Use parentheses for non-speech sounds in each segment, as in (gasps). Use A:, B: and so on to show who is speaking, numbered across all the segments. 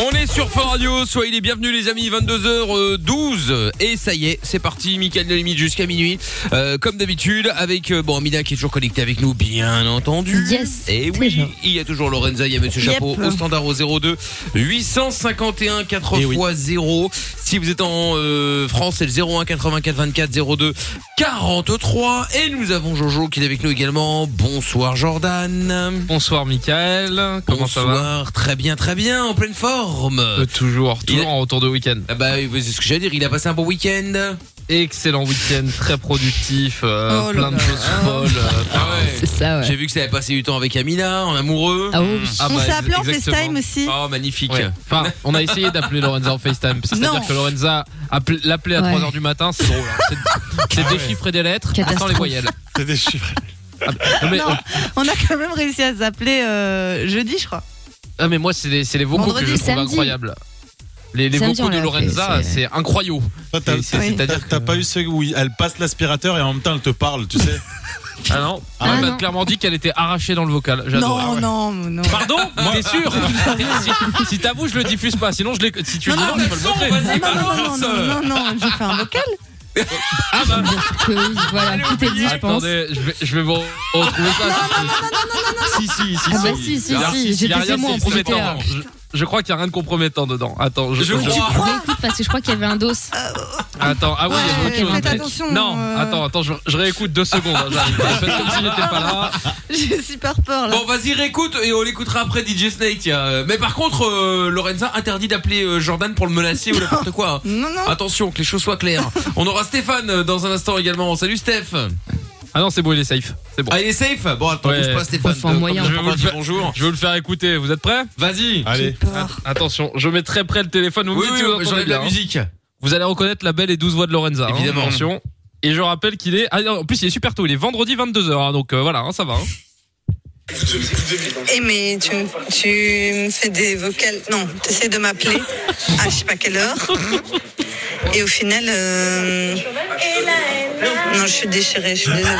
A: On est sur Fort Radio, soyez les bienvenus les amis, 22h12 et ça y est, c'est parti, Mickaël de Limite jusqu'à minuit, Euh, comme d'habitude avec, euh, bon Amina qui est toujours connectée avec nous bien entendu,
B: Yes,
A: et oui, il y a toujours Lorenza, il y a Monsieur
B: Yep.
A: Chapeau au standard au 02 851 4
C: Eh
A: x
C: oui.
A: 0, si vous êtes en euh, France c'est le 01 84 24 02 43 et nous avons Jojo qui est avec nous également, bonsoir Jordan.
D: Bonsoir Michael, comment ça va Euh,
A: Bonsoir, très bien, très bien, en pleine forme.
D: Toujours, toujours en retour de week-end.
A: Ah bah oui, c'est ce que j'allais dire, il a passé un bon week-end.
D: Excellent week-end, très productif, euh,
A: Oh là
D: plein de
A: là.
D: choses folles. euh,
A: C'est
B: Ah, ça,
A: J'ai vu que ça avait passé du temps avec Amina, en amoureux.
B: Ah oui.
D: Ah
E: On
D: bah,
E: s'est appelé en
D: exactement.
E: FaceTime aussi.
A: Oh, magnifique.
D: Ouais. Enfin, on a essayé d'appeler Lorenza en FaceTime.
E: Non.
D: C'est-à-dire que Lorenza, appel- l'appeler à
B: Ouais.
D: 3h du matin, c'est drôle. hein. C'est- C'est des chiffres et des lettres, sans les
B: Catastrophe.
D: voyelles.
C: C'est des chiffres.
D: Ah, mais,
E: Non. (laughs) On a quand même réussi à s'appeler euh, jeudi, je crois.
D: ah, mais moi, c'est les, c'est les vocaux
E: Vendredi,
D: que je trouve
B: samedi.
D: incroyables. Les, les
B: Samedi,
D: vocaux
B: on
D: de
B: l'a appelé,
D: Lorenza,
B: c'est-
D: c'est incroyable.
C: Toi, t'as-
D: Et c'est-
E: Oui.
C: T'as
D: C'est-à-dire que-
C: t'as pas eu ceux où elle passe l'aspirateur et en même temps elle te parle, tu
D: (laughs)
C: sais.
D: Ah non,
B: Ah
D: elle m'a
B: non.
D: clairement dit qu'elle était arrachée dans le vocal. J'adore.
E: non, non, non.
D: Pardon T'es sûr Si, si t'avoues, je le diffuse pas. Sinon, je l'ai- si tu le
E: Non,
D: dis,
E: non,
D: non, je vais
E: mais
D: le
A: son,
D: montrer.
A: vas-y.
E: Ah non, non, non,
A: balance.
E: non, non, non, j'ai fait un vocal.
D: Ah bah,
B: Bien sûr que oui, voilà, tout est dit, je pense.
D: attendez, je vais, je vais vous retrouver ça.
C: si, si, si.
B: Ah bah
C: si.
B: si, si,
D: Il y a-
B: si,
D: il y a
B: j'étais
D: rien de
B: témoin en premier
D: compromettant.
B: terme.
D: Je, je crois qu'il y a rien de compromettant dedans. Attends, je,
A: Je
D: je-
A: crois.
B: Mais écoute, parce que je crois qu'il y avait un dos.
D: Attends, ah oui, il y a
E: Ouais,
D: beaucoup de choses.
E: faites
D: Mais-
E: attention,
D: Non,
E: euh.
D: attends, attends, je, je réécoute deux secondes. hein, j'arrive. Faites comme si j'étais pas là.
E: J'ai super peur là.
A: Bon, vas-y, réécoute et on l'écoutera après DJ Snake. tiens. Euh, Mais par contre, euh, Lorenza interdit d'appeler euh, Jordan pour le menacer ou n'importe quoi.
E: (laughs) Non, non.
A: Attention, que les choses soient
E: (laughs)
A: claires. On aura Stéphane euh, dans un instant également. Salut Steph.
D: Ah non, c'est bon, il est safe. C'est bon.
A: Ah, il est safe Bon, attends,
D: Ouais.
A: bouge pas Stéphane.
B: Enfin,
A: euh, comme
B: moyen.
A: je
D: Je vais
A: t'ai
D: vous
A: pas
D: le
A: dit
D: faire-
A: bonjour.
D: Je vais vous le faire écouter. Vous êtes prêts
A: Vas-y.
E: J'ai
C: Allez.
E: peur.
D: Attention, je mets très près le téléphone. Vous me
A: Oui,
D: dites
A: oui,
D: si vous
A: oui,
D: entendez
A: j'enlève la
D: bien, hein.
A: musique.
D: Vous allez reconnaître la belle et douce voix de Lorenza. hein.
A: Évidemment.
D: Attention. Et je rappelle qu'il est. ah, en plus, il est super tôt. Il est vendredi 22h. donc euh, voilà, hein, ça va. hein.
F: Eh mais tu, me- tu me fais des vocales. Non, tu essaies de m'appeler à je sais pas quelle heure. Et au final. euh, Non, je suis déchirée, je suis désolée.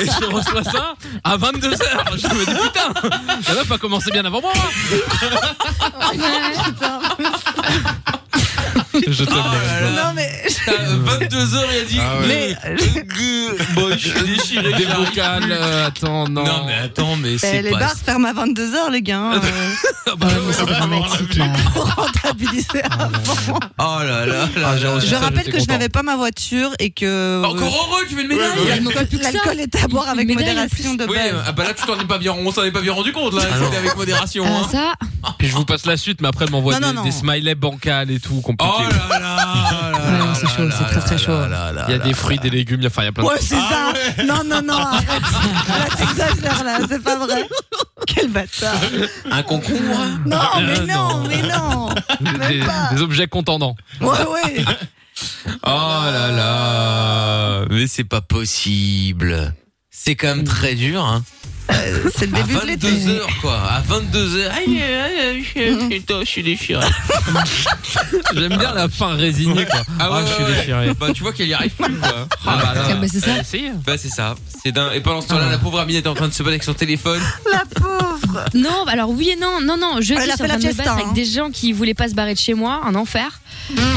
D: Et je reçois ça à 22h. Je me dis putain, la meuf a commencé bien avant moi. hein. je
A: Oh
D: t'aime. Lorenza.
E: Non, mais.
A: T'as, euh, 22h, il a dit.
C: Ah ouais.
E: Mais. euh,
A: Bon, je
D: (laughs)
A: suis déchiré.
D: Des
A: j'arrive.
D: vocales. euh, attends, non.
A: Non, mais attends, mais
E: euh,
A: c'est
E: les
A: pas
E: bars ferment à 22h, les gars.
D: (laughs)
E: hein, euh,
D: Ah, bah,
B: Ouais, Ah, mais c'est dramatique là.
E: pour rentabiliser avant.
A: Oh là là là,
C: Ah,
A: j'ai
E: Je
D: Ah, ça,
E: rappelle
D: j'étais
E: que je
D: content.
E: n'avais pas ma voiture et que. euh,
A: Encore heureux, tu veux une médaille
B: Il ne manque plus que ça.
E: L'alcool est à boire
B: Une
E: avec
B: médaille en
E: modération de
A: Oui,
E: base.
A: ah bah là tu t'en es pas bien, on s'en est pas bien rendu compte là, c'était avec modération.
B: Ah,
A: hein.
B: ça,
D: Puis je vous passe la suite, mais après elle m'envoie
E: Non, non,
D: des,
E: non.
D: des smileys bancales et tout compliqué.
A: Oh là là, là là
B: non, c'est
A: là
B: chaud,
A: là
B: c'est
A: là
B: très, très
A: là
B: chaud.
A: là là là
D: il y a
A: là
D: des
A: là.
D: fruits, des légumes, il y a- enfin il y a plein de.
E: Ouais, c'est ça.
A: ah,
E: (laughs) Non, non, non, arrête. Là, t'exagères, là, c'est
B: (laughs)
E: pas vrai. Quel bâtard.
A: Un concours Ah,
E: Non, mais
D: Euh,
E: non,
D: non.
G: (laughs)
E: mais non.
D: des, Ah, des objets contendants.
E: Ouais, ouais.
A: Oh là là Mais c'est pas possible C'est quand même très dur hein.
B: Euh,
E: C'est le
A: À
E: début de l'été.
A: 22h quoi, à 22h. Aïe aïe aïe,
B: Mm.
A: je suis- je suis déchiré.
D: (laughs) J'aime bien la fin résignée quoi.
A: Ah ouais,
D: je suis
A: ouais, ouais.
D: déchiré.
A: Bah tu vois qu'elle y arrive plus quoi.
D: Ah bah, Ah. là,
B: Ah, bah, c'est ça.
D: euh, essayez.
A: Bah c'est ça, c'est dingue. Et pendant ce temps-là, la pauvre Amine était en train de se battre avec son téléphone.
B: Non, bah, alors oui et non, non, non, jeudi,
E: Elle a
B: je suis en
E: fait
B: train
E: la
B: de me
E: fiesta,
B: battre avec
E: hein. Mm.
B: des gens qui voulaient pas se barrer de chez moi, un enfer.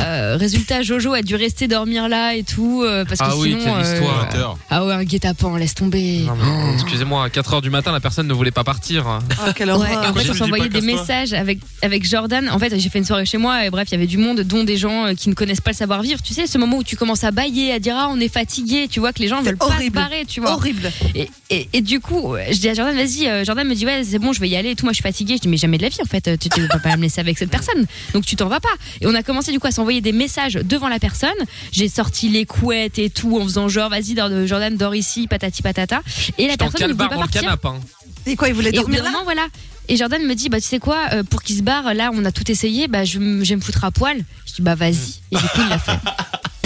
B: Euh, résultat, Jojo a dû rester dormir là et tout, euh, parce que
D: Ah oui,
B: sinon...
D: quelle
B: euh,
D: histoire.
B: Ah ouais, un guet-apens, laisse tomber.
D: Non, mais Excusez-moi, à 4h du matin, la personne ne voulait pas partir. hein.
B: Ah,
E: Oh, quelle
B: Ouais, et en
E: horreur.
B: fait,
C: J'ai
B: on
C: dit
B: s'envoyait
C: pas
B: des
C: casse-toi.
B: messages avec, avec Jordan. En fait, j'ai fait une soirée chez moi et bref, il y avait du monde, dont des gens euh, qui ne connaissent pas le savoir-vivre. Tu sais, ce moment où tu commences à bailler, à dire ah, on est fatigué, tu vois que les gens
E: C'est
B: veulent pas se
E: horrible.
B: barrer, tu vois.
E: Horrible.
B: Et, et, et du coup, euh, je dis à Jordan, vas-y, euh, Jordan me dit, ouais, c'est bon, je vais y aller et tout, moi je suis fatiguée. Je dis, mais jamais de la vie en fait, euh, tu ne vas pas me laisser avec cette personne, donc tu t'en vas pas. Et on a commencé du coup à s'envoyer des messages devant la personne. J'ai sorti les couettes et tout en faisant genre, vas-y, dors- euh, Jordan, dors ici, patati patata. Et la
D: J'étais en
B: personne ne
D: calbar
B: voulait pas
D: dans le
B: partir.
D: canapé. hein.
E: Et quoi, il voulait
B: Et au bout d'un
E: dormir là
B: moment, voilà. Et Jordan me dit, bah tu sais quoi, euh, pour qu'il se barre, là on a tout essayé, bah je, m- je vais me foutre à poil. Je dis, bah vas-y. Et du coup, il l'a (laughs) fait.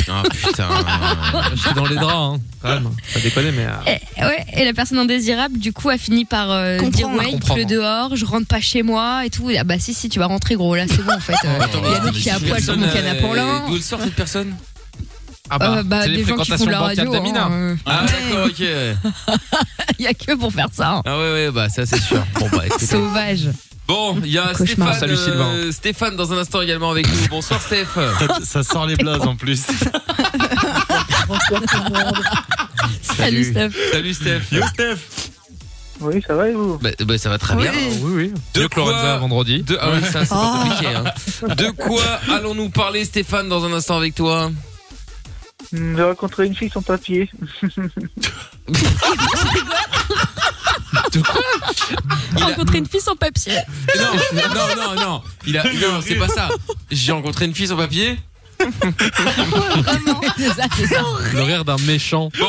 A: Ah putain
D: (laughs) J'étais dans les draps. Hein. Quand même, pas déconner, mais. euh,
B: Et, Eh, ouais, et la personne indésirable, du coup, a fini par euh,
E: Comprendre,
B: dire Ouais, il
D: comprendre.
B: pleut dehors, je rentre pas chez moi et tout. Et, Ah bah si, si, tu
A: (laughs)
B: vas rentrer, gros, là c'est bon en fait. Euh,
A: Attends,
B: Il y a
A: mais
B: l'autre qui est à
A: cette
B: poil sur mon
A: personne,
B: canapé en
A: euh,
B: lin. (laughs)
A: D'où elle sort cette personne
D: Ah bah,
B: Euh, bah,
D: c'est
B: des
D: les
B: gens qui font
D: fréquentations
B: de la
D: bancaires
B: radio,
D: d'Amina.
B: hein,
A: Ah d'accord, ok.
B: Il y a que pour faire ça. hein.
A: Ah ouais, ouais, bah ça c'est sûr. Bon (laughs) bah écoutez.
B: Sauvage.
A: Bon, il y a
B: Cauchemar.
A: Stéphane,
D: Salut,
A: euh, Stéphane dans un instant également avec nous. Bonsoir Steph.
C: Ça, ça sort les blazes en plus.
B: Salut, Steph.
A: Salut Steph.
C: Yo Steph
H: Oui, ça va et vous
A: Bah, bah, ça va très bien.
D: Ah Oui, oui.
A: De
D: Mieux que Lorenza
A: quoi-
D: vendredi.
A: De... Ah oui, ça c'est pas
B: Oh.
E: Ah.
A: compliqué. hein. De quoi allons-nous parler Stéphane dans un instant avec toi
H: Hmm, J'ai rencontré une fille sans papier. (laughs)
A: Il a-
B: Rencontrer une fille sans papier.
A: Non, non, non, non. Il a... Non, c'est pas ça. J'ai rencontré une fille sur papier. (laughs)
B: Vraiment. Ça, c'est ça.
D: L'horaire d'un méchant.
A: Bon,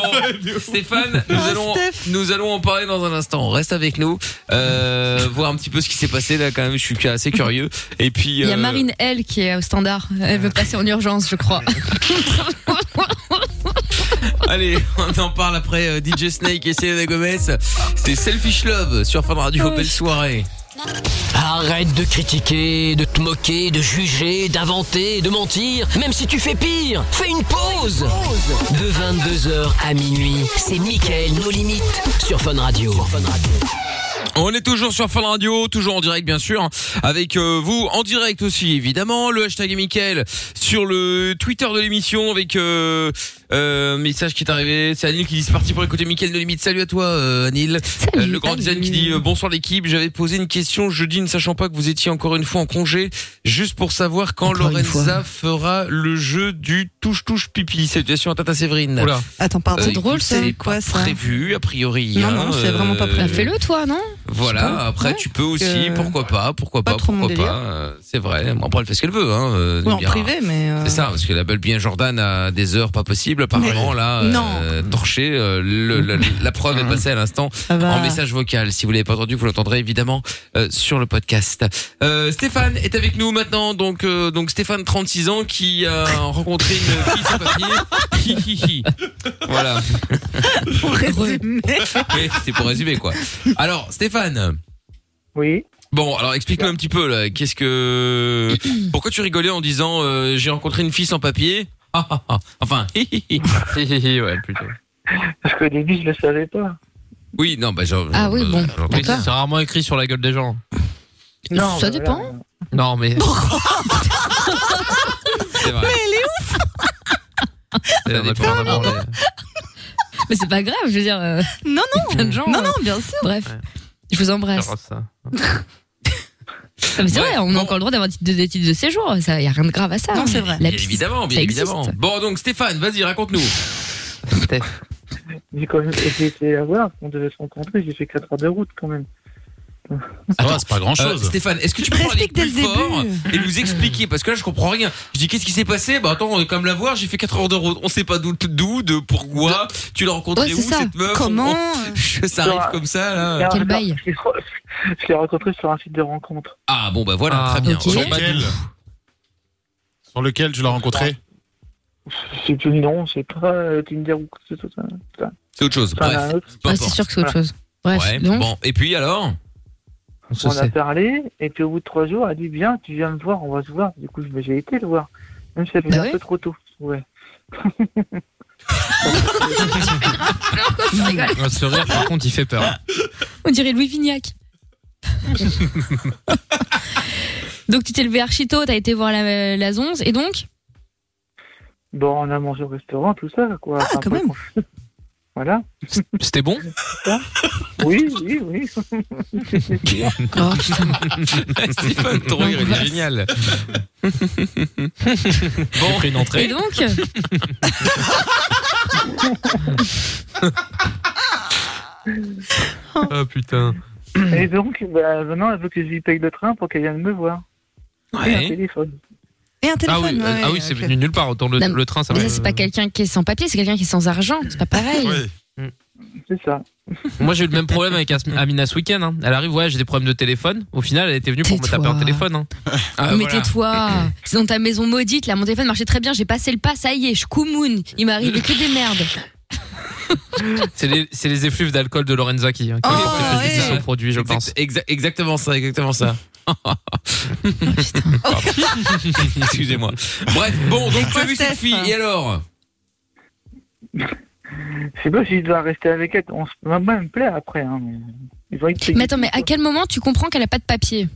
A: Stéphane, nous
E: Oh,
A: allons,
E: Steph.
A: nous allons en parler dans un instant. Reste avec nous, euh, voir un petit peu ce qui s'est passé là quand même. Je suis assez curieux. Et puis,
B: Il y a
A: euh,
B: Marine, elle, qui est au standard. Elle veut passer en urgence, je crois.
A: (laughs) Allez, on en parle après euh, DJ Snake et Selena Gomez. C'est Selfish Love sur Fun Radio. Belle soirée.
I: Arrête de critiquer, de te moquer, de juger, d'inventer, de mentir. Même si tu fais pire, fais une pause. De 22h à minuit, c'est Mickaël, nos limites, sur Fun Radio.
A: On est toujours sur Fun Radio, toujours en direct bien sûr, hein, avec euh, vous en direct aussi évidemment. Le hashtag est Mickaël sur le Twitter de l'émission avec euh, euh, message qui est arrivé. C'est Anil qui dit c'est parti pour écouter Mickaël de limite. Salut à toi euh, Anil. Euh, le grand design qui dit euh, bonsoir l'équipe, j'avais posé une question jeudi ne sachant pas que vous étiez encore une fois en congé, juste pour savoir quand
I: Encore une
A: Lorenza fera le jeu du touche-touche pipi. Salutations à Tata Séverine.
D: Oula.
E: Attends, pardon.
A: Euh,
B: drôle,
A: écoute,
E: ça.
A: C'est
E: Quoi,
A: pas
E: ça
A: prévu a priori.
E: Non, non,
A: hein,
E: c'est vraiment pas
A: euh,
E: prévu.
B: Fais-le, toi, non Je sais
A: Voilà,
B: pas.
A: après
E: Ouais,
A: tu peux aussi,
E: que-
A: pourquoi pas, pourquoi pas,
E: Pas trop mon
A: pourquoi pas.
E: délire.
A: euh, c'est vrai, Bon, après elle fait ce qu'elle veut. Hein, euh,
E: Oui, en
A: bien.
E: privé, mais. euh,
A: C'est ça, parce qu'elle appelle bien Jordan à des heures pas possibles, apparemment là, euh,
E: Non. Ah. bah.
A: torché, euh, le- le- la preuve est passée à l'instant
E: ça va.
A: en message vocal. Si vous l'avez pas entendu, vous l'entendrez évidemment euh, sur le podcast. Euh, Stéphane est avec nous maintenant, donc euh, donc Stéphane 36 ans qui a rencontré une fille sur papier. Hi, hi, hi. voilà,
E: Pour résumer.
A: Mais c'est pour résumer quoi. Alors Stéphane,
H: Oui.
A: bon alors explique-nous un petit peu là, qu'est-ce que pourquoi tu rigolais en disant euh, j'ai rencontré une fille sans papier Ah, ah, ah. Enfin, hi, hi, hi.
D: Hi, hi, hi, ouais, plutôt.
H: Parce qu'au début, je le savais pas.
A: oui non bah genre,
B: Ah oui, bon.
A: genre,
D: Oui,
B: D'accord.
D: c'est rarement écrit sur la gueule des gens.
B: Ça
H: bah
B: dépend.
H: voilà.
D: Non, mais
A: c'est vrai. Ah,
D: elle en a plein à branler.
B: Mais c'est pas grave, je veux dire. euh,
E: Non, non.
B: plein de gens.
E: Non,
B: euh,
E: non, bien sûr.
B: Bref.
D: Ouais.
B: Je vous
D: Ça
B: embrasse.
D: rase ça.
B: Ah, mais c'est
A: Ouais,
B: vrai, on
A: bon.
B: a encore le droit d'avoir titre- des titres de séjour. Il n'y a rien de grave à ça.
E: Non,
B: hein.
E: c'est vrai.
B: La
A: Bien
B: piste,
A: évidemment, bien
B: ça existe. (laughs)
A: évidemment. Bon, donc Stéphane, vas-y, raconte-nous.
H: J'ai quand même j'ai été la voir, on devait se rencontrer, j'ai fait 4 heures de route quand même.
C: Ça va, c'est pas grand
A: Euh,
C: chose.
A: Stéphane, est-ce que tu peux parler
E: Respecte dès
A: plus
E: le
A: fort
E: début.
A: et nous expliquer Parce que là, je comprends rien. Je dis, qu'est-ce qui s'est passé Bah attends, on est comme la voir, j'ai fait 4 heures de route. On sait pas d'où, d'où, de pourquoi. Tu l'as rencontré
B: Ouais,
A: où,
B: c'est ça. euh
A: cette meuf
E: Comment
A: On-
C: euh
A: (laughs) on- Ça arrive comme ça, là.
B: Quel
H: Non,
B: bail.
H: Je l'ai re- je l'ai rencontré sur un site de rencontre.
A: Ah bon, bah voilà,
D: Ah,
A: très bien.
B: ok.
A: Jean Badou.
C: Lequel Sur lequel tu l'as rencontré
H: C'est plus non, c'est pas euh, Tinder ou quoi que ce soit. ça.
A: C'est autre chose.
H: Enfin,
A: Bref,
H: un autre.
A: peu
B: Ah, c'est
A: importe.
B: sûr que c'est autre chose. Bref,
A: Ouais,
B: donc,
A: bon, et puis alors
D: On se
H: On a
D: sait.
H: parlé, et puis au bout de 3 jours, elle dit Viens, tu viens me voir, on va se voir. Du coup, je- j'ai été le voir. Même si ça faisait
B: Bah
H: un
B: ouais.
H: peu trop tôt. Ouais.
D: Ah, Ce rire, par contre, il fait peur.
B: on dirait Louis Vignac. donc, tu t'es levé archi tôt, t'as été voir la, la zonze, et donc
H: Bon, on a mangé au restaurant, tout ça, quoi. Enfin,
E: quand
H: pas
E: même.
H: grand- (laughs) Voilà.
D: C'était bon
H: Oui, oui,
A: (laughs)
H: oui.
A: Ah, Stéphane, ton rire, il est génial.
D: J'ai pris une
B: Et
D: entrée.
B: donc Oh.
D: Ah putain.
H: (laughs) Et donc, bah, maintenant, elle veut que je lui paye le train pour qu'elle vienne me voir. Et un
A: Ouais.
H: téléphone.
E: Et un
D: Ah
E: téléphone.
D: oui,
E: ouais,
D: ah oui, c'est
E: ok.
D: venu nulle part. Autant le,
B: Non, mais-
D: le train, ça
B: Mais
D: va. euh,
B: ça, c'est pas quelqu'un qui est sans papier, c'est quelqu'un qui est sans argent. C'est pas pareil.
C: Ouais.
H: C'est ça.
D: Moi, j'ai eu le même problème avec
A: Mm.
D: As- Amina ce week-end. hein. Elle arrive, ouais, j'ai des problèmes de téléphone. Au final, elle était venue pour me
B: Tais-toi.
D: taper un téléphone.
B: (laughs)
D: hein.
A: Ah,
B: mais
A: voilà.
B: tais-toi,
H: (laughs)
B: c'est dans ta maison maudite, là, mon téléphone marchait très bien, j'ai passé le pas, ça y est, je koumoun, il m'est arrivé que des
H: (laughs)
B: merdes.
D: C'est les, c'est les effluves d'alcool de Lorenza qui. hein, qui
E: Oh,
D: ont été
E: ouais.
D: sur le produit, je
A: Exact-
D: pense.
A: exa- exactement ça, exactement ça. (laughs) Pardon. Excusez-moi. Bref, bon, donc tu as vu cette
E: Steph
A: fille, et alors
H: Je sais pas si je dois rester avec elle. On se... Moi, moi, elle me plaît après. Hein. mais- Ils ont expliqué.
B: Mais attends, mais à quel moment tu comprends qu'elle a pas de papier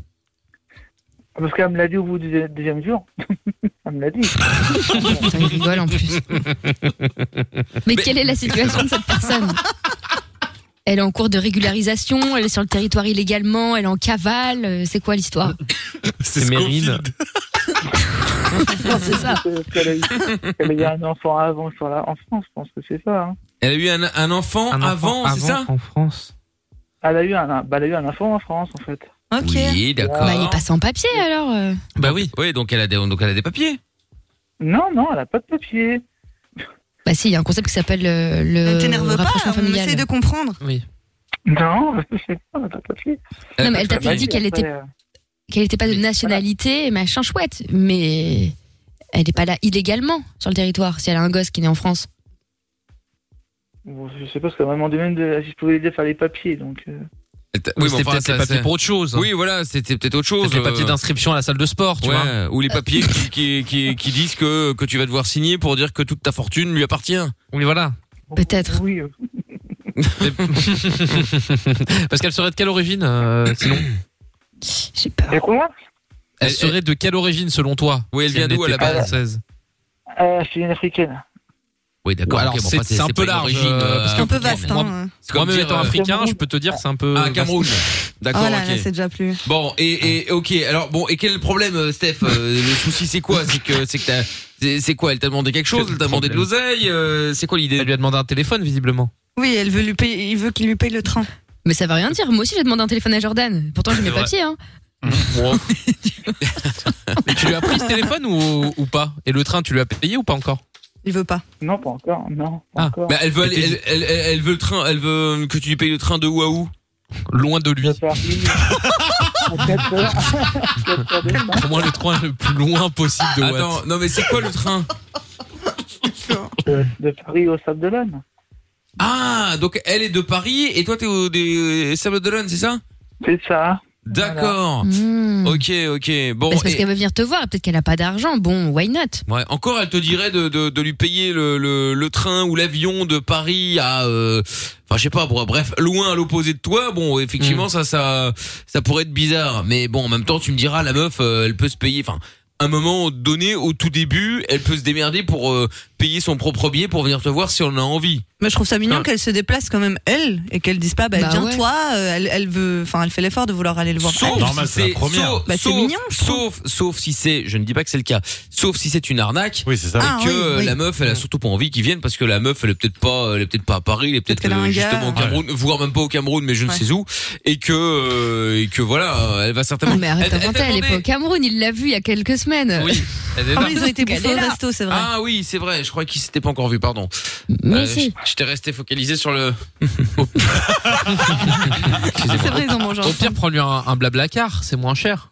H: Parce qu'elle me l'a dit au bout du deuxi- deuxième jour. (laughs) elle me l'a dit.
B: Putain, il rigole en
E: (laughs)
B: plus. Mais, quelle est la situation de cette
H: (laughs)
B: personne Elle est en cours de régularisation, elle est sur le territoire illégalement, elle est en cavale, euh, c'est quoi l'histoire
D: (laughs) C'est Mérine.
B: C'est ça.
H: Parce qu'elle a eu- elle a eu un enfant avant sur la... en France, je pense que c'est ça. hein.
A: Elle a eu un, un enfant, avant, c'est ça
D: En France.
H: Elle, a eu un... bah, elle a eu un enfant en France, en fait.
E: Ok.
A: Oui, d'accord.
B: Bah, il est passé en papier alors. euh.
A: Bah oui. Oui, donc elle a des, donc elle a des papiers.
H: Non, non, elle a pas de papier.
B: Bah si, il y a un concept qui s'appelle euh, le,
E: Ne t'énerve pas,
B: rapprochement
E: on
B: familial.
E: essaie de comprendre.
H: Non, (laughs) je sais pas, elle a pas de papier.
B: Non, mais elle
A: pas de
B: t'a
A: papier.
B: dit qu'elle était,
H: Après, euh,
B: qu'elle était pas de nationalité, machin chouette, mais elle n'est pas là illégalement sur le territoire si elle a un gosse qui est né en France.
H: bon, je sais pas, parce qu'elle m'a demandé même de... si je pouvais l'aider à faire les papiers. Donc, euh,
A: Elle t'a-
D: Oui,
A: mais
D: c'était
A: enfin,
D: peut-être
A: ça-
D: les papiers
A: ça-
D: pour autre chose.
A: Oui, voilà, c'était peut-être autre chose.
D: Peut-être les papiers
A: euh,
D: d'inscription à la salle de sport, tu
A: ouais,
D: vois.
A: ou les papiers qui, qui, qui, qui disent que, que tu vas devoir signer pour dire que toute ta fortune lui appartient. (laughs)
D: Oui, voilà.
B: Peut-être.
H: Oui, euh,
D: Parce qu'elle serait de quelle origine euh, sinon
B: (coughs) J'ai peur.
H: Et quoi
D: Elle
A: Elle-
D: serait de quelle origine selon toi
A: Oui, elle
D: si
A: vient d'où,
D: n'était
A: à la
D: pas
H: base
A: (laughs)
D: française
H: euh, Je suis une africaine.
A: Oui, d'accord.
D: Ouais,
A: ok,
D: alors,
A: bon,
D: c'est-
A: enfin,
D: c'est un peu
A: pas une
D: large,
A: origine,
D: euh,
A: euh,
D: parce
E: C'est un peu vaste. Hein.
A: c'est comme
D: Moi-même
A: dire,
D: étant
A: euh,
D: africain, je peux te dire c'est un peu.
A: Ah, Cameroun. D'accord,
E: Oh là
A: ok.
E: là, c'est déjà plus.
A: Bon et, et ok alors bon et quel est le problème euh, Steph Euh, le souci c'est quoi c'est que c'est que t'as- c'est- c'est quoi elle t'a demandé quelque chose
D: Quel
A: elle t'a demandé de
D: problème
A: l'oseille euh, c'est quoi l'idée
D: Elle lui a demandé un téléphone visiblement.
E: Oui, elle veut lui payer, il veut qu'il lui paye le train.
B: Mais ça veut rien dire. Moi aussi, j'ai demandé un téléphone à Jordan. Pourtant, j'ai mes
D: vrai.
B: papiers. Hein.
D: Mais tu lui as pris ce téléphone ou, ou pas Et le train, tu lui as payé ou pas encore
E: Il veut pas.
H: Non, pas encore. Non, pas
D: Ah,
H: encore.
A: Bah, elle veut aller-
D: Et
A: elle, elle, elle- elle veut le train elle veut que tu lui payes le train de où à où
D: Loin de lui.
H: Je vais faire une- Quatre heures.
A: (laughs)
H: Quatre heures de temps.
D: Pour moi, le train le plus loin possible de Watt.
A: Attends non mais c'est quoi le train
H: de, euh, de Paris au Sable d'Olonne.
A: Ah donc elle est de Paris et toi t'es au des Sables d'Olonne c'est ça
H: C'est ça.
A: D'accord
B: Hmm.
A: ok ok bon
B: Bah, c'est parce
A: et-
B: qu'elle veut venir te voir. et Peut-être qu'elle a pas d'argent. Bon, why not
A: Ouais, encore, elle te dirait de, de, de lui payer le, le, le train ou l'avion de Paris à, euh, enfin, je sais pas, bro- bref, loin à l'opposé de toi. Bon, effectivement, ça, ça, ça pourrait être bizarre. Mais bon, en même temps, tu me diras, la meuf, euh, elle peut se payer. Enfin, à un moment donné, au tout début, elle peut se démerder pour euh, payer son propre billet pour venir te voir si on en a envie.
E: Mais je trouve ça mignon
A: Ah.
E: qu'elle se déplace quand même elle et qu'elle dise pas bah,
B: Bah
E: viens
B: ouais.
E: toi. euh, elle, elle veut, enfin elle fait l'effort de vouloir aller le voir.
A: Sauf
E: elle.
C: normal,
A: si
C: c'est la première.
A: Sauf,
E: Bah, c'est
A: sauf-
E: mignon, je trouve.
A: sauf, sauf si c'est, je ne dis pas que c'est le cas, sauf si c'est une arnaque.
C: Oui, c'est ça.
E: Ah,
A: et que
E: oui,
A: euh,
E: oui.
A: la meuf elle a surtout pas envie qu'ils viennent parce que la meuf elle est peut-être pas elle est peut-être pas à Paris elle est peut-être
E: Peut-être qu'elle a
A: euh,
E: un gars.
A: justement au Cameroun voire même pas au Cameroun mais je ne
E: Ouais.
A: sais où et que euh, et que voilà elle va certainement
E: Ah,
B: Non, mais arrête
A: Elle- elle
B: d'inventer. Elle est
A: t'attendait.
B: pas au Cameroun. Il l'a vu il y a quelques semaines.
A: oui elle est
E: Ah
A: là.
E: oui, ils ont été
B: Elle est
E: bouffés au
B: là.
E: resto, c'est vrai.
A: ah oui c'est vrai je crois qu'ils s'étaient pas encore vus pardon
B: Mais
A: Euh,
B: si.
A: je- j'étais resté focalisé sur le
B: Ah,
E: c'est vrai, ils ont mangé
D: Au
E: ensemble.
D: pire, prends-lui un, un blabla car, c'est moins cher.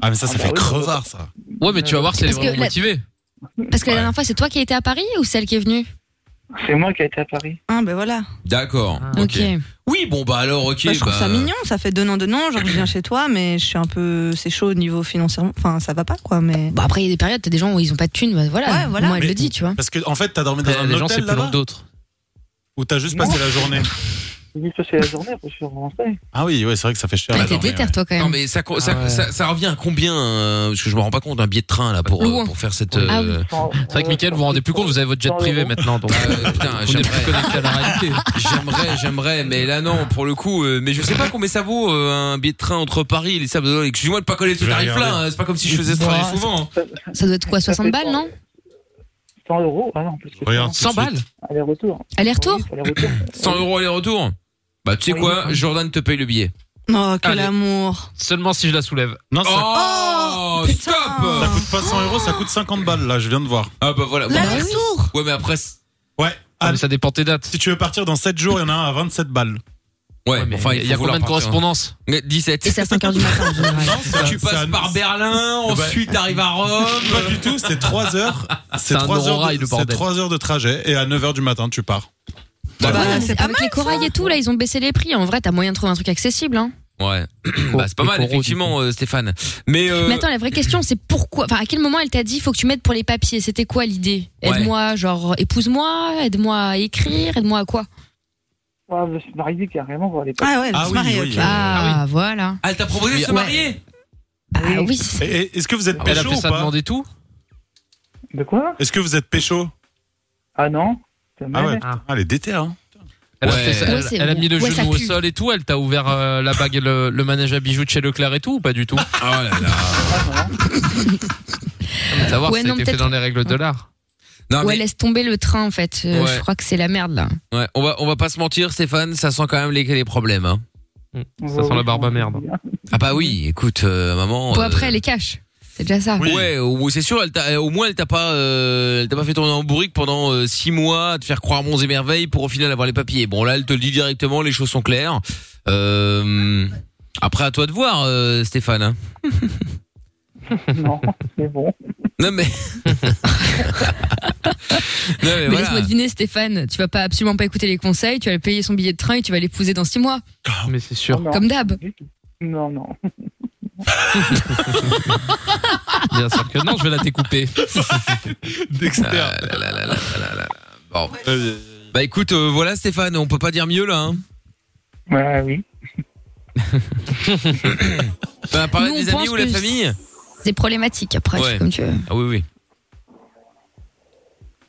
C: Ah, mais ça, ça
H: Ah, bah
C: fait
H: oui,
C: crevard, ça.
D: Ouais, mais tu vas voir si elle est
B: Parce que
D: vraiment
B: la-
D: motivée.
B: Parce que la dernière fois, c'est toi qui as été à Paris ou celle qui est venue
H: C'est moi qui ai été à Paris.
E: Ah ben voilà.
A: d'accord ok oui bon bah alors ok
E: Bah, Ah. je trouve
A: bah,
E: ça mignon, ça fait donnant donnant. Genre je viens chez toi, mais je suis un peu c'est chaud au niveau financièrement. Enfin ça va pas quoi, mais.
B: Bon, Bah, après, il y a des périodes, t'as des gens où ils ont pas de thunes. bah, voilà.
E: Ouais, voilà.
B: Moi, elle
C: Mais-
B: le dit, tu vois.
C: Parce que, en fait, t'as dormi dans
D: Euh,
C: un
D: Les gens, c'est
C: hôtel
D: plus long
C: là-bas
D: que d'autres.
C: ou t'as juste passé la journée
H: J'ai dû passer la journée, après je suis rentré.
C: Ah oui, ouais, c'est vrai que ça fait cher.
B: Ouais,
C: la
B: T'es
C: journée, ouais.
B: déter, toi, quand
A: non
B: même.
A: mais ça co- ça,
D: Ah ouais.
A: ça ça revient à combien euh, parce que je me rends pas compte un billet de train là pour euh,
B: Loin.
A: pour faire cette
D: Ah
A: euh,
D: C'est vrai que Mickaël, vous vous rendez plus compte, vous avez votre jet privé maintenant. Donc,
A: euh, putain
D: (laughs) on est
A: j'aimerais
D: plus connecté à la réalité.
A: J'aimerais, j'aimerais, mais là non, pour le coup. euh, mais je sais pas combien ça vaut euh, un billet de train entre Paris et les Sables d'Olonne. Excusez-moi de pas connaître ce
C: Je vais
A: tarif là.
C: regarder.
A: c'est pas comme si je faisais ce travail
B: Ouais.
A: souvent. hein.
B: Ça doit être quoi 60 balles, non
H: 100 euros, ah non, plus que
C: Regarde,
D: 100 balles
H: ça. Aller-retour.
B: Aller-retour
H: Oui,
A: (coughs)
H: aller-retour.
A: 100 euros aller-retour. Bah tu sais
H: Oui.
A: quoi, Jordan te paye le billet.
E: Oh quel
D: Allez.
E: amour.
D: Seulement si je la soulève.
C: Non, ça, Ah,
A: Oh,
E: putain.
A: stop.
C: ça coûte pas 100 euros, ça coûte 50 balles là, je viens de voir.
A: Ah bah voilà.
B: Là- oui.
E: L'aller-retour.
A: Ouais mais après, c'est-
C: Ouais.
D: Ah,
C: Ah,
D: mais ça dépend tes dates.
C: Si tu veux partir dans 7 jours, il y en a un à 27 balles.
A: ouais.
D: Ouais, mais
A: enfin,
D: il y a combien de correspondances
A: Mais
B: Et
A: 17.
B: c'est à 5h du matin, en général.
A: Tu passes par Berlin,
C: Bah-
A: ensuite
C: (laughs)
A: t'arrives à Rome.
C: Pas du tout, c'est 3 heures. C'est
D: un
C: 3 heures,
D: Eurorail,
C: de,
D: le bordel.
C: c'est trois heures de trajet et à 9 heures du matin, tu pars.
E: Bah,
B: Ouais, mais
E: c'est pas
B: avec les corails et tout, là, ils ont baissé les prix. En vrai, t'as moyen de trouver un truc accessible. Hein.
A: Ouais. bah, c'est pas mal, effectivement, euh, Stéphane. Mais, euh,
B: Mais attends, la vraie question, c'est pourquoi. Enfin, à quel moment elle t'a dit, faut que tu m'aides pour les papiers C'était quoi l'idée
A: Ouais.
B: Aide-moi, genre, épouse-moi, aide-moi à écrire, aide-moi à quoi
H: Ah, je me suis marié carrément pour aller
E: Ah ouais, elle veut
C: Ah
E: se
C: oui,
E: marier,
C: oui,
E: ok.
C: euh,
B: Ah, voilà.
A: elle t'a proposé de se
D: Ouais.
A: marier
B: Bah oui.
C: Et- et- Est-ce que vous êtes
D: Elle a
C: pécho
D: fait
C: ou
D: ça
C: pas
D: demander tout
H: De quoi
C: Est-ce que vous êtes pécho
H: Ah non ça
C: Ah ouais.
H: m'aide.
D: Ah.
C: Ah, les déter, hein.
D: Elle, a,
A: Ouais.
D: fait ça-
B: Ouais,
D: elle-
B: c'est
D: elle a
B: vrai.
D: mis le
B: Ouais, ça
D: genou au
B: pue.
D: sol et tout. Elle t'a ouvert euh, la bague, et le, le manège à bijoux de chez Leclerc et tout ou pas du tout
A: Oh là là.
H: Ah non.
D: Savoir
B: Ouais,
D: si
B: non,
D: c'était fait
B: peut-être-
D: dans les règles de l'art.
A: Non,
B: Ouais,
A: mais,
B: laisse tomber le train, en fait. Euh,
A: Ouais.
B: Je crois que c'est la merde, là.
A: ouais, on va, on va pas se mentir, Stéphane, ça sent quand même les, les problèmes, hein.
D: Ça sent la barbe à merde.
A: Ah bah oui, écoute, euh, maman.
B: Bon,
A: euh,
B: après, elle les cache. C'est déjà ça.
C: Oui.
A: Ouais, ou- c'est sûr, elle t'a- au moins elle t'a pas, euh, elle t'a pas fait tourner en bourrique pendant 6 mois, à te faire croire monts et merveilles pour au final avoir les papiers. Bon là, elle te le dit directement, les choses sont claires. Euh, après à toi de voir, euh, Stéphane. hein.
H: (laughs) Non, c'est bon.
A: Non
H: (laughs)
A: mais, non mais
B: Mais laisse-moi
A: voilà.
B: deviner, Stéphane, tu vas pas absolument pas écouter les conseils, tu vas lui payer son billet de train et tu vas l'épouser dans six mois,
D: Mais c'est sûr,
H: Non,
B: comme d'hab.
H: du tout. Non,
B: (laughs)
H: non.
D: bien sûr que non, je vais la
A: (laughs)
D: découper.
C: Dexter.
A: Ah là là là là là là là. Bon.
C: Euh,
A: Bah écoute, euh, voilà Stéphane, on peut pas dire mieux là. Hein.
H: Bah oui.
A: (coughs) Bah, parler
B: Nous, on
A: des amis
B: pense
A: ou la
B: que
A: famille
B: C'est problématique après,
A: Ouais.
B: c'est comme tu veux.
A: Ah oui oui.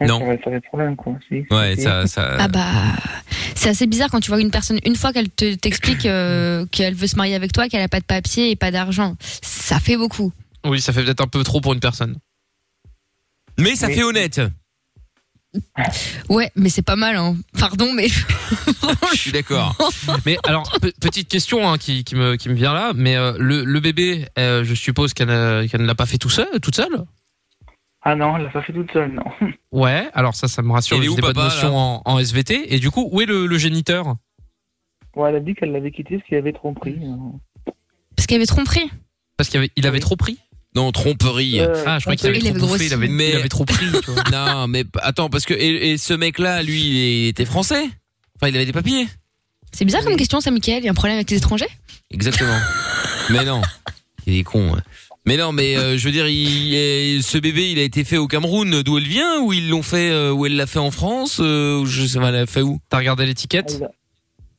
H: Ouais,
A: Non.
H: Ça va être des problèmes, quoi. Si, si,
A: Ouais,
H: si.
A: ça ça.
B: Ah bah, c'est assez bizarre quand tu vois une personne, une fois qu'elle te- t'explique euh, qu'elle veut se marier avec toi, qu'elle a pas de papier et pas d'argent, ça fait beaucoup.
D: Oui, ça fait peut-être un peu trop pour une personne.
A: Mais ça
H: Oui.
A: fait
B: (laughs)
A: honnête.
B: Ouais, mais c'est pas mal, hein. Pardon, mais (laughs)
A: Je suis d'accord.
D: Mais alors, pe- petite question hein, qui, qui me, qui me vient là, mais euh, le, le bébé, euh, je suppose qu'elle euh, qu'elle ne l'a pas fait tout seul, toute seule
H: Ah non, elle l'a pas fait toute seule, non. (laughs)
D: Ouais, alors ça, ça me rassure,
A: Il est
D: j'ai
A: où,
D: des bonnes
A: papa, là
D: notions en, en SVT. Et du coup, où est le, le géniteur
H: Bon, elle a dit qu'elle l'avait quitté parce qu'il avait trop pris. euh.
B: parce qu'elle avait tromperie.
D: Parce qu'il avait, il avait trop pris.
A: Non, tromperie.
H: Euh,
D: Ah, je croyais qu'il avait
B: il
D: trop
B: avait
D: bouffé,
B: grossi.
D: il avait,
A: Mais-
D: il avait trop pris. tu vois.
A: (laughs) Non, mais p- attends, parce que et, et ce mec-là, lui, il était français. Enfin, il avait des papiers.
B: C'est bizarre comme question, ça, Michael. Il y a un problème avec les étrangers
A: Exactement. mais non, il est con. ouais. Mais non, mais euh, je veux dire, il, est- ce bébé, il a été fait au Cameroun, d'où elle vient, ou ils l'ont fait, euh, ou elle l'a fait en France, euh, ou je sais pas, elle l'a fait où
D: T'as regardé l'étiquette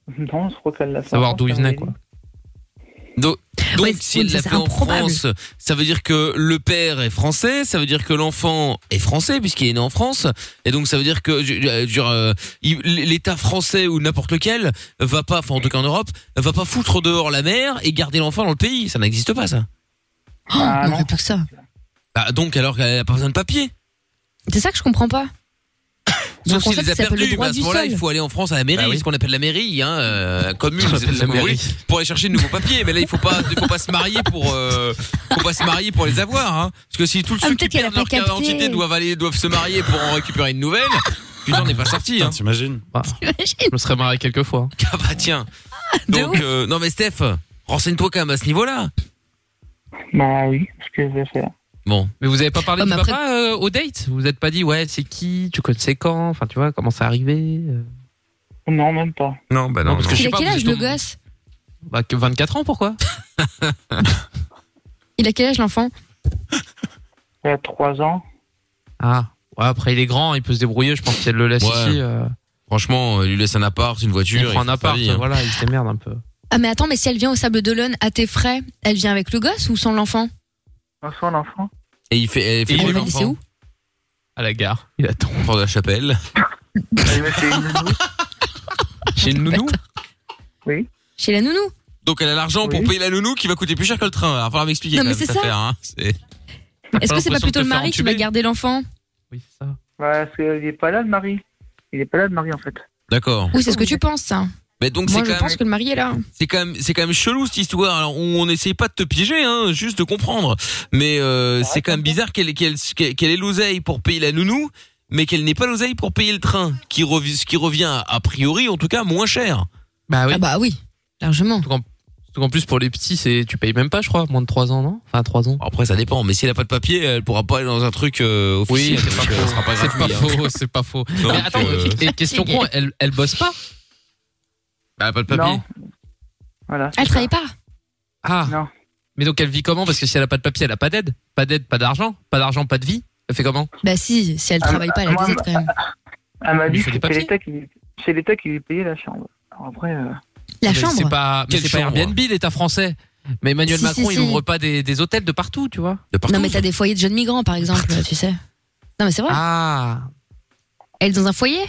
H: elle l'a- (laughs) Non, je crois qu'elle l'a fait.
D: Savoir
H: en
D: d'où il
H: France,
D: venait,
H: elle
D: quoi.
H: avait
B: (laughs)
H: dit.
A: Donc,
B: Ouais,
A: si
B: oui,
A: elle
B: ça,
A: l'a
B: c'est
A: fait en
B: improbable.
A: France, ça veut dire que le père est français, ça veut dire que l'enfant est français puisqu'il est né en France, et donc ça veut dire que je- je- je- euh, il- l'État français ou n'importe lequel va pas, enfin en tout cas en Europe, va pas foutre dehors la mère et garder l'enfant dans le pays. Ça n'existe pas ça.
H: Ah
B: Non,
H: non.
B: mais pas que ça.
A: Bah, donc alors qu'elle a pas besoin de papier.
B: C'est ça que je comprends pas. Il y a un
A: Sauf s'il
B: concept
A: les a
B: qui s'appelle le
A: perdus,
B: droit
A: bah, à ce
B: du
A: moment-là,
B: sol.
A: il faut aller en France à la mairie,
D: Bah oui.
A: ce qu'on appelle la mairie, hein, euh, commune,
D: On appelle
A: c'est
D: la
A: comme vous
D: mairie.
A: voulez, pour aller chercher de nouveaux papiers. Mais là, il faut pas, il faut pas se marier pour, euh, faut pas se marier pour les avoir, hein. Parce que si tous
B: Ah,
A: ceux
B: mais
A: qui
B: peut-être qu'elle a
A: perdent
B: pas
A: leur carte
B: capté.
A: d'identité doivent aller, doivent se marier pour en récupérer une nouvelle, putain, on n'est pas sorti, hein.
C: Putain, T'imagines
D: Bah, Je me serais marié quelques fois.
A: (laughs) Ah bah tiens.
B: de
A: Donc,
B: ouf.
A: euh, non mais Steph, renseigne-toi quand même à ce niveau-là.
H: Bah oui, c'est ce que je vais faire.
A: Bon.
D: Mais vous avez pas parlé
B: Ah,
D: du
B: mais après-
D: papa euh, au date Vous n'êtes pas dit, ouais, c'est qui Tu connaissais quand Enfin, tu vois, comment c'est arrivé euh.
H: Non, même pas.
A: Non, bah
D: non, parce que je
B: Il
D: sais
B: a
D: pas,
B: quel
D: vous
B: âge
D: êtes
B: le
D: au-
B: gosse
D: Bah, que 24 ans,
A: (laughs)
D: pourquoi
B: Il a quel âge l'enfant
H: Il y a trois ans.
D: Ah, ouais, après, il est grand, il peut se débrouiller, je pense qu'elle le laisse
A: Ouais.
D: ici. euh,
A: Franchement, euh, lui laisse un appart, une voiture.
D: il prend
A: il
D: un
A: fait sa
D: appart,
A: vie, hein.
D: voilà, il se démerde un peu.
B: Ah mais attends, mais si elle vient au Sable d'Olonne à tes frais, elle vient avec le gosse ou sans l'enfant
H: Bonsoir, l'enfant.
A: Et il fait, elle fait
D: Et
A: jouer
B: Elle va
A: l'enfant
B: laisser où
D: À la gare, il attend.
A: Prendre la chapelle.
H: Elle m'a fait une
A: (laughs)
H: nounou.
D: Chez une nounou
B: Chez la nounou
A: Donc elle a l'argent pour
H: Oui.
A: payer la nounou qui va coûter plus cher que le train. Alors, va falloir m'expliquer
B: Non,
A: quand
B: mais
A: même
B: c'est
A: cette
B: ça.
A: affaire, hein. C'est-
B: Est-ce que c'est pas plutôt le mari qui va garder l'enfant
D: Oui, c'est ça.
H: Bah, parce qu'il est pas là, le mari. Il est pas là, le mari, en fait.
A: D'accord.
B: Oui, c'est ce que tu penses, ça.
A: Mais donc c'est
B: Moi, je
A: quand,
B: pense
A: même-
B: que le mari est là.
A: c'est quand même, c'est quand même chelou cette histoire. Alors on, on essaye pas de te piéger, hein, juste de comprendre. Mais euh, c'est quand même bizarre qu'elle, qu'elle, qu'elle qu'elle ait l'oseille pour payer la nounou, mais qu'elle n'ait pas l'oseille pour payer le train, qui revient, ce qui revient a priori, en tout cas, moins cher.
D: Bah oui.
B: Ah bah oui, largement.
D: Surtout qu'en plus, pour les petits, c'est tu payes même pas, je crois, moins de 3 ans, non Enfin, 3 ans.
A: Bon, Après ça dépend. Mais si elle a pas de papier, elle pourra pas aller dans un truc euh, officiel.
D: c'est pas
A: Donc, euh,
D: faux.
A: ça sera pas
D: C'est pas
A: gratuit. hein.
D: faux, c'est pas faux.
A: Donc,
D: Mais attends,
A: euh,
D: et question con, elle, elle bosse pas
A: elle a pas de papier.
H: Non. Voilà. c'est
B: Elle travaille pas
D: Ah.
H: Non.
D: Mais donc elle vit comment Parce que si elle a pas de papier, elle a pas d'aide. Pas d'aide, pas d'argent. Pas d'argent, pas de vie. Elle fait comment
B: Bah si, si elle travaille pas, elle a
H: Ah, moi,
B: des aides quand même.
A: Ah,
H: Elle m'a
D: Il
H: dit
D: faut
H: que
D: des
H: c'est
D: papiers.
H: l'État qui, lui- c'est l'État qui lui payait la chambre. Alors après, euh,
D: Mais
B: La
D: C'est
B: chambre
D: pas, mais
A: Quelle
D: c'est pas
A: chambre
D: Airbnb, l'État français. Mais Emmanuel
B: Si,
D: Macron,
B: si,
D: il
B: si.
D: ouvre pas des, des hôtels de partout, tu vois.
A: De partout.
B: Non mais t'as des foyers de jeunes migrants par exemple, tu sais. Non mais c'est vrai.
D: Ah.
B: Elle est dans un foyer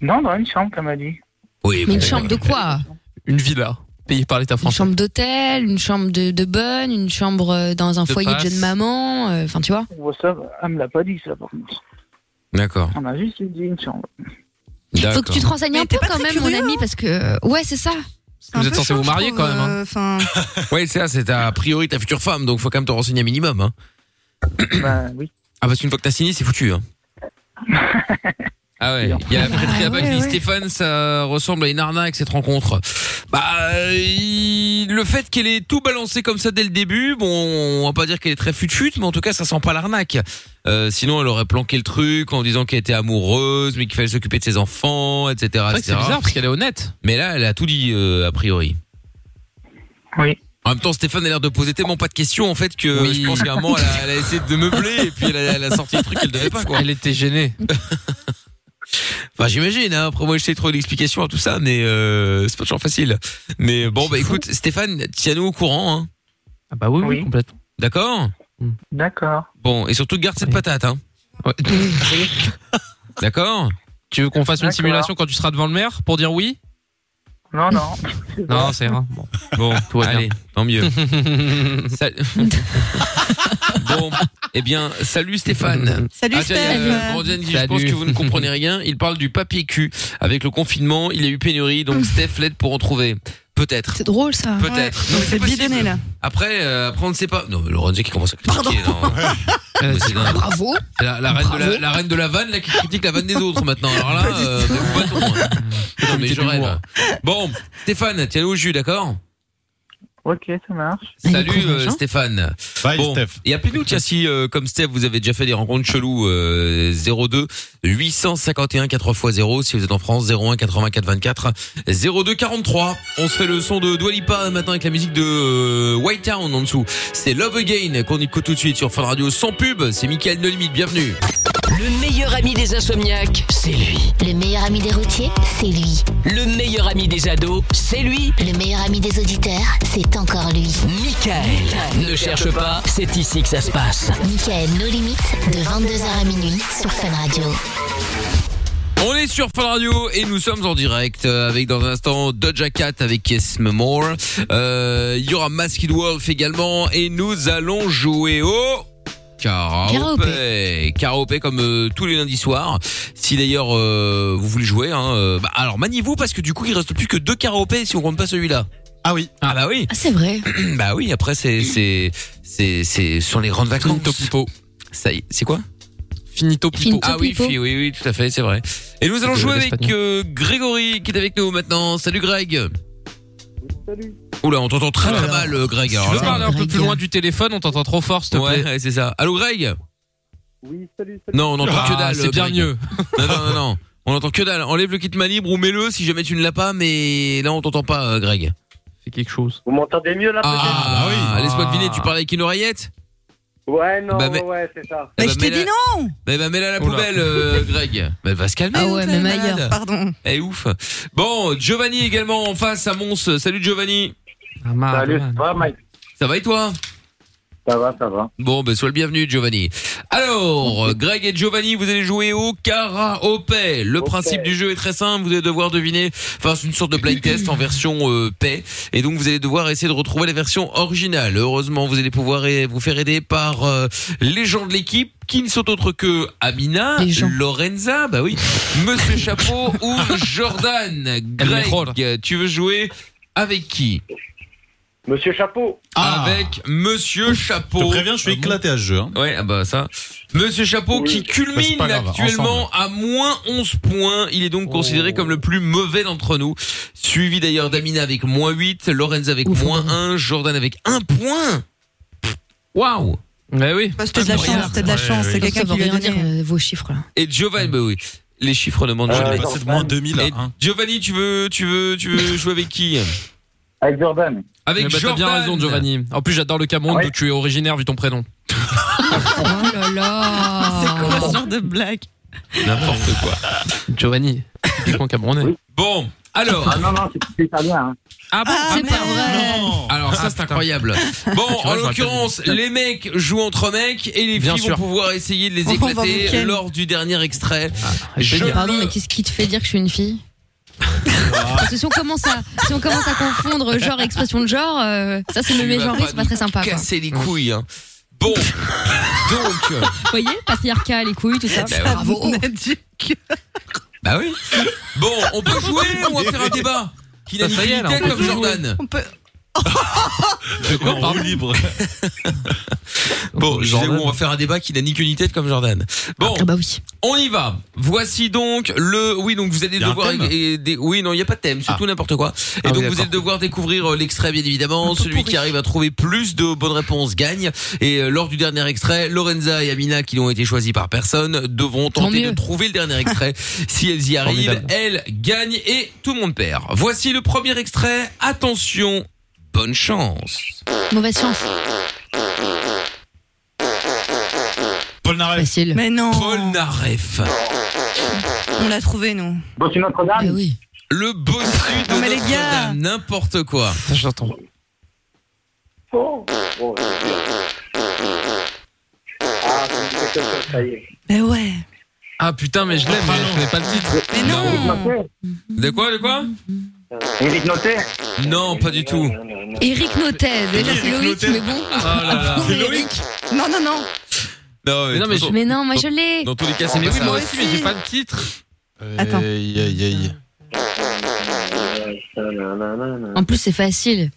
H: non, dans une chambre, elle m'a dit.
A: Oui,
B: Mais
A: bon,
B: une chambre de quoi
D: Une villa payée par l'État
B: Une
D: français.
B: chambre d'hôtel, une chambre de, de bonne, une chambre euh, dans un
D: De
B: foyer
D: passe.
B: de jeune maman, euh, enfin tu vois.
H: Bon, ça, elle me l'a pas dit, ça, par contre.
A: D'accord.
H: On a juste dit une chambre.
B: Faut que
A: D'accord.
B: tu te renseignes
E: Mais
B: un
E: t'es
B: peu
E: pas
B: quand
E: très
B: même mon
E: curieux,
B: ami
E: hein.
B: parce que euh, ouais c'est ça.
D: Vous êtes censé vous marier quand même. hein.
B: euh,
E: euh, Enfin,
A: Ouais, c'est ça, c'est ta priori ta future femme, donc faut quand même te renseigner un minimum. Hein.
D: Ben,
H: bah oui.
A: Ah, parce qu'une fois que t'as signé, c'est foutu.
D: (laughs)
A: Hein. Ah ouais, il y a la prêterie à
E: Ah
A: Bâle
E: ouais,
A: qui dit,
E: ouais.
A: Stéphane, ça ressemble à une arnaque cette rencontre. Bah, euh, il- le fait qu'elle ait tout balancé comme ça dès le début, bon, on va pas dire qu'elle est très fut-fut, mais en tout cas, ça sent pas l'arnaque. Euh, sinon, elle aurait planqué le truc en disant qu'elle était amoureuse, mais qu'il fallait s'occuper de ses enfants, etc.
D: Ah, C'est vrai que c'est
A: etc..
D: bizarre parce qu'elle est honnête.
A: Mais là, elle a tout dit, euh, a priori.
H: Oui.
A: En même temps, Stéphane a l'air de poser tellement pas de questions, en fait, que
D: Oui.
A: je pense qu'à un moment, elle a, elle a essayé de meubler, et puis elle a, elle a sorti le truc qu'elle devait pas, quoi.
D: Elle était gênée.
A: (laughs) Enfin, j'imagine, hein. Après, moi, j'essaie de trouver l'explication à tout ça, mais, euh, c'est pas toujours facile. Mais bon, bah, écoute, Stéphane, tiens-nous au courant, hein.
D: Ah bah oui, oui,
H: Oui.
D: complètement.
A: D'accord?
H: D'accord.
A: Bon, et surtout, garde cette
D: Oui.
A: patate, hein. (laughs)
D: Ouais.
A: D'accord?
D: tu veux qu'on fasse une
H: D'accord.
D: simulation quand tu seras devant le maire pour dire oui
H: Non, non.
D: Non, c'est rien. Bon,
A: (laughs)
D: bon tout va
A: Allez,
D: bien.
A: tant
D: (laughs)
A: mieux. Sa- bon, eh bien, salut Stéphane.
E: salut
A: Ah, tiens, il y a,
E: Steph.
A: euh, Brandon qui dit, je pense
D: Salut.
A: que vous ne
D: (laughs)
A: comprenez rien. Il parle du papier cul. Avec le confinement, il y a eu pénurie, donc Steph l'aide pour en trouver. Peut-être.
B: C'est drôle ça.
E: Ah,
A: Peut-être. Non, mais
E: C'est
A: possible.
E: bidonné là.
A: Après, euh, après, on ne sait pas. Non, mais Lorenzo qui commence à critiquer. non.
D: Euh,
A: Mais c'est dingue.
B: (laughs) Bravo.
A: C'est la, la reine de la,
B: Bravo.
A: la reine de la vanne là, qui critique la vanne des autres maintenant. Alors là, euh, mais vous battons, hein. Non, mais
D: Comité
A: je rêve.
D: d'humour.
A: Bon, Stéphane, tiens au jus, d'accord
H: (laughs) Ok, ça marche.
B: Il est
A: Salut euh,
B: convaincant.
A: Stéphane.
C: Bye,
A: Bon,
C: Steph.
A: et appelez-nous, tiens, si, euh, comme Steph, vous avez déjà fait des rencontres cheloues, euh, 02 851 4x0, si vous êtes en France, 01 84 24 02 43. On se fait le son de Dwalipa maintenant avec la musique de euh, White Town en dessous. C'est Love Again qu'on écoute tout de suite sur Fun Radio sans pub. C'est Mickaël No Limite, bienvenue.
I: Le meilleur ami des insomniaques, c'est lui.
J: Le meilleur ami des routiers, c'est lui.
I: Le meilleur ami des ados, c'est lui.
J: Le meilleur ami des auditeurs, c'est encore lui.
I: Michael. Ne cherche pas, c'est ici que ça se passe.
J: Michael No Limites, de 22h à minuit sur Fun Radio.
A: On est sur Fun Radio et nous sommes en direct euh, avec dans un instant Doja Cat avec Kiss Me More. Euh, Il y aura Masked Wolf également et nous allons jouer au karaopé. Karaopé comme euh, tous les lundis soirs. Si d'ailleurs euh, vous voulez jouer, hein, euh, bah, alors maniez-vous parce que du coup il reste plus que deux karaopés si on compte pas celui-là.
C: Ah oui.
A: Ah bah oui,
B: Ah c'est vrai.
A: (clears throat) bah oui. Après c'est c'est c'est c'est sur les grandes vacances.
D: Finito pipo.
A: Ça y est, c'est quoi?
D: Finito pipo.
B: Finito.
A: Ah oui,
B: Pipo.
A: fi- oui, oui, tout à fait, c'est vrai. Et nous allons
D: De
A: jouer avec
D: l'espagnol.
A: euh, Grégory qui est avec nous maintenant. Salut Greg.
H: Salut.
A: Oula, on t'entend très
B: Oh là
A: très
B: là.
A: mal, euh, Greg.
D: Tu
A: Alors
D: peux
A: là.
D: parler un peu
B: Greg.
D: plus loin du téléphone, on t'entend trop fort, s'il te
A: Ouais,
D: plaît.
A: ouais, c'est ça. Allô Greg
H: Oui, salut, salut.
A: Non, on entend que
D: Ah,
A: dalle.
D: c'est bien
A: Greg.
D: mieux.
A: Non, non, non, non. On entend que dalle. Enlève le kit manibre ou mets-le si jamais tu ne l'as pas, mais là on t'entend pas, euh, Greg.
D: C'est quelque chose.
H: Vous m'entendez mieux là
A: Ah,
C: oui.
A: oui. Laisse-moi
D: Ah.
A: deviner, tu parles avec une oreillette
H: Ouais, non,
A: Bah, mais-
H: ouais, c'est ça.
A: Eh
E: Mais
A: ben,
E: je t'ai
A: mets-la-
E: dit non
A: Bah, bah, mets-la à la
D: Oula.
A: poubelle, euh, Greg. Mais elle va se calmer.
B: Ah
A: donc,
B: ouais,
A: elle est
B: même
A: malade.
B: ailleurs.
E: Pardon.
A: Eh ouf. Bon, Giovanni également en face à Mons. Salut Giovanni.
D: Ah, marre,
H: Salut,
D: dommage.
H: ça va, Mike
A: Ça va et toi
H: Ça va, ça va.
A: Bon, ben, sois le bienvenu, Giovanni.
C: (laughs)
A: Alors, euh, Greg et Giovanni, vous allez jouer au karaopé. Le principe du jeu est très simple. Vous allez devoir deviner, enfin, c'est une sorte de blind test en version euh, paix. Et donc, vous allez devoir essayer de retrouver la version originale. Heureusement, vous allez pouvoir eh, vous faire aider par euh, les gens de l'équipe qui ne sont autres que Amina,
B: Les gens.
A: Lorenza, bah oui, Monsieur Chapeau ou Jordan.
D: met trop,
A: Greg, tu veux jouer avec qui
H: Monsieur Chapeau.
C: Ah.
A: Avec Monsieur Chapeau.
C: Je te préviens, je suis
A: Ah bon
C: éclaté à ce jeu. hein.
A: Ouais, ah bah ça. Monsieur Chapeau
H: Oui.
A: qui
C: Bah, c'est
A: culmine
C: pas grave, Oh.
A: actuellement à moins 11 points. Il est donc considéré comme le plus mauvais d'entre nous. Suivi d'ailleurs d'Amina avec moins 8, Lorenz avec
B: Ouf.
A: moins 1, Jordan avec 1 point. Waouh
D: Ouais, oui.
E: Bah, c'était de la
A: Incroyable.
E: chance, c'était de la
C: Ouais,
E: chance.
C: ouais.
E: C'est
B: Ça
E: quelqu'un
B: veut
E: qui lui
B: rien
E: a
B: dire
E: donné.
B: euh, vos chiffres là.
A: Et Giovanni, bah oui. Les
C: Euh,
A: chiffres ne mentent
H: Ah,
C: Je
A: jamais.
C: hein. vais passer de moins 2000 à
A: Et
C: 1.
A: Giovanni, tu veux, tu veux, tu veux jouer avec qui
H: Avec Jordan.
D: Avec
A: Eh ben, t'as
D: Jordan.
A: bien raison, Giovanni.
D: En plus, j'adore le
C: Ah
D: Cameroun
H: Ouais.
D: d'où tu es originaire vu ton prénom.
B: Oh là là
E: (laughs) C'est quoi ce genre de blague
A: N'importe quoi.
D: Giovanni, typiquement camerounais.
H: Oui.
A: Bon,
C: (laughs)
A: alors,
H: Ah non, non, c'est- c'est italien. Hein.
D: Ah bon
B: C'est pas
E: merde.
B: vrai
D: Oh.
C: Non.
A: alors ça c'est
D: (laughs)
A: incroyable. Bon,
D: Ah, vois,
A: en
D: je me
A: l'occurrence, les mecs jouent entre mecs et les
D: Bien
A: filles
D: sûr.
A: vont pouvoir essayer de les
E: On
B: Oh, bah,
E: va au
A: éclater
E: week-end.
A: lors du dernier extrait. Je
D: Ah, plaisir.
B: Pardon,
A: le-
B: mais qu'est-ce qui te fait dire que je suis une fille Parce que si on commence à si on commence à confondre genre et expression de genre, euh, ça c'est
A: Tu
B: le
A: vas
B: mégenré,
A: pas
B: c'est pas très sympa. Quoi.
A: Casser les couilles. hein.
D: (laughs)
A: Bon, donc, euh,
B: Vous voyez, patriarcat, les couilles, tout ça.
A: Bah ouais.
B: Bravo.
E: venait du cœur.
A: bah oui. Bon, on peut jouer ou on va
D: (laughs)
A: faire un débat. Qui n'a
D: Ça,
A: ni
D: ça y est, là,
A: qualité
D: on peut
A: comme
D: jouer.
A: Jordan.
D: (laughs)
E: On peut.
A: De
C: En roue libre.
A: Bon, je sais
D: Jordan.
A: où on va faire un débat qui n'a ni qu'une tête comme Jordan. Bon,
B: Ah bah oui.
A: on y va. Voici donc le. Oui, donc vous allez
C: Y a un
A: devoir.
C: thème
A: et- et des- Oui, non, il n'y a pas de thème, c'est
C: Ah.
A: tout n'importe quoi. Et
D: Ah oui,
A: donc vous
D: d'accord.
A: allez devoir découvrir euh, l'extrait, bien évidemment. Celui qui arrive à trouver plus de bonnes réponses gagne. Et euh, lors du dernier extrait, Lorenza et Amina, qui n'ont été choisies par personne, devront
B: Tant
A: tenter de
B: mieux.
A: trouver le dernier
B: (laughs)
A: extrait. si elles y arrivent,
D: Formidable.
A: elles gagnent et tout le monde perd. Voici le premier extrait. Attention, bonne chance.
B: Mauvaise chance.
C: Paul Naref.
B: Facile.
E: Mais non.
A: Paul Naref.
E: On l'a trouvé, nous. Eh
H: Bon, c'est Notre-Dame.
B: Bah oui.
A: Le bossu de
E: Non, mais les
A: Notre-Dame,
E: gars.
A: n'importe quoi.
D: Putain, je l'entends.
H: Oh. Bon, ah, c'est quelque chose, ça y est.
E: Mais ouais.
D: Ah putain, mais je l'aime, mais je connais pas le titre.
E: Mais non.
A: De quoi, de quoi
H: Éric Notaire
A: Non, pas du tout. Ah
B: Eric Notet, déjà c'est Loïc, mais bon.
D: Oh là là.
B: Pauvre Eric.
E: Non, non, non.
A: Non,
D: Mais non, mais
A: de toute
D: je-
B: Mais non, moi je l'ai.
A: façon, dans tous les cas, c'est
D: Mais
A: pas
D: oui,
A: ça.
D: moi
E: moi
D: aussi, mais
E: aussi.
D: j'ai pas le titre.
E: Attends.
C: Aïe, aïe, aïe.
B: En plus c'est facile.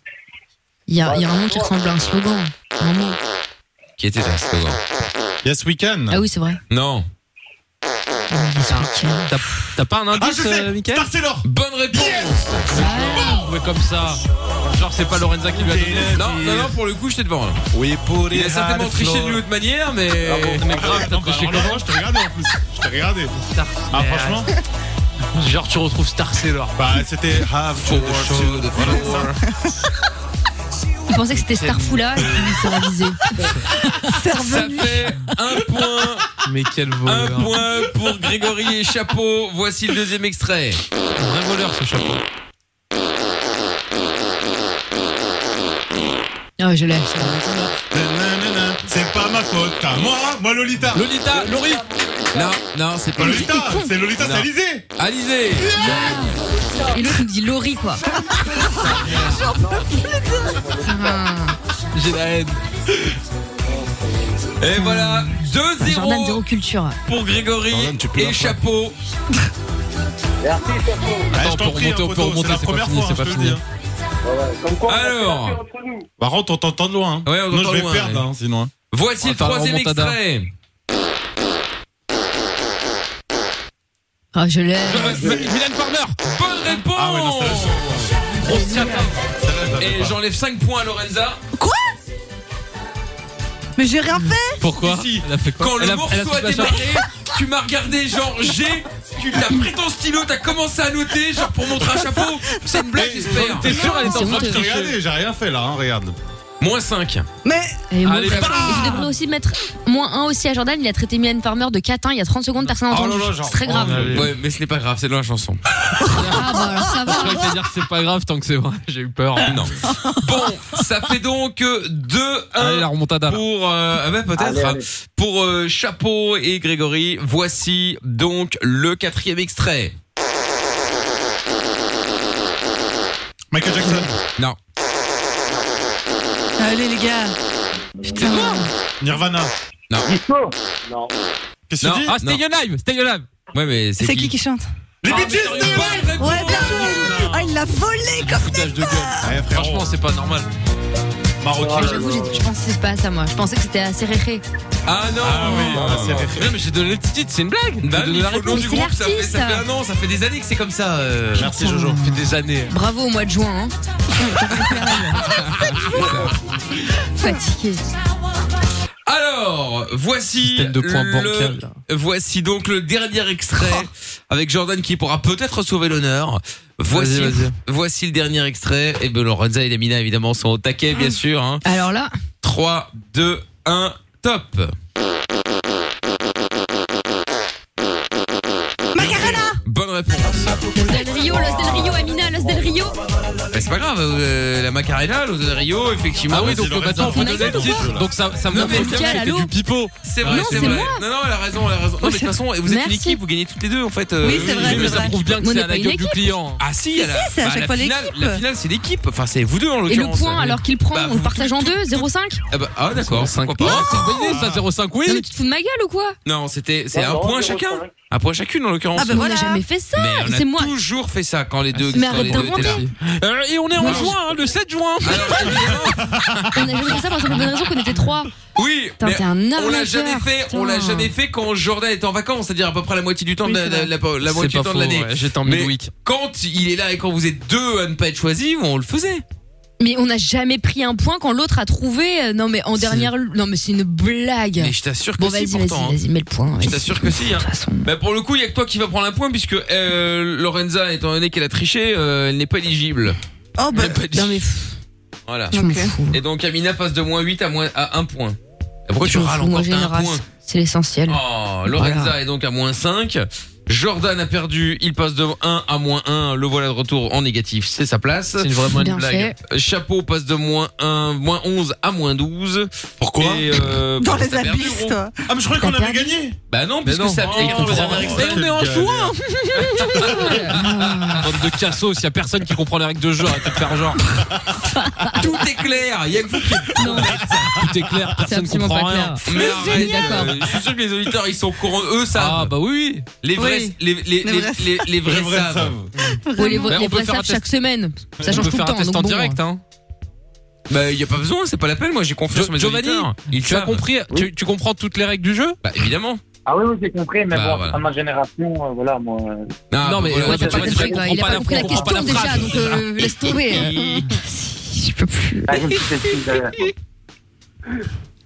B: Il y, a, il y a un nom qui ressemble à un slogan. Un mot.
A: Qui était un slogan
C: Yes, we can.
B: Ah oui, c'est vrai.
A: Non.
D: T'as- T'as pas un
C: Ah,
D: indice,
C: je
D: euh,
C: sais
D: Mickaël
C: Star Sailor
A: Bonne réponse
D: Ouais, comme ça. Genre, c'est pas Lorenza qui lui a donné.
A: Non, non, non, pour le coup, j'étais devant. là.
C: Oui, pour
A: Il a certainement triché d'une autre manière, mais.
D: Ah Mais bah, grave, t'as triché comment
C: Je t'ai regardé en plus. Je t'ai regardé.
D: Star-
C: Ah,
D: Mais,
C: franchement
D: euh, Genre, tu retrouves Star Sailor.
C: Bah, c'était Have
A: Faut
C: to
A: voir
C: show
A: tout de follower.
B: Il pensait que c'était Starfoula et puis il s'est ravisé.
A: (laughs) Ça fait un point,
D: Mais quel
A: un
D: voleur.
A: point pour Grégory et Chapeau. Voici le deuxième extrait.
D: Un vrai voleur, ce chapeau.
B: Ah, je l'ai.
C: Nanana, C'est pas ma faute. à Moi, moi Lolita.
A: Lolita, Laurie Non, non, c'est pas Lolita.
C: Lolita, c'est Lolita
A: Non.
C: Salizé.
A: Alizé
B: Et l'autre nous dit
I: (laughs)
B: Laurie quoi. Ah,
A: J'ai la haine. Et voilà,
B: Jordan,
A: 2-0
B: zéro culture.
A: pour Grégory
C: Jordan, tu peux
A: et
C: la faire.
A: chapeau.
H: Merci, Chapeau.
C: Attends,
D: on peut remonter, on peut
C: hein, c'est la
D: remonter, c'est pas
C: première
D: fini,
C: fois,
D: c'est
C: hein,
D: pas
C: je te le
D: fini.
C: dis, hein.
H: Comme quoi, on a fait
A: Alors.
H: affaire entre nous.
C: Par contre, on t'entend de loin. hein.
A: Ouais, on
C: Non,
A: t'entend
C: je vais
A: loin,
C: perdre,
A: ouais.
C: hein, sinon. hein.
A: Voici
D: On va
A: le
D: faire la
A: troisième
D: remontada.
A: extrait.
B: Ah, je l'ai.
A: Milan Farmer, bonne réponse
C: Ah ouais, non, ça,
A: On s'y attend.
C: Ça va,
A: Et
C: ça va.
A: j'enlève 5 points à Lorenza.
E: Mais j'ai rien fait.
D: Pourquoi
C: Ici.
D: Elle a fait quoi
A: Quand
D: elle
A: le
D: a, elle a
A: morceau a
D: toute la
A: démarré, tu m'as regardé genre G, tu t'as pris ton stylo, t'as commencé à noter, genre pour montrer un chapeau. C'est une blague, j'espère.
D: Eh, T'es sûr, elle est
B: C'est
D: en train de
B: honteux.
C: Je t'ai
D: tricher.
C: regardé, j'ai rien fait là, hein, regarde.
A: Moins 5.
E: Mais
B: Et
A: Ah,
B: moi,
D: Allez,
B: je-
D: bah-
B: et je devrais aussi mettre moins 1 aussi à Jordan. Il a traité Mylène Farmer de catin il y a 30 secondes, personne n'a
A: Ah
C: Oh là
B: entendu.
C: là, genre,
B: C'est très
C: oh
B: grave.
C: là là.
A: Ouais, mais ce n'est pas grave, c'est de la chanson.
B: Ah bah alors ça
D: Je
B: va.
D: crois que t'allais dire que c'est pas grave tant que c'est vrai. (laughs) J'ai eu peur. hein.
A: Non. Bon, ça fait donc euh, 2-1.
D: Allez, la remontada. là.
A: pour euh, ah ben, peut-être
H: Allez, allez.
A: pour euh, chapeau et Grégory voici donc le quatrième extrait
C: Michael Jackson.
A: non
E: allez les gars.
B: Putain.
C: Nirvana.
H: Disco Non.
C: Qu'est-ce que
A: non
C: tu dis
D: Ah, Stay
A: non.
D: Alive Stay Alive
A: ouais mais c'est
E: C'est qui qui chante
C: Les
A: Ah,
C: Bee Gees,
A: mais
C: Stay
A: bonne
C: Alive
A: réponse.
E: Ouais, bien joué. Ah, il l'a volé comme.
C: Foutage de gueule. Ouais, frérot.
D: Franchement, c'est pas normal.
E: Ah,
C: Marocain.
B: J'avoue,
A: oh.
B: j'ai- je pensais pas à ça moi. Je pensais que c'était assez réché.
A: ah non
C: Ah oui, ah, c'est vrai.
D: Non, mais j'ai donné le petit titre, c'est une blague. J'ai
A: Bah,
D: donné
A: il
D: la
A: faut le nom
D: réponse.
A: du
B: Mais
A: groupe
B: c'est
A: ça fait, ça fait
B: l'artiste.
A: un an ça fait des années que c'est comme ça euh.
C: Merci Jojo.
D: Ça fait des années.
B: Bravo au mois de juin. Hein. (laughs) Fatigué.
A: alors voici
D: Système de points
A: le-
D: bancal. Oh.
A: voici donc le dernier extrait avec Jordan qui pourra peut-être sauver l'honneur. Voici,
D: Vas-y, vas-y.
A: voici le dernier extrait. Et ben Lorenza et Lamina évidemment sont au taquet, bien sûr. hein.
B: Alors là,
A: 3, 2, 1, top
E: Macarena
A: Bonne réponse.
B: Los Del Rio, Los Del Rio, Amina, Los Del Rio.
A: Mais c'est pas grave, euh, la Macarena, Los Del Rio, effectivement.
D: Ah oui, donc
C: c'est
D: le
C: Lorenza.
D: bâton, faut
B: On a
D: donner le
B: raison,
D: titre. Donc ça, ça
A: Non,
D: montre
A: mais
D: bien que
B: Mickaël,
D: c'était
B: allô
D: du pipeau.
A: C'est vrai,
B: Non,
A: c'est
B: c'est
A: vrai.
B: moi.
A: Non, non, elle a raison, elle a raison. Non, mais de toute façon, vous êtes une
B: Merci.
A: équipe, vous gagnez toutes les deux en fait. euh,
E: Oui, c'est vrai,
D: Oui, mais
E: c'est
D: ça
E: vrai.
D: prouve bien que
B: On
D: c'est
B: n'est
D: à
B: pas
D: la
B: une
D: gueule du
B: équipe.
D: client.
A: Ah si, elle a-
E: si, c'est à
A: bah,
E: chaque
A: la
E: fois
A: finale,
E: l'équipe.
A: la finale c'est l'équipe. Enfin, c'est vous deux en
B: Et le
A: l'occurrence.
B: point, alors qu'il prend,
A: Bah,
B: on
A: vous-
B: le partage en deux, 0,5
A: Ah, bah, ah d'accord. pourquoi pas.
D: Ah, c'est une bonne idée, ça, 0,5,
B: Non, mais
D: oui.
B: tu te fous de ma gueule ou quoi
A: Non, c'était c'est un
H: Non,
A: point
H: 0,5.
A: chacun. Un point chacune en l'occurrence.
E: Ah bah
B: On
E: voilà.
B: n'a jamais fait ça
A: Mais on a
B: C'est moi.
A: toujours fait ça quand les deux.
B: Mais
A: quand
B: arrête
A: les deux étaient là.
B: d'inventer.
D: Euh, Et on est en
B: Non.
D: juin, hein, le 7 juin.
A: Alors, évidemment,
B: On n'a jamais fait ça pour la simple bonne raison qu'on était trois.
A: oui,
B: Putain,
A: mais
B: t'es un
A: on l'a
B: arnaqueur,
A: jamais fait. On
B: putain.
A: l'a jamais fait quand Jordan était en vacances, c'est-à-dire à peu près la moitié du temps de
B: Oui,
A: la,
B: c'est
A: la- la- la
D: C'est
A: moitié
D: pas
A: du temps
D: faux,
A: de l'année.
D: ouais, j'étais en
A: Mais-
D: midweek.
A: Quand il est là et quand vous êtes deux à ne pas être choisi, on le faisait.
B: Mais on n'a jamais pris un point quand l'autre a trouvé. euh, Non, mais en dernière. Non, mais c'est une blague.
A: Mais je t'assure que
B: Bon,
A: c'est
B: vas-y, vas-y,
A: pourtant. hein.
B: vas-y, mets le point.
A: Je
B: vas-y.
A: t'assure que si.
B: De
A: hein.
B: toute façon.
A: Bah pour le coup, il y a que toi qui va prendre un point puisque euh, Lorenza, étant donné qu'elle a triché, euh, elle n'est pas éligible.
E: Oh bah.
A: Elle n'est pas
B: Non,
A: éligible.
B: mais pff,
A: Voilà.
B: je m'en fous.
A: Et donc Amina passe de moins 8 à moins à 1 point. Pourquoi tu
B: Je m'en
A: râles
B: fous, moi,
A: encore
B: j'ai
A: T'as
B: une
A: un
B: race.
A: point.
B: C'est l'essentiel.
A: Oh, Lorenza
B: Voilà.
A: est donc à moins 5. Jordan a perdu, il passe de 1 à moins 1, le voilà de retour en négatif, c'est sa place.
D: C'est une- vraiment une
B: Bien
D: blague.
B: fait.
A: Chapeau passe de moins 1, moins 11 à moins 12.
C: Pourquoi
A: Et, euh,
E: Dans
A: parce que
E: les
A: t'as perdu,
E: abysses,
A: gros.
E: toi.
C: Ah, mais je croyais qu'on
B: T'as
C: avait
B: perdu.
C: gagné
A: Bah non,
D: Mais
A: puisque
D: non.
A: ça
D: Oh, les Américains.
A: Et on est en
C: Quelle
A: juin
E: (laughs)
D: Bande de cassos, il y a personne qui comprend les règles de jeu, arrêtez de faire genre.
A: (laughs) Tout est clair, il y a que vous qui êtes
B: Non.
A: honnête.
D: Tout est clair,
B: C'est
D: personne
B: absolument
D: comprend
B: pas
D: rien.
B: clair.
A: Mais arrête,
B: D'accord.
A: euh, je suis sûr que les auditeurs ils sont au courant, eux
D: Ah
A: savent.
D: bah oui.
A: Les vrais,
E: Oui.
A: les, les, les,
E: Les vrais
A: les- les vrais
C: Les vrais
A: savent.
C: savent.
B: Ouais, les
D: Mais
B: vrais
D: on
B: les
D: peut
B: vrais
D: faire un
B: savent
D: test-
B: chaque semaine. Ça
D: on
B: change
D: peut
B: tout le
D: faire un
B: temps.
D: test
B: donc
D: en
B: bon.
D: direct hein.
A: Bah y a pas besoin, c'est pas la peine. Moi j'ai confiance en mes
D: Giovanni,
A: auditeurs. Ils
D: Tu as
A: savent.
D: compris tu, tu comprends toutes les règles du jeu
A: Bah évidemment.
H: Ah oui, oui, j'ai compris, mais
A: Bah,
H: bon,
A: voilà.
H: à ma génération, euh, voilà, moi. euh,
D: Non, mais
A: voilà,
D: ouais,
A: tu
D: bah,
B: Il
A: vois,
D: tu
B: a pas compris,
D: comprends
B: quoi, il a
D: pas
B: pas
D: la
B: compris la
D: phrase, on comprend
B: question
D: pas la
B: déjà, donc euh,
A: (laughs)
B: laisse tomber. Je peux plus.
H: Ah, je me suis fait- euh,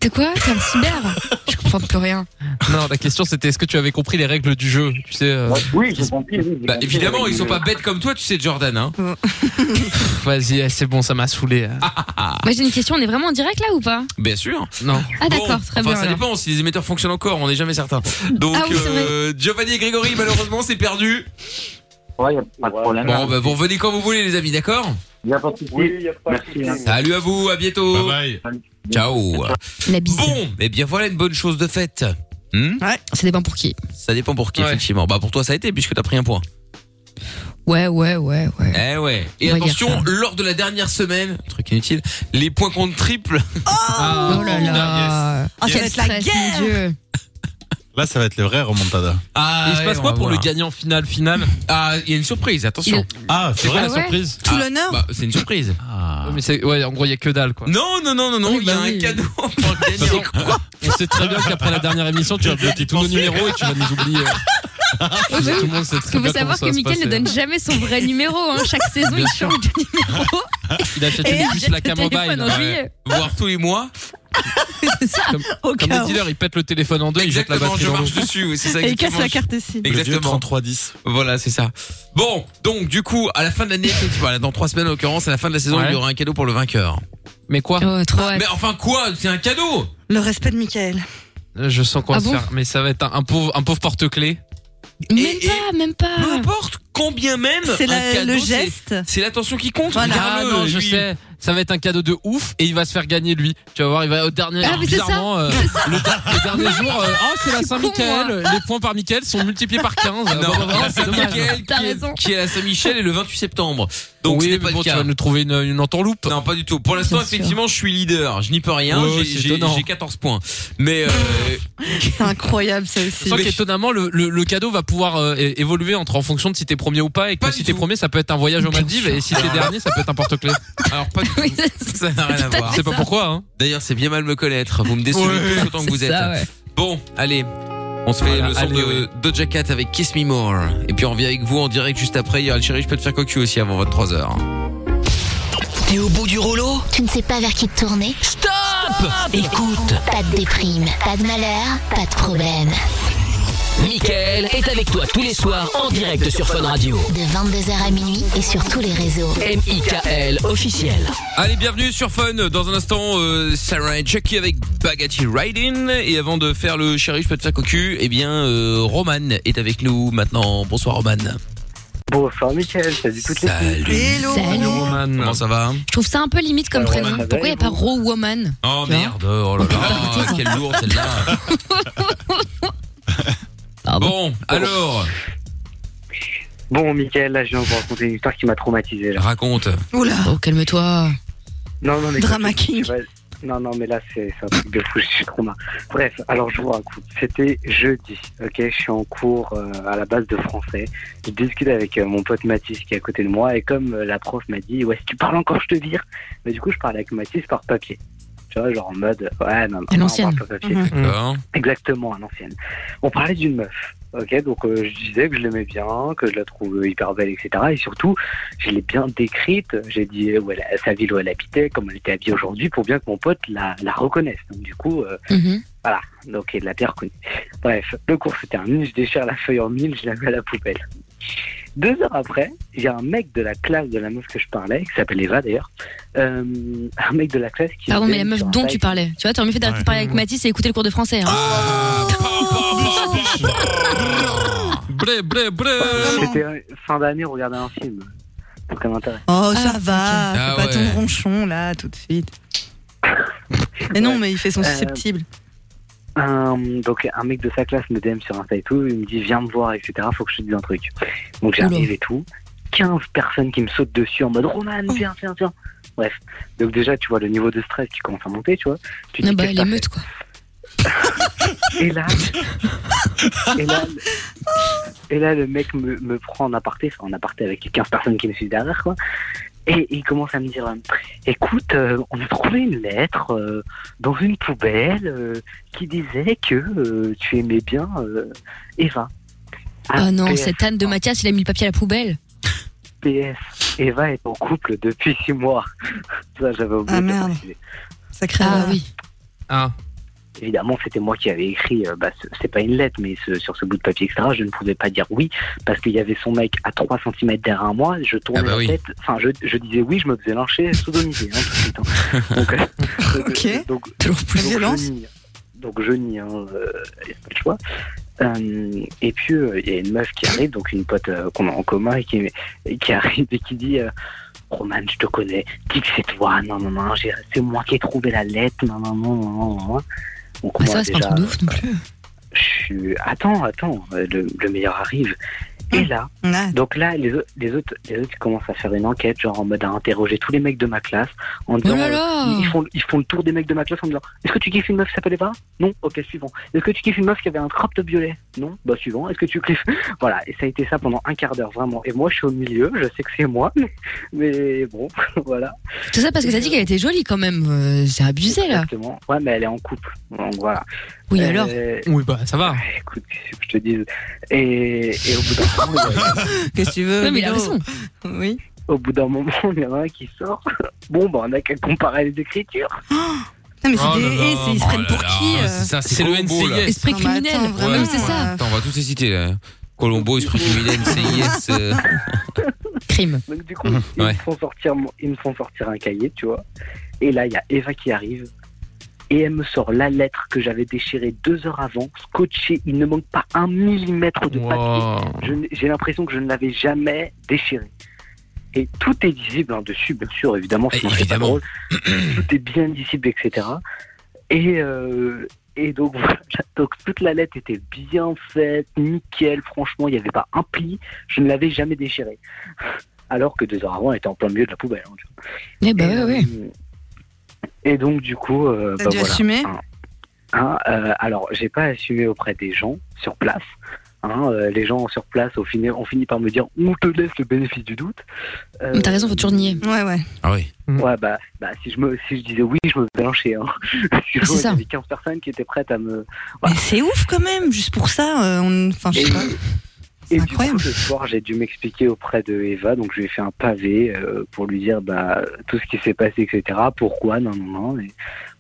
B: C'est quoi C'est un
A: (laughs)
B: cyber Je comprends plus rien.
D: Non, la question c'était est-ce que tu avais compris les règles du jeu Tu sais, euh,
H: Oui, j'ai compris. oui, j'ai
A: Bah
H: compris,
A: évidemment,
H: avec
A: ils sont
H: le-
A: pas bêtes comme toi, tu sais Jordan hein.
B: Mm.
D: pff, vas-y, eh, c'est bon, ça m'a saoulé. hein.
B: Moi j'ai une question, on est vraiment en direct là ou pas
A: Ah, Bien sûr.
D: Non.
B: Ah
A: Bon,
B: d'accord, très
A: enfin,
B: bien.
A: ça
B: alors.
A: dépend si les émetteurs fonctionnent encore, on n'est jamais certain. Donc
B: Ah oui, c'est vrai.
A: euh, Giovanni et Grégory malheureusement, c'est perdu.
H: Ouais, y a pas de problème.
A: Bon bah vous revenez quand vous voulez les amis, d'accord
H: Y a pas de souci. Merci. hein.
A: Salut à vous, à bientôt.
C: Bye bye.
A: Ciao.
B: La bise.
A: Bon, eh bien voilà une bonne chose de faite. Hmm
B: Ça dépend pour qui.
A: ça dépend pour qui
D: Ouais.
A: effectivement. Bah pour toi ça a été puisque t'as pris un point.
B: Ouais, ouais, ouais, ouais.
A: Eh ouais. Et
B: On va dire
A: attention,
B: ça.
A: lors de la dernière semaine, truc inutile, les points contre triple. (laughs)
D: Ah,
B: Oh là là.
A: Oh,
E: Ah, ça
B: Quel
E: va être la
B: stress,
E: guerre.
B: mon Dieu.
C: Là, ça va être le vrai remontada.
A: Ah,
D: Il se passe
A: ouais, on
D: quoi
A: va
D: pour le
A: voir.
D: gagnant final final
A: Ah, il y a une surprise, attention.
C: Ah, c'est vrai.
B: Ah ouais
D: surprise
E: Tout
A: Ah,
E: l'honneur
A: Bah, c'est une surprise.
C: Ah.
D: Ouais, mais c'est- ouais, en gros, il y a que dalle quoi. Bah
A: Non, non, non, non, non,
B: Oui,
A: il y a
B: bah
A: un
B: oui.
A: cadeau pour le gagnant.
D: On sait très bien qu'après la dernière émission, tu vas
C: J'ai
D: bloquer tous nos
C: pensé.
D: numéros et tu vas nous oublier. Tout le monde sait
B: bah Parce
D: très
B: qu'il
D: bien comment
B: faut savoir que
D: ça va se
B: Mickaël ne
D: passer.
B: donne jamais son vrai numéro. hein. Chaque saison, il change de numéro.
A: (laughs)
D: Il achète
B: Et il
D: juste
B: jette
D: la
B: le téléphone en
D: camobile.
B: juillet.
A: Voir tous les mois.
E: au
D: hein. Comme
E: cas
D: les
E: où.
D: dealers, ils pètent le téléphone en deux, ils jettent la
A: Exactement,
D: batterie
A: je
D: dans l'eau.
A: marche dessus, oui, c'est ça.
E: Et il casse
A: exactement.
E: la carte ici.
C: Le vieux
A: Exactement.
C: 3310.
A: Voilà, c'est ça. Bon, donc du coup, à la fin de l'année, effectivement, là, dans trois semaines en l'occurrence, à la fin de la saison,
D: Ouais.
A: il y aura un cadeau pour le vainqueur.
D: Mais quoi
B: Oh, trop hâte.
A: Mais enfin quoi C'est un cadeau
E: Le respect de Michael.
D: Je sens qu'on va
B: Ah
D: se
B: bon
D: faire. Mais ça va être un, un pauvre, un pauvre porte-clé.
B: Même
A: et-
B: pas, même
A: Peu
B: pas.
A: importe combien même.
E: C'est
A: un
E: la-
A: cadeau,
E: le
A: c'est-
E: geste.
A: C'est l'attention qui compte.
E: Voilà.
D: Ah
A: regarde-le,
D: non, je
A: lui.
D: sais. Ça va être un cadeau de ouf et il va se faire gagner lui. Tu vas voir, il va au dernier.
B: Ah, mais c'est
D: bizarrement, euh, le, der- le dernier
B: (laughs)
D: jour. euh, oh, c'est la
B: suis con,
A: euh,
D: Saint-Michel. Les points par Michael sont multipliés par 15. Ah,
A: Non,
D: bah, bah, bah,
A: la
D: c'est dommage.
A: Saint-Michel
B: T'as
A: qui, est-
B: raison.
A: qui est à la Saint-Michel est le 28 septembre. Donc
D: oui,
A: ce n'est (laughs)
D: mais
A: pas
D: bon,
A: le
D: tu
A: cas.
D: vas nous trouver une, une entourloupe.
A: Non, pas du tout. Pour l'instant,
B: Bien sûr.
A: effectivement, je suis leader. Je n'y peux rien.
D: Ouais,
A: J'ai-
D: c'est
A: j'ai
D: étonnant.
A: j'ai 14 points. Mais euh,
E: C'est incroyable ça
D: Je
E: aussi.
D: sens
A: Mais-
D: qu'étonnamment, le, le, le cadeau va pouvoir euh, é- évoluer entre en fonction de si t'es premier ou pas. Et que
A: Pas
D: si
A: du
D: t'es
A: tout.
D: premier, ça peut être un voyage aux
B: Bien
D: Maldives.
B: sûr.
D: Et si t'es dernier, ça peut être un porte-clé.
A: (laughs) alors pas du tout.
B: Oui, c'est
A: Ça n'a rien à
B: tout à
A: voir.
D: Je sais pas pourquoi. Hein.
A: D'ailleurs, c'est bien mal me connaître. Vous me décevez
D: Ouais.
A: tous autant que vous êtes.
B: ça, ouais.
A: Bon, allez. On se fait
D: Voilà,
A: le son
D: allez,
A: de Doja Cat avec Kiss Me More. Et puis on revient avec vous en direct juste après. Il y aura le chéri, je peux te faire cocu aussi avant 23h.
I: T'es au bout du rouleau
J: Tu ne sais pas vers qui te tourner
I: Stop Écoute
J: Pas de déprime, pas de malheur, pas de problème.
I: Mickaël est avec toi tous les soirs en direct sur Fun Radio.
J: De 22h à minuit et sur tous les réseaux.
I: M.I.K.L. officiel.
A: Allez, bienvenue sur Fun. Dans un instant, euh, Sarah et Chucky avec Bagatti Riding. Et avant de faire le chéri, je peux te faire cocu, eh bien, euh, Roman est avec nous maintenant. Bonsoir, Roman.
H: Bonsoir Mickaël, salut toutes les
A: Salut.
E: Hello.
B: Salut.
D: Roman.
A: Comment ça va
B: Je trouve ça un peu limite comme
H: Alors, on
B: prénom.
H: travaille,
B: Pourquoi il n'y a pas Raw Woman
A: Oh
B: Tu vois
A: merde, oh là là, quelle lourde celle-là. Bon, alors,
H: Bon Mickaël, là je viens de vous raconter une histoire qui m'a traumatisé là.
A: raconte.
E: Oula.
B: Oh, calme-toi.
H: Non, non, mais
E: Drama
H: tu- tu
E: King.
H: vas- Non, non, mais là, c'est c'est un truc de fou, je suis trop mal. Bref, alors je vous raconte. C'était jeudi, ok Je suis en cours euh, à la base de français. Je discute avec euh, mon pote Mathis qui est à côté de moi. Et comme euh, la prof m'a dit, ouais, si tu parles encore, je te vire. Mais du coup, je parlais avec Mathis par papier. Tu vois, genre en mode, ouais, non, non,
B: À
H: non,
B: l'ancienne.
H: on parle par papier.
E: Mhm.
A: D'accord.
H: Exactement, à l'ancienne. On parlait d'une meuf. Ok, donc euh, je disais que je l'aimais bien, que je la trouve hyper belle, etc. Et surtout, je l'ai bien décrite. J'ai dit euh, où elle, sa ville où elle habitait, comment elle était habillée aujourd'hui, pour bien que mon pote la, la reconnaisse. Donc du coup, euh,
B: Mhm.
H: voilà. Donc il l'a bien reconnue. Bref, le cours se termine, je déchire la feuille en mille, je la mets à la poubelle. Deux heures après, il y a un mec de la classe de la meuf que je parlais, qui s'appelle Eva d'ailleurs, euh, un mec de la classe qui...
B: Pardon, mais la
H: vient
B: meuf
H: sur un
B: dont
H: bike.
B: tu parlais. Tu vois, t'aurais mieux fait d'arrêter de parler avec Mathis et écouter le cours de français. hein.
H: Oh
D: Blé, blé, blé.
H: C'était euh, fin d'année, on regardait un film. Aucun intérêt.
E: Oh, ça
B: Ah,
E: va,
A: ok.
E: fais
A: Ah
E: pas ton
A: ouais.
E: ronchon là tout de suite. Mais non,
H: Ouais.
E: mais il fait son
H: Euh,
E: susceptible.
H: Un- Euh, donc un mec de sa classe me DM sur Insta et tout, il me dit viens me voir, etc. Faut que je te dise un truc. Donc j'arrive et tout. 15 personnes qui me sautent dessus en mode Roman, viens, viens, viens. Bref. Donc déjà, tu vois le niveau de stress qui commence à monter, tu vois. Tu te
B: Non,
H: dis,
B: bah,
H: qu'est-ce
B: elle est
H: que t'as
B: meute, quoi.
H: fait Et là, et là, le- et là, le mec me, me prend en aparté, enfin, en aparté avec les 15 personnes qui me suivent derrière, quoi. Et il commence à me dire, euh, écoute, euh, on a trouvé une lettre euh, dans une poubelle euh, qui disait que euh, tu aimais bien euh, Eva.
B: Ah non,
H: PS,
B: cette âne de Mathias, il a mis le papier à la poubelle.
H: PS, Eva est en couple depuis 6 mois. (laughs) Ça, j'avais oublié
E: Ah,
H: de le
E: merde.
H: préciser.
E: Sacré.
B: Ah oui.
D: Ah,
H: Évidemment, c'était moi qui avais écrit, euh, bah, ce- c'est pas une lettre, mais ce- sur ce bout de papier, etc., je ne pouvais pas dire oui, parce qu'il y avait son mec à 3 cm derrière moi, je tournais
A: Ah bah
H: la
A: oui.
H: tête, enfin, je, je disais oui, je me faisais lyncher, sodomiser, hein, tout de suite.
A: (laughs)
H: hein. Donc, euh, donc,
E: Ok.
H: euh, donc,
E: Toujours plus
H: donc,
E: violence.
H: je nie. Donc je nie, hein, euh, y a pas le choix. Euh, et puis euh, il y a une meuf qui arrive, donc une pote euh, qu'on a en commun, et qui, et qui arrive et qui dit euh, Roman, je te connais, dis que c'est toi, non, non, non, j'ai- c'est moi qui ai trouvé la lettre, non, non, non, non, non. non. Donc,
B: Ah,
H: moi,
B: ça, c'est pas un
H: déjà,
B: truc de ouf non plus.
H: je suis. Attends, attends, euh, le, le meilleur arrive. Et
B: Mmh.
H: là,
E: Ah,
H: donc là, les, au- les autres, les autres commencent à faire une enquête, genre en mode à interroger tous les mecs de ma classe, en
B: Oh
H: disant
B: là
H: euh,
B: là
H: ils, font, ils font le tour des mecs de ma classe en me disant Est-ce que tu kiffes une meuf qui s'appelle Eva Non Ok, suivant. Est-ce que tu kiffes une meuf qui avait un crop top violet Non Bah, suivant. Est-ce que tu kiffes (laughs) Voilà, et ça a été ça pendant un quart d'heure, vraiment. Et moi, je suis au milieu, je sais que c'est moi, (laughs) mais, mais bon, (laughs) voilà.
B: Tout ça parce que t'as dit qu'elle était jolie quand même. Euh, C'est abusé là.
H: Exactement. Ouais, mais elle est en couple. Donc voilà.
B: Oui, alors
H: Euh,
D: oui, bah ça va.
H: écoute, qu'est-ce que je te dise Et, et au bout d'un moment, il y a-
E: (laughs) Qu'est-ce que tu veux
B: Non, mais il a
E: Milo
B: raison.
E: Oui.
H: au bout d'un moment, il y en a un qui sort. Bon, bah, on a qu'à comparer les écritures.
E: (gasps) Non,
A: Ah,
E: mais c'est
D: Oh là
E: des.
D: là.
E: eh, c'est- ils se
D: Oh
E: prennent
D: là
E: pour
D: là,
E: qui euh
D: C'est ça, c'est
A: C'est le
D: Colombo, là.
A: NCIS.
B: Esprit
E: Non, mais attends,
B: criminel.
E: vraiment,
B: Non, mais c'est ça.
E: euh,
A: Attends, on va tous les citer là. Colombo, Esprit criminel, CIS. euh,
B: Crime.
H: Donc, du coup, ils,
A: Ouais.
H: me font sortir, mon- ils me font sortir un cahier, tu vois. Et là, il y a Eva qui arrive. Et elle me sort la lettre que j'avais déchirée deux heures avant, scotchée. Il ne manque pas un millimètre de papier.
D: Wow.
H: Je n'ai- J'ai l'impression que je ne l'avais jamais déchirée. Et tout est visible hein, dessus, bien sûr, évidemment,
A: Eh,
H: sinon c'est pas
A: évidemment.
H: drôle. Tout est bien visible, etc. Et, euh, et donc, (laughs) voilà. donc, toute la lettre était bien faite, nickel, franchement, il n'y avait pas un pli, je ne l'avais jamais déchirée. Alors que deux heures avant, elle était en plein milieu de la poubelle. hein, tu vois.
B: Eh bah ouais,
H: et,
B: ouais.
H: euh, (laughs) et donc, du coup, euh,
E: T'as
H: bah,
E: dû
H: voilà.
E: assumer
H: Hein, euh, alors, j'ai pas assumé auprès des gens sur place. Hein, euh, les gens sur place, au final, ont fini par me dire on te laisse le bénéfice du doute. Euh,
B: Mais t'as raison, faut toujours nier.
E: Ouais, ouais.
A: Ah oui.
H: Ouais, bah, bah, si, je me, si je disais oui, je me faisais lyncher. Hein. (laughs) Si je
B: Ah, C'est
H: vois, il y
B: ça.
H: avait 15 personnes qui étaient prêtes à me.
E: Mais c'est ouf quand même, juste pour ça. euh, on... Enfin, je
H: Et,
E: sais pas.
H: Et du coup, ce soir, j'ai dû m'expliquer auprès de Eva, donc je lui ai fait un pavé euh, pour lui dire bah, tout ce qui s'est passé, etc. Pourquoi, non, non, non. Et...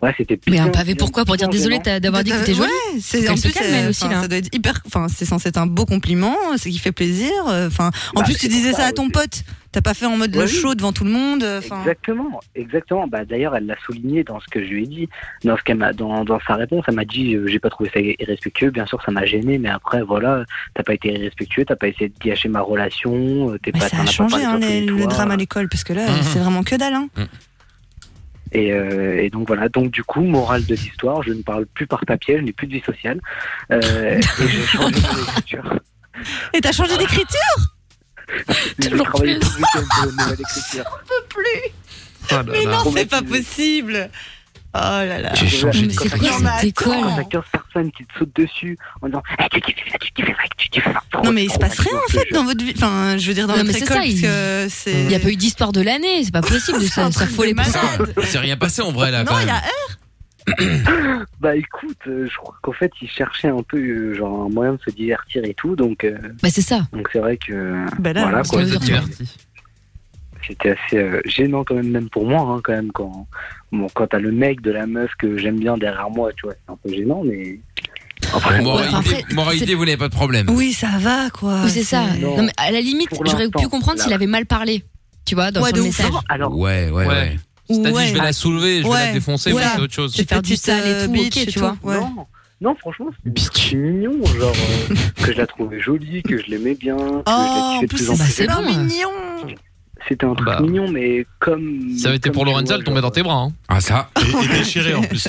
H: Ouais, c'était
B: Mais un
H: bien,
B: pavé
H: bien,
B: pourquoi Pour dire
H: bien
B: désolé
H: gênant.
B: t'as- d'avoir dit que t'étais
E: Ouais,
B: jolie
E: c'est
B: Qu'elle
E: en
B: se
E: plus
B: calme,
E: c'est-
B: elle aussi,
E: enfin,
B: là.
E: ça doit être hyper enfin c'est censé être un beau compliment, c'est qui fait plaisir, euh, enfin en
H: Bah,
E: plus tu
H: c'est
E: disais
H: pour
E: ça,
H: ça,
E: à ton
H: ouais.
E: pote, t'as pas fait en mode
H: Ouais,
E: le
H: oui.
E: show devant tout le monde, euh, enfin
H: Exactement, exactement. Bah, d'ailleurs, elle l'a souligné dans ce que je lui ai dit, dans ce qu'elle m'a, dans, dans sa réponse, elle m'a dit, euh, j'ai pas trouvé ça irrespectueux. Bien sûr, ça m'a gêné, mais après, voilà, t'as pas été irrespectueux, t'as pas essayé de gâcher ma relation, euh, t'es
E: Mais
H: pas.
E: ça
H: t'en
E: a
H: as pas
E: changé
H: parlé
E: hein,
H: sur tous
E: les-
H: les
E: le
H: toits.
E: drame à l'école parce que là
B: (laughs)
E: euh, c'est vraiment que dalle hein.
H: Et, euh, et donc voilà. Donc du coup, morale de l'histoire, je ne parle plus par papier, je n'ai plus de vie sociale,
E: (laughs)
H: euh, et j'ai changé mon écriture.
E: Et t'as
H: Ah.
E: changé d'écriture
H: J'ai travaillé tout le week-end pour une
E: (laughs)
H: nouvelle écriture.
D: Ah
A: Ah,
E: Mais non,
H: Traumatisé.
E: c'est pas possible. Oh là là.
D: J'ai changé
B: Mais c'est
H: Quand
B: quoi
H: t'as-
E: Non, mais
B: cette
E: attends.
B: école
H: quand t'as 15 personnes qui te sautent dessus en disant Eh, tu kiffes ça, tu kiffes ça, tu kiffes ça.
E: Non mais il se
H: Trop
E: passe rien en
H: traumatisant,
E: fait dans votre vie. Enfin, je veux dire dans
B: Non,
E: votre
B: mais c'est
E: école
B: ça,
E: parce
B: il-
E: que c'est. Ah,
B: Il n'y a pas eu d'histoire de l'année, c'est pas possible de
E: C'est un
B: ça, ça
E: truc
B: faut les
E: de malade.
A: C'est rien passé en vrai là
E: Non,
A: quand
E: il y
A: même.
E: a
H: (coughs) Bah écoute, euh, je crois qu'en fait ils cherchaient un peu euh, genre un moyen de se divertir et tout, donc euh,
B: Bah c'est ça.
H: donc c'est vrai que euh,
E: Bah là,
H: voilà
E: c'est
H: quoi.
B: le
D: Vous êtes
B: Exactement.
D: divertis.
H: C'était assez euh, gênant quand même même pour moi hein, quand même quand bon, quand t'as le mec de la meuf que j'aime bien derrière moi, tu vois, c'est un peu gênant mais
A: Bon,
H: après
A: moralité,
B: enfin, après,
A: moralité, vous n'avez pas de problème.
E: Oui, ça va quoi.
B: Oui, c'est ça.
H: non.
B: Non, mais à la limite,
H: Pour
B: j'aurais
H: l'instant,
B: pu comprendre
H: là.
B: s'il avait mal parlé. Tu vois, dans
E: Ouais, de
B: son
E: ouf.
B: message.
H: alors
A: Ouais, ouais,
D: Ouais.
A: ouais.
D: T'as dit,
E: Ouais.
D: je vais la soulever, je vais
E: Ouais.
D: la défoncer, mais
E: Ouais.
D: c'est autre chose.
B: J'ai- faire du
E: Petite,
B: sale et
E: euh,
B: tout, ok,
E: bitch et
B: tu vois.
E: Ouais.
H: non. Non, franchement, c'est- c'est mignon, genre euh, que je la trouvais jolie, que je l'aimais bien, que
E: Oh,
H: je la kiffais
E: en
H: de
E: plus
H: plus en
B: bah,
H: plus.
B: c'est
E: c'est
B: bon,
E: bon,
B: hein.
E: mignon.
H: C'était un truc
D: Bah.
H: mignon, mais comme.
D: Ça avait été
H: comme
D: pour
H: tu
D: Lorenza,
H: vois,
D: elle tombait dans
H: genre,
D: tes bras. hein.
A: Ah ça
C: Et, et déchiré en
D: (laughs)
C: plus.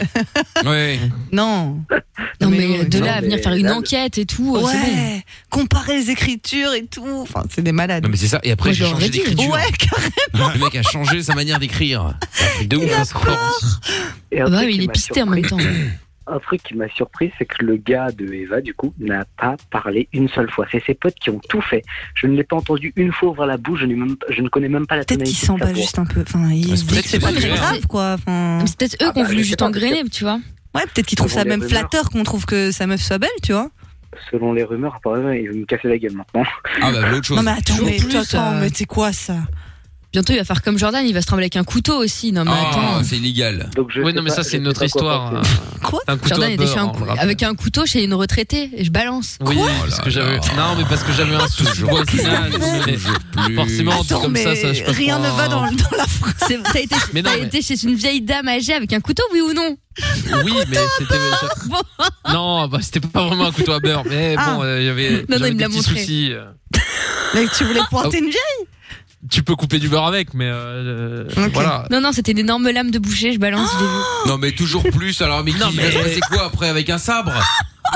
A: Ouais.
E: Non.
B: Non,
E: Mais
B: mais,
E: oui,
B: de
H: non,
B: là à
H: mais
B: venir faire une
H: là, le-
B: enquête et tout, euh, c'est bon.
E: Ouais. Comparer les écritures et tout. Enfin, c'est des malades.
A: Non mais c'est ça. Et après
B: Moi,
A: j'ai
B: j'aurais
A: changé
B: dit. hein.
A: d'écriture.
E: Ouais, car-
A: Le mec a changé sa manière d'écrire. C'est un truc De ouf. hein, c'est fort.
H: Et un
B: Ah bah
H: truc
B: oui,
H: qui
B: il est
H: m'a
B: pisté en
H: surpris,
B: même temps.
H: Un truc qui m'a surpris, c'est que le gars de Eva, du coup, n'a pas parlé une seule fois. C'est ses potes qui ont tout fait. Je ne l'ai pas entendu une fois ouvrir la bouche. Je, n'ai même pas- je ne connais même pas la
E: peut-être qu'il
H: tonalité de
E: sent
H: sa
E: pas
H: voix.
E: juste un peu. Enfin, il
A: Ouais,
E: se dit
A: peut-être
E: que c'est
A: que
E: pas
A: c'est
E: très
A: vrai.
E: grave quoi. Enfin,
B: Mais C'est peut-être eux
H: Ah
B: qui ont
H: bah,
B: voulu
H: je
B: juste
H: sais pas,
B: engrainer, tu vois.
E: ouais, peut-être qu'il trouve
H: Selon
E: ça
H: les
E: même
H: rumeurs.
E: flatteur qu'on trouve que sa meuf soit belle,
B: (laughs)
E: tu vois.
H: Selon les rumeurs, apparemment, il veut me casser la gueule maintenant.
A: Ah bah l'autre chose.
E: Non mais attends,
B: Toujours
E: mais
B: plus,
E: attends,
B: euh,
E: mais c'est quoi ça
B: Bientôt, il va faire comme Jordan, il va se trembler avec un couteau aussi. Non, mais
A: Ah
B: attends.
A: c'est illégal.
H: Donc je
D: Oui,
H: sais
D: non, mais
H: pas-
D: ça,
H: je
D: c'est une
H: sais
D: autre
H: pas quoi
D: histoire. hein.
H: penser.
E: Quoi
D: Un couteau hein.
B: Jordan
D: à
B: était chez
D: beurre,
B: un
D: on
B: cou-
D: le rappelle.
B: avec un couteau chez une retraitée. Et je balance.
D: Oui, parce
A: là
D: que j'avais.
A: là.
D: Non, mais parce que j'avais un sou. Je vois que ça, je me dis,
A: Toujours plus.
D: Forcément,
E: Attends,
D: comme
E: mais
D: ça, ça, je passe
E: rien
D: pour
E: ne
D: un-
E: va dans, dans la phrase.
B: C'est- T'as (laughs) été,
D: Mais non,
B: t'as
D: mais-
B: été chez une vieille dame âgée avec un couteau, oui ou non
D: Oui, mais c'était.
B: Bon.
D: (laughs) Non, bah, c'était pas vraiment un couteau à beurre, mais
E: Ah.
D: bon, euh, il y avait.
B: non,
D: j'avais
B: il me
D: des
B: l'a
D: petits
B: montré.
D: soucis,
B: (laughs)
D: euh,
E: Mais tu voulais
B: Ah,
E: pointer une vieille
D: Tu peux couper du beurre avec, mais euh, euh,
E: Ok.
D: voilà.
B: Ah. Non, non, c'était une énorme lame de boucher, je balance, je l'ai vu.
A: Non mais toujours plus. Alors mais qui
D: Non,
A: il
D: mais-
A: va se passer quoi après avec un sabre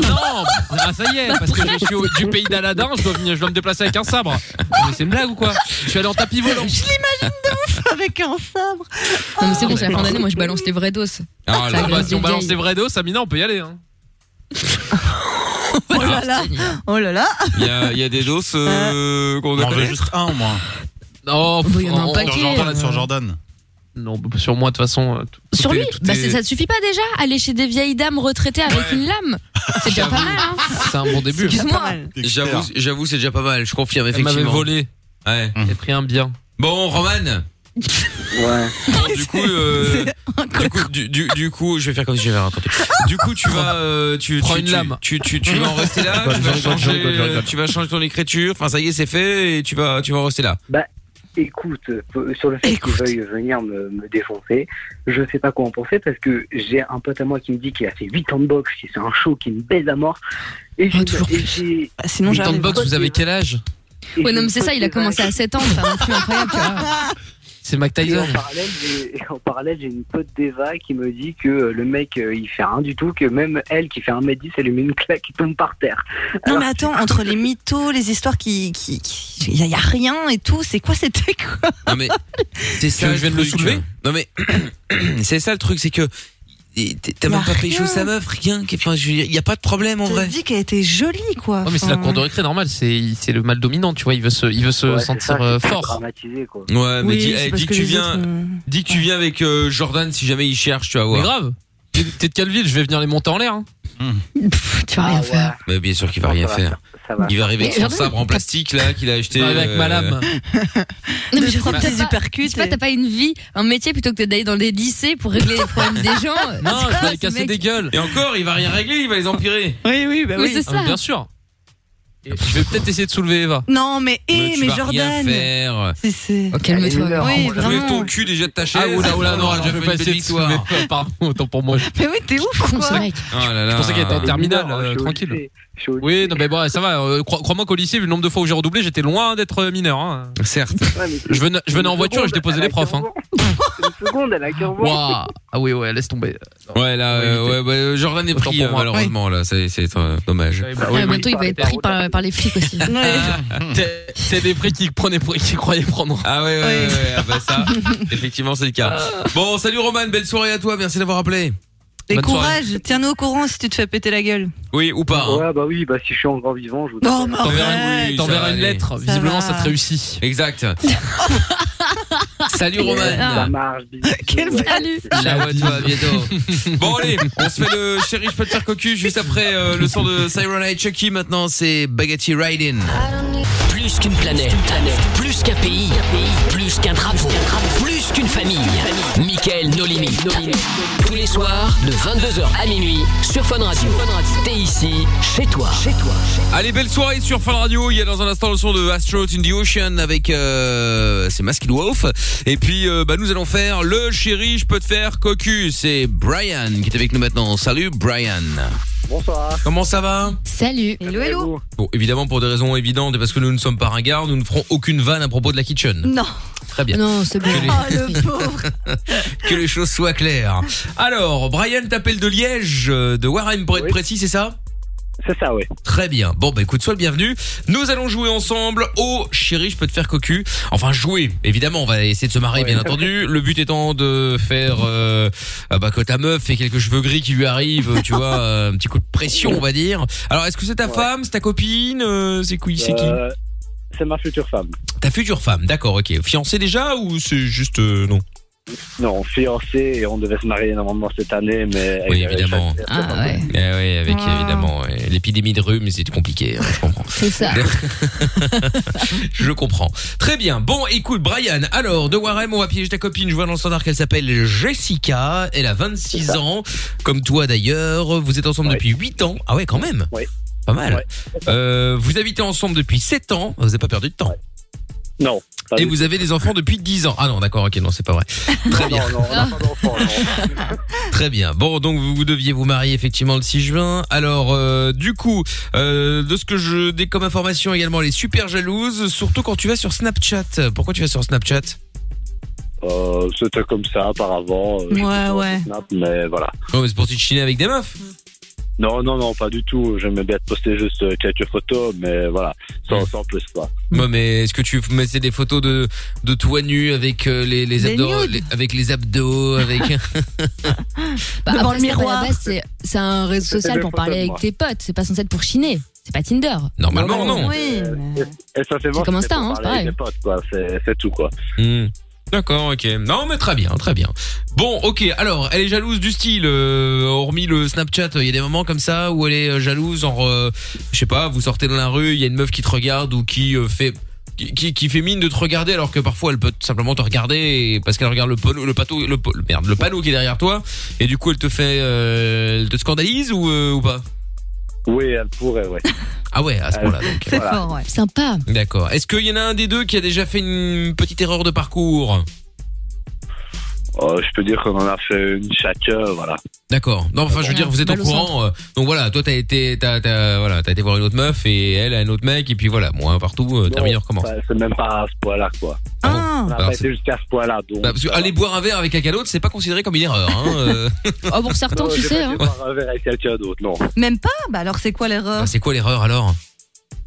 D: Non, (laughs) ah, ça y est, parce que je suis au- du pays d'Aladin, je dois, venir- je dois me déplacer avec un sabre. Mais c'est une blague ou quoi Je suis allé en tapis volant.
B: (laughs)
E: avec un sabre.
B: Non, mais c'est bon, c'est la fin d'année, moi je balance les vraies doses.
A: Ah là
B: Ça
D: Bah,
A: là.
B: grave.
D: si on balance
B: vieille.
D: des vrais dos, Samina, on peut y aller. Hein.
E: Oh là là. Oh là là.
A: Il y a, il y a des doses euh, qu'on doit
C: J'en veux
A: connaître.
C: juste un au moins.
D: Non,
B: Bah, il y en a un
A: Oh,
D: on-
B: paquet.
C: Sur Jordan, sur Jordan.
D: Non, bah, sur moi, de toute façon. euh, tout-
B: Sur
D: tout est-
B: lui,
D: tout
B: bah,
D: est-
B: c'est- ça te suffit pas déjà Aller chez des vieilles dames retraitées avec
A: Ouais.
B: une lame C'est déjà pas mal, hein
D: c'est un bon début.
B: Excuse-moi.
E: Pas mal.
A: J'avoue, j'avoue, c'est déjà pas mal. Je confirme
D: Elle m'avait
A: effectivement.
D: volé
A: Ouais.
D: et pris un bien.
A: Bon, Roman.
H: Ouais.
A: Bon, du coup,
D: (laughs)
A: euh, du coup, du, du- du coup, je vais faire comme si j'avais rien entendu. Du coup, tu vas, euh, tu,
D: Prends
A: tu,
D: une
A: tu-
D: lame.
A: Tu, tu, tu vas en rester
D: (laughs)
A: là.
D: rigole,
A: tu
D: je
A: vas
D: rigole, je
A: changer,
D: rigole, je rigole.
A: tu vas changer ton écriture. Enfin, ça y est, c'est fait. Et tu vas, tu vas en rester là.
H: Écoute, euh, sur le fait qu'il
E: Écoute.
H: veuille venir me, me défoncer, je sais pas quoi en penser parce que j'ai un pote à moi qui me dit qu'il a fait 8 ans de boxe, qu'il c'est un show, qui me baise à mort. Et j'ai-
B: toujours
H: et j'ai.
E: Bah, sinon
D: Tant de
E: j'arrive.
D: boxe, vous avez quel âge
H: et
B: Ouais,
H: j'ai
B: non, mais
H: une
B: c'est ça,
H: pote
B: il a
H: Eva
B: commencé à 7 ans, c'est un truc incroyable. tu vois.
D: C'est Mac
H: Et
D: Tyson.
H: en parallèle, j'ai- et en parallèle, j'ai une pote d'Eva qui me dit que euh, le mec, euh, il fait rien du tout, que même elle qui fait 1m10, elle lui met une claque qui tombe par terre.
E: Non
H: Alors,
E: mais attends, entre les mythos, les histoires qui, qui, qui- y a, y a rien et tout, c'est quoi (laughs) c'était quoi
A: Non mais, c'est ça.
D: veux que je vienne le
A: truc.
D: soulever
A: Non mais, (clears throat) c'est ça le truc, c'est que et t'es- t'as
E: Y a
A: même pas payé
E: rien.
A: chaud sa meuf, rien. qui- Enfin, je veux dire, il y a pas de problème en
E: T'as
A: vrai.
E: dit qu'elle était jolie quoi.
D: Ouais, mais c'est la
E: Enfin,
D: cour de récré normal, c'est c'est le mal dominant, tu vois, il veut se il veut se
H: Ouais, c'est
D: sentir
H: ça,
D: euh,
H: c'est
D: fort.
H: Dramatisé, quoi.
A: Ouais, mais
E: oui,
A: dis,
E: c'est
A: eh,
E: parce
A: dis que tu
E: les
A: viens,
E: autres ont-
A: dis que tu viens avec euh, Jordan si jamais il cherche, tu vas
D: Mais
A: voir.
D: grave. T'es- T'es de quelle ville Je vais venir les monter en l'air. hein.
B: Pff,
H: Ah,
B: tu vas rien faire.
A: Mais bien sûr qu'il va rien
B: va,
A: faire.
B: ça va.
A: Il va arriver avec son
B: Mais-
A: sabre en plastique là qu'il a acheté euh,
D: Avec
A: (laughs)
D: madame.
B: Non, mais
D: Deux,
B: je crois
D: trois
B: que t'as
D: petits
B: pas- je sais pas, t'as pas une vie, un métier plutôt que d'aller dans les lycées pour régler les problèmes des
A: (laughs)
B: gens. Euh,
D: Non,
B: C'est
D: je vais
B: pas-
D: aller casser des gueules.
A: Et encore, il va rien régler, il va les empirer.
E: Oui, oui, bah
B: Oui,
E: oui.
B: c'est ça.
D: Ah, mais bien sûr. Et je vais peut-être essayer de soulever Eva.
E: Non, mais hé,
A: tu
E: mais
A: vas rien
E: Jordan.
A: faire.
E: C'est- c'est- Eh
B: Oh, calme-toi.
H: Allez,
E: Oui,
A: Lève ton
E: vraiment.
A: cul déjà de ta chaise.
D: Ah, oula, oula, non,
A: on aura
D: je
A: déjà
D: vais
A: fait
D: pas
A: une belle
D: essayer de soulever
A: victoire.
D: Eva, (laughs) Pardon, autant pour moi.
E: Mais oui, t'es ouf,
B: Con, ce
E: quoi.
B: mec.
A: Oh là là.
D: Je pensais qu'elle était en terminale,
H: Mineur, hein,
D: euh,
H: je suis au
D: tranquille.
H: lycée, je suis au
D: Oui,
H: lycée.
D: non, mais bon, ça va. euh, crois- Crois-moi qu'au lycée, vu le nombre de fois où j'ai redoublé, j'étais loin d'être mineur. hein.
A: Certes.
H: Ouais, mais c'est-
D: Je venais, je venais en
H: une
D: voiture et je
H: seconde,
D: déposais
H: elle
D: les
H: a
D: profs. Hein.
H: 15 ans. Une seconde, elle a 15 ans.
D: Waouh. Ah oui, ouais, laisse tomber.
A: Ouais, là,
D: Ouais,
A: euh,
D: il était-
A: ouais, bah, euh, Jordan est
D: Autant
A: pris,
D: pour
A: euh,
D: moi.
A: malheureusement, là. C'est c'est, euh, dommage.
D: Ouais,
B: Ah, bientôt, il va être pris par, par les
A: (laughs)
B: flics aussi. Euh,
D: (laughs) T'es t'es des prix qui prenaient pour- qui croyaient prendre.
A: Ah ouais, ouais, ouais, ouais, ah bah ça, effectivement, c'est le cas. Bon, salut Roman, belle soirée à toi, merci d'avoir appelé.
E: Et
D: Bonne
E: courage, tiens-nous au courant si tu te fais péter la gueule.
A: Oui, ou pas. hein.
H: Ouais, bah oui, bah si je suis encore vivant, je vous
E: Non, mais
A: T'enverras
E: arrête.
A: une- ça va
D: T'enverras une
A: aller.
D: lettre.
E: Ça
D: Visiblement,
E: va.
D: ça te réussit.
A: Exact. salut Roman.
H: Ça marche, bisous.
E: Quel
H: Ouais.
B: Salut.
A: Ciao à toi, à bientôt. bon, allez, on se fait le chéri, je peux te faire cocu juste après euh, le son de Siren et Chucky. Maintenant, c'est Bagatti Riding.
I: Plus qu'une planète, plus qu'un pays, plus qu'un drapeau, plus qu'une famille. Michael No Limites. Tous les soirs, de 22h à minuit, sur Fun Radio. T'es ici, chez toi. Chez toi.
A: Allez, belle soirée sur Fun Radio. Il y a dans un instant le son de Astro in the Ocean avec euh, c'est Masked Wolf. Et puis euh, bah, nous allons faire le chéri, je peux te faire cocu. C'est Brian qui est avec nous maintenant. Salut Brian.
H: Bonsoir.
A: Comment ça va
B: Salut.
E: Hello, hello.
A: Bon, évidemment pour des raisons évidentes et parce que nous ne sommes pas ringards, nous ne ferons aucune vanne à propos de la kitchen.
E: Non.
A: Très bien.
B: Non, c'est bon.
E: Oh,
B: (laughs)
E: le pauvre.
A: Que les choses soient claires. Alors, Brian t'appelle de Liège, euh, de Warren pour être
H: Oui.
A: précis, c'est ça
H: C'est ça, ouais.
A: Très bien. Bon, bah écoute, sois le bienvenu. Nous allons jouer ensemble au chéri, je peux te faire cocu. Enfin, jouer. Évidemment, on va essayer de se marrer, bien entendu. Le but étant de faire, euh, ah bah, que ta meuf fait quelques cheveux gris qui lui arrivent, tu
H: (laughs)
A: vois, euh, un petit coup de pression, on va dire. Alors, est-ce que c'est ta
H: Ouais.
A: femme, c'est ta copine, euh, c'est qui, c'est qui
H: Euh, C'est ma future femme.
A: Ta future femme, d'accord, ok. Fiancée déjà ou c'est juste, euh, non
H: Non, fiancée, et on devait se marier normalement cette année, mais.
A: Oui,
H: avec-
A: évidemment.
H: avec-
B: Ah ouais,
A: Eh oui, avec,
E: Ah.
A: évidemment, ouais. l'épidémie de rhume, c'est compliqué, hein, je comprends.
B: c'est ça.
A: Je comprends. Très bien. Bon, écoute, Brian, alors, de Warem, on va piéger ta copine. Je vois dans le standard qu'elle s'appelle Jessica. Elle a 26 ans, comme toi d'ailleurs. Vous êtes ensemble
H: Ouais.
A: depuis 8 ans. Ah ouais, quand même.
H: Ouais.
A: Pas mal.
H: Ouais.
A: Euh, vous habitez ensemble depuis 7 ans. Vous n'avez pas perdu de temps.
H: Non. pas
A: Et
H: du-
A: vous avez des enfants depuis 10 ans. Ah non, d'accord, ok, non, c'est pas vrai. Très bien.
H: Non, non, on n'a pas d'enfant. non.
A: Très bien. Bon, donc vous, vous deviez vous marier effectivement le 6 juin. Alors, euh, du coup, euh, de ce que je dé comme information également, elle est super jalouse, surtout quand tu vas sur Snapchat. Pourquoi tu vas sur Snapchat
H: Euh, C'était comme ça, auparavant. euh, j'étais
E: Ouais,
H: sur
E: ouais.
H: Snap, mais voilà.
A: Non, mais c'est pour te chiner avec des meufs.
H: Non, non, non, pas du tout. J'aimais bien poster juste euh, quelques photos, mais voilà, sans, sans plus quoi.
A: Ouais, mais est-ce que tu mettais des photos de de toi nu avec euh, les les
E: Des
A: abdos,
E: nudes.
A: les- avec les abdos,
E: (laughs)
A: avec (laughs)
B: Bah, après,
E: Devant le
B: c'est pas
E: miroir.
B: la base, c'est- c'est un réseau
H: C'était
B: social
H: des
B: pour
H: photos de
B: parler avec
H: moi.
B: tes potes. C'est pas censé être pour chiner. C'est pas Tinder.
A: normalement non.
E: Oui. mais-
H: Et ça fait
B: C'est comme Insta, hein, c'est pareil.
H: C'est potes, quoi. C'est c'est tout, quoi.
A: Hmm. D'accord, ok. Non, mais très bien, très bien. Bon, ok. Alors, elle est jalouse du style. euh, hormis le Snapchat, il y a des moments comme ça où elle est euh, jalouse. Genre, euh, je sais pas, vous sortez dans la rue, il y a une meuf qui te regarde ou qui euh, fait qui, qui, qui fait mine de te regarder alors que parfois elle peut simplement te regarder et- parce qu'elle regarde le panneau, le panneau, le, pa- merde, le panneau qui est derrière toi et du coup elle te fait, euh, elle te scandalise ou euh, ou pas
H: Oui, elle pourrait, ouais.
A: (laughs) Ah ouais, à ce
H: Euh,
A: point-là. donc.
E: C'est
H: Voilà.
E: fort, ouais.
B: Sympa.
A: D'accord. Est-ce qu'il y en a un des deux qui a déjà fait une petite erreur de parcours
H: Euh, je peux dire qu'on en a fait une chacun, voilà.
A: D'accord. Non, enfin, je veux
B: Ouais,
A: dire, vous êtes au
B: balle au
A: courant. euh, donc voilà, toi, t'as été, t'as, t'as- voilà, t'as été voir une autre meuf et elle un autre mec et puis voilà, moi partout, euh, terminé, on recommence.
H: Enfin, c'est même pas à ce point-là, quoi.
A: Ah
E: Ah,
H: On n'a
A: Alors,
H: pas
A: c'est-
H: été jusqu'à ce point-là, donc. euh,
A: Bah, parce que
H: ça va.
A: aller boire un verre avec quelqu'un d'autre, c'est pas considéré comme une erreur. Hein,
E: (laughs)
A: euh.
B: Oh, pour certains,
H: Non,
B: tu
H: j'ai
B: sais.
H: pas
B: Hein.
H: été par un verre avec quelqu'un d'autre, non.
E: même pas Bah alors c'est quoi l'erreur
A: Bah, c'est quoi l'erreur alors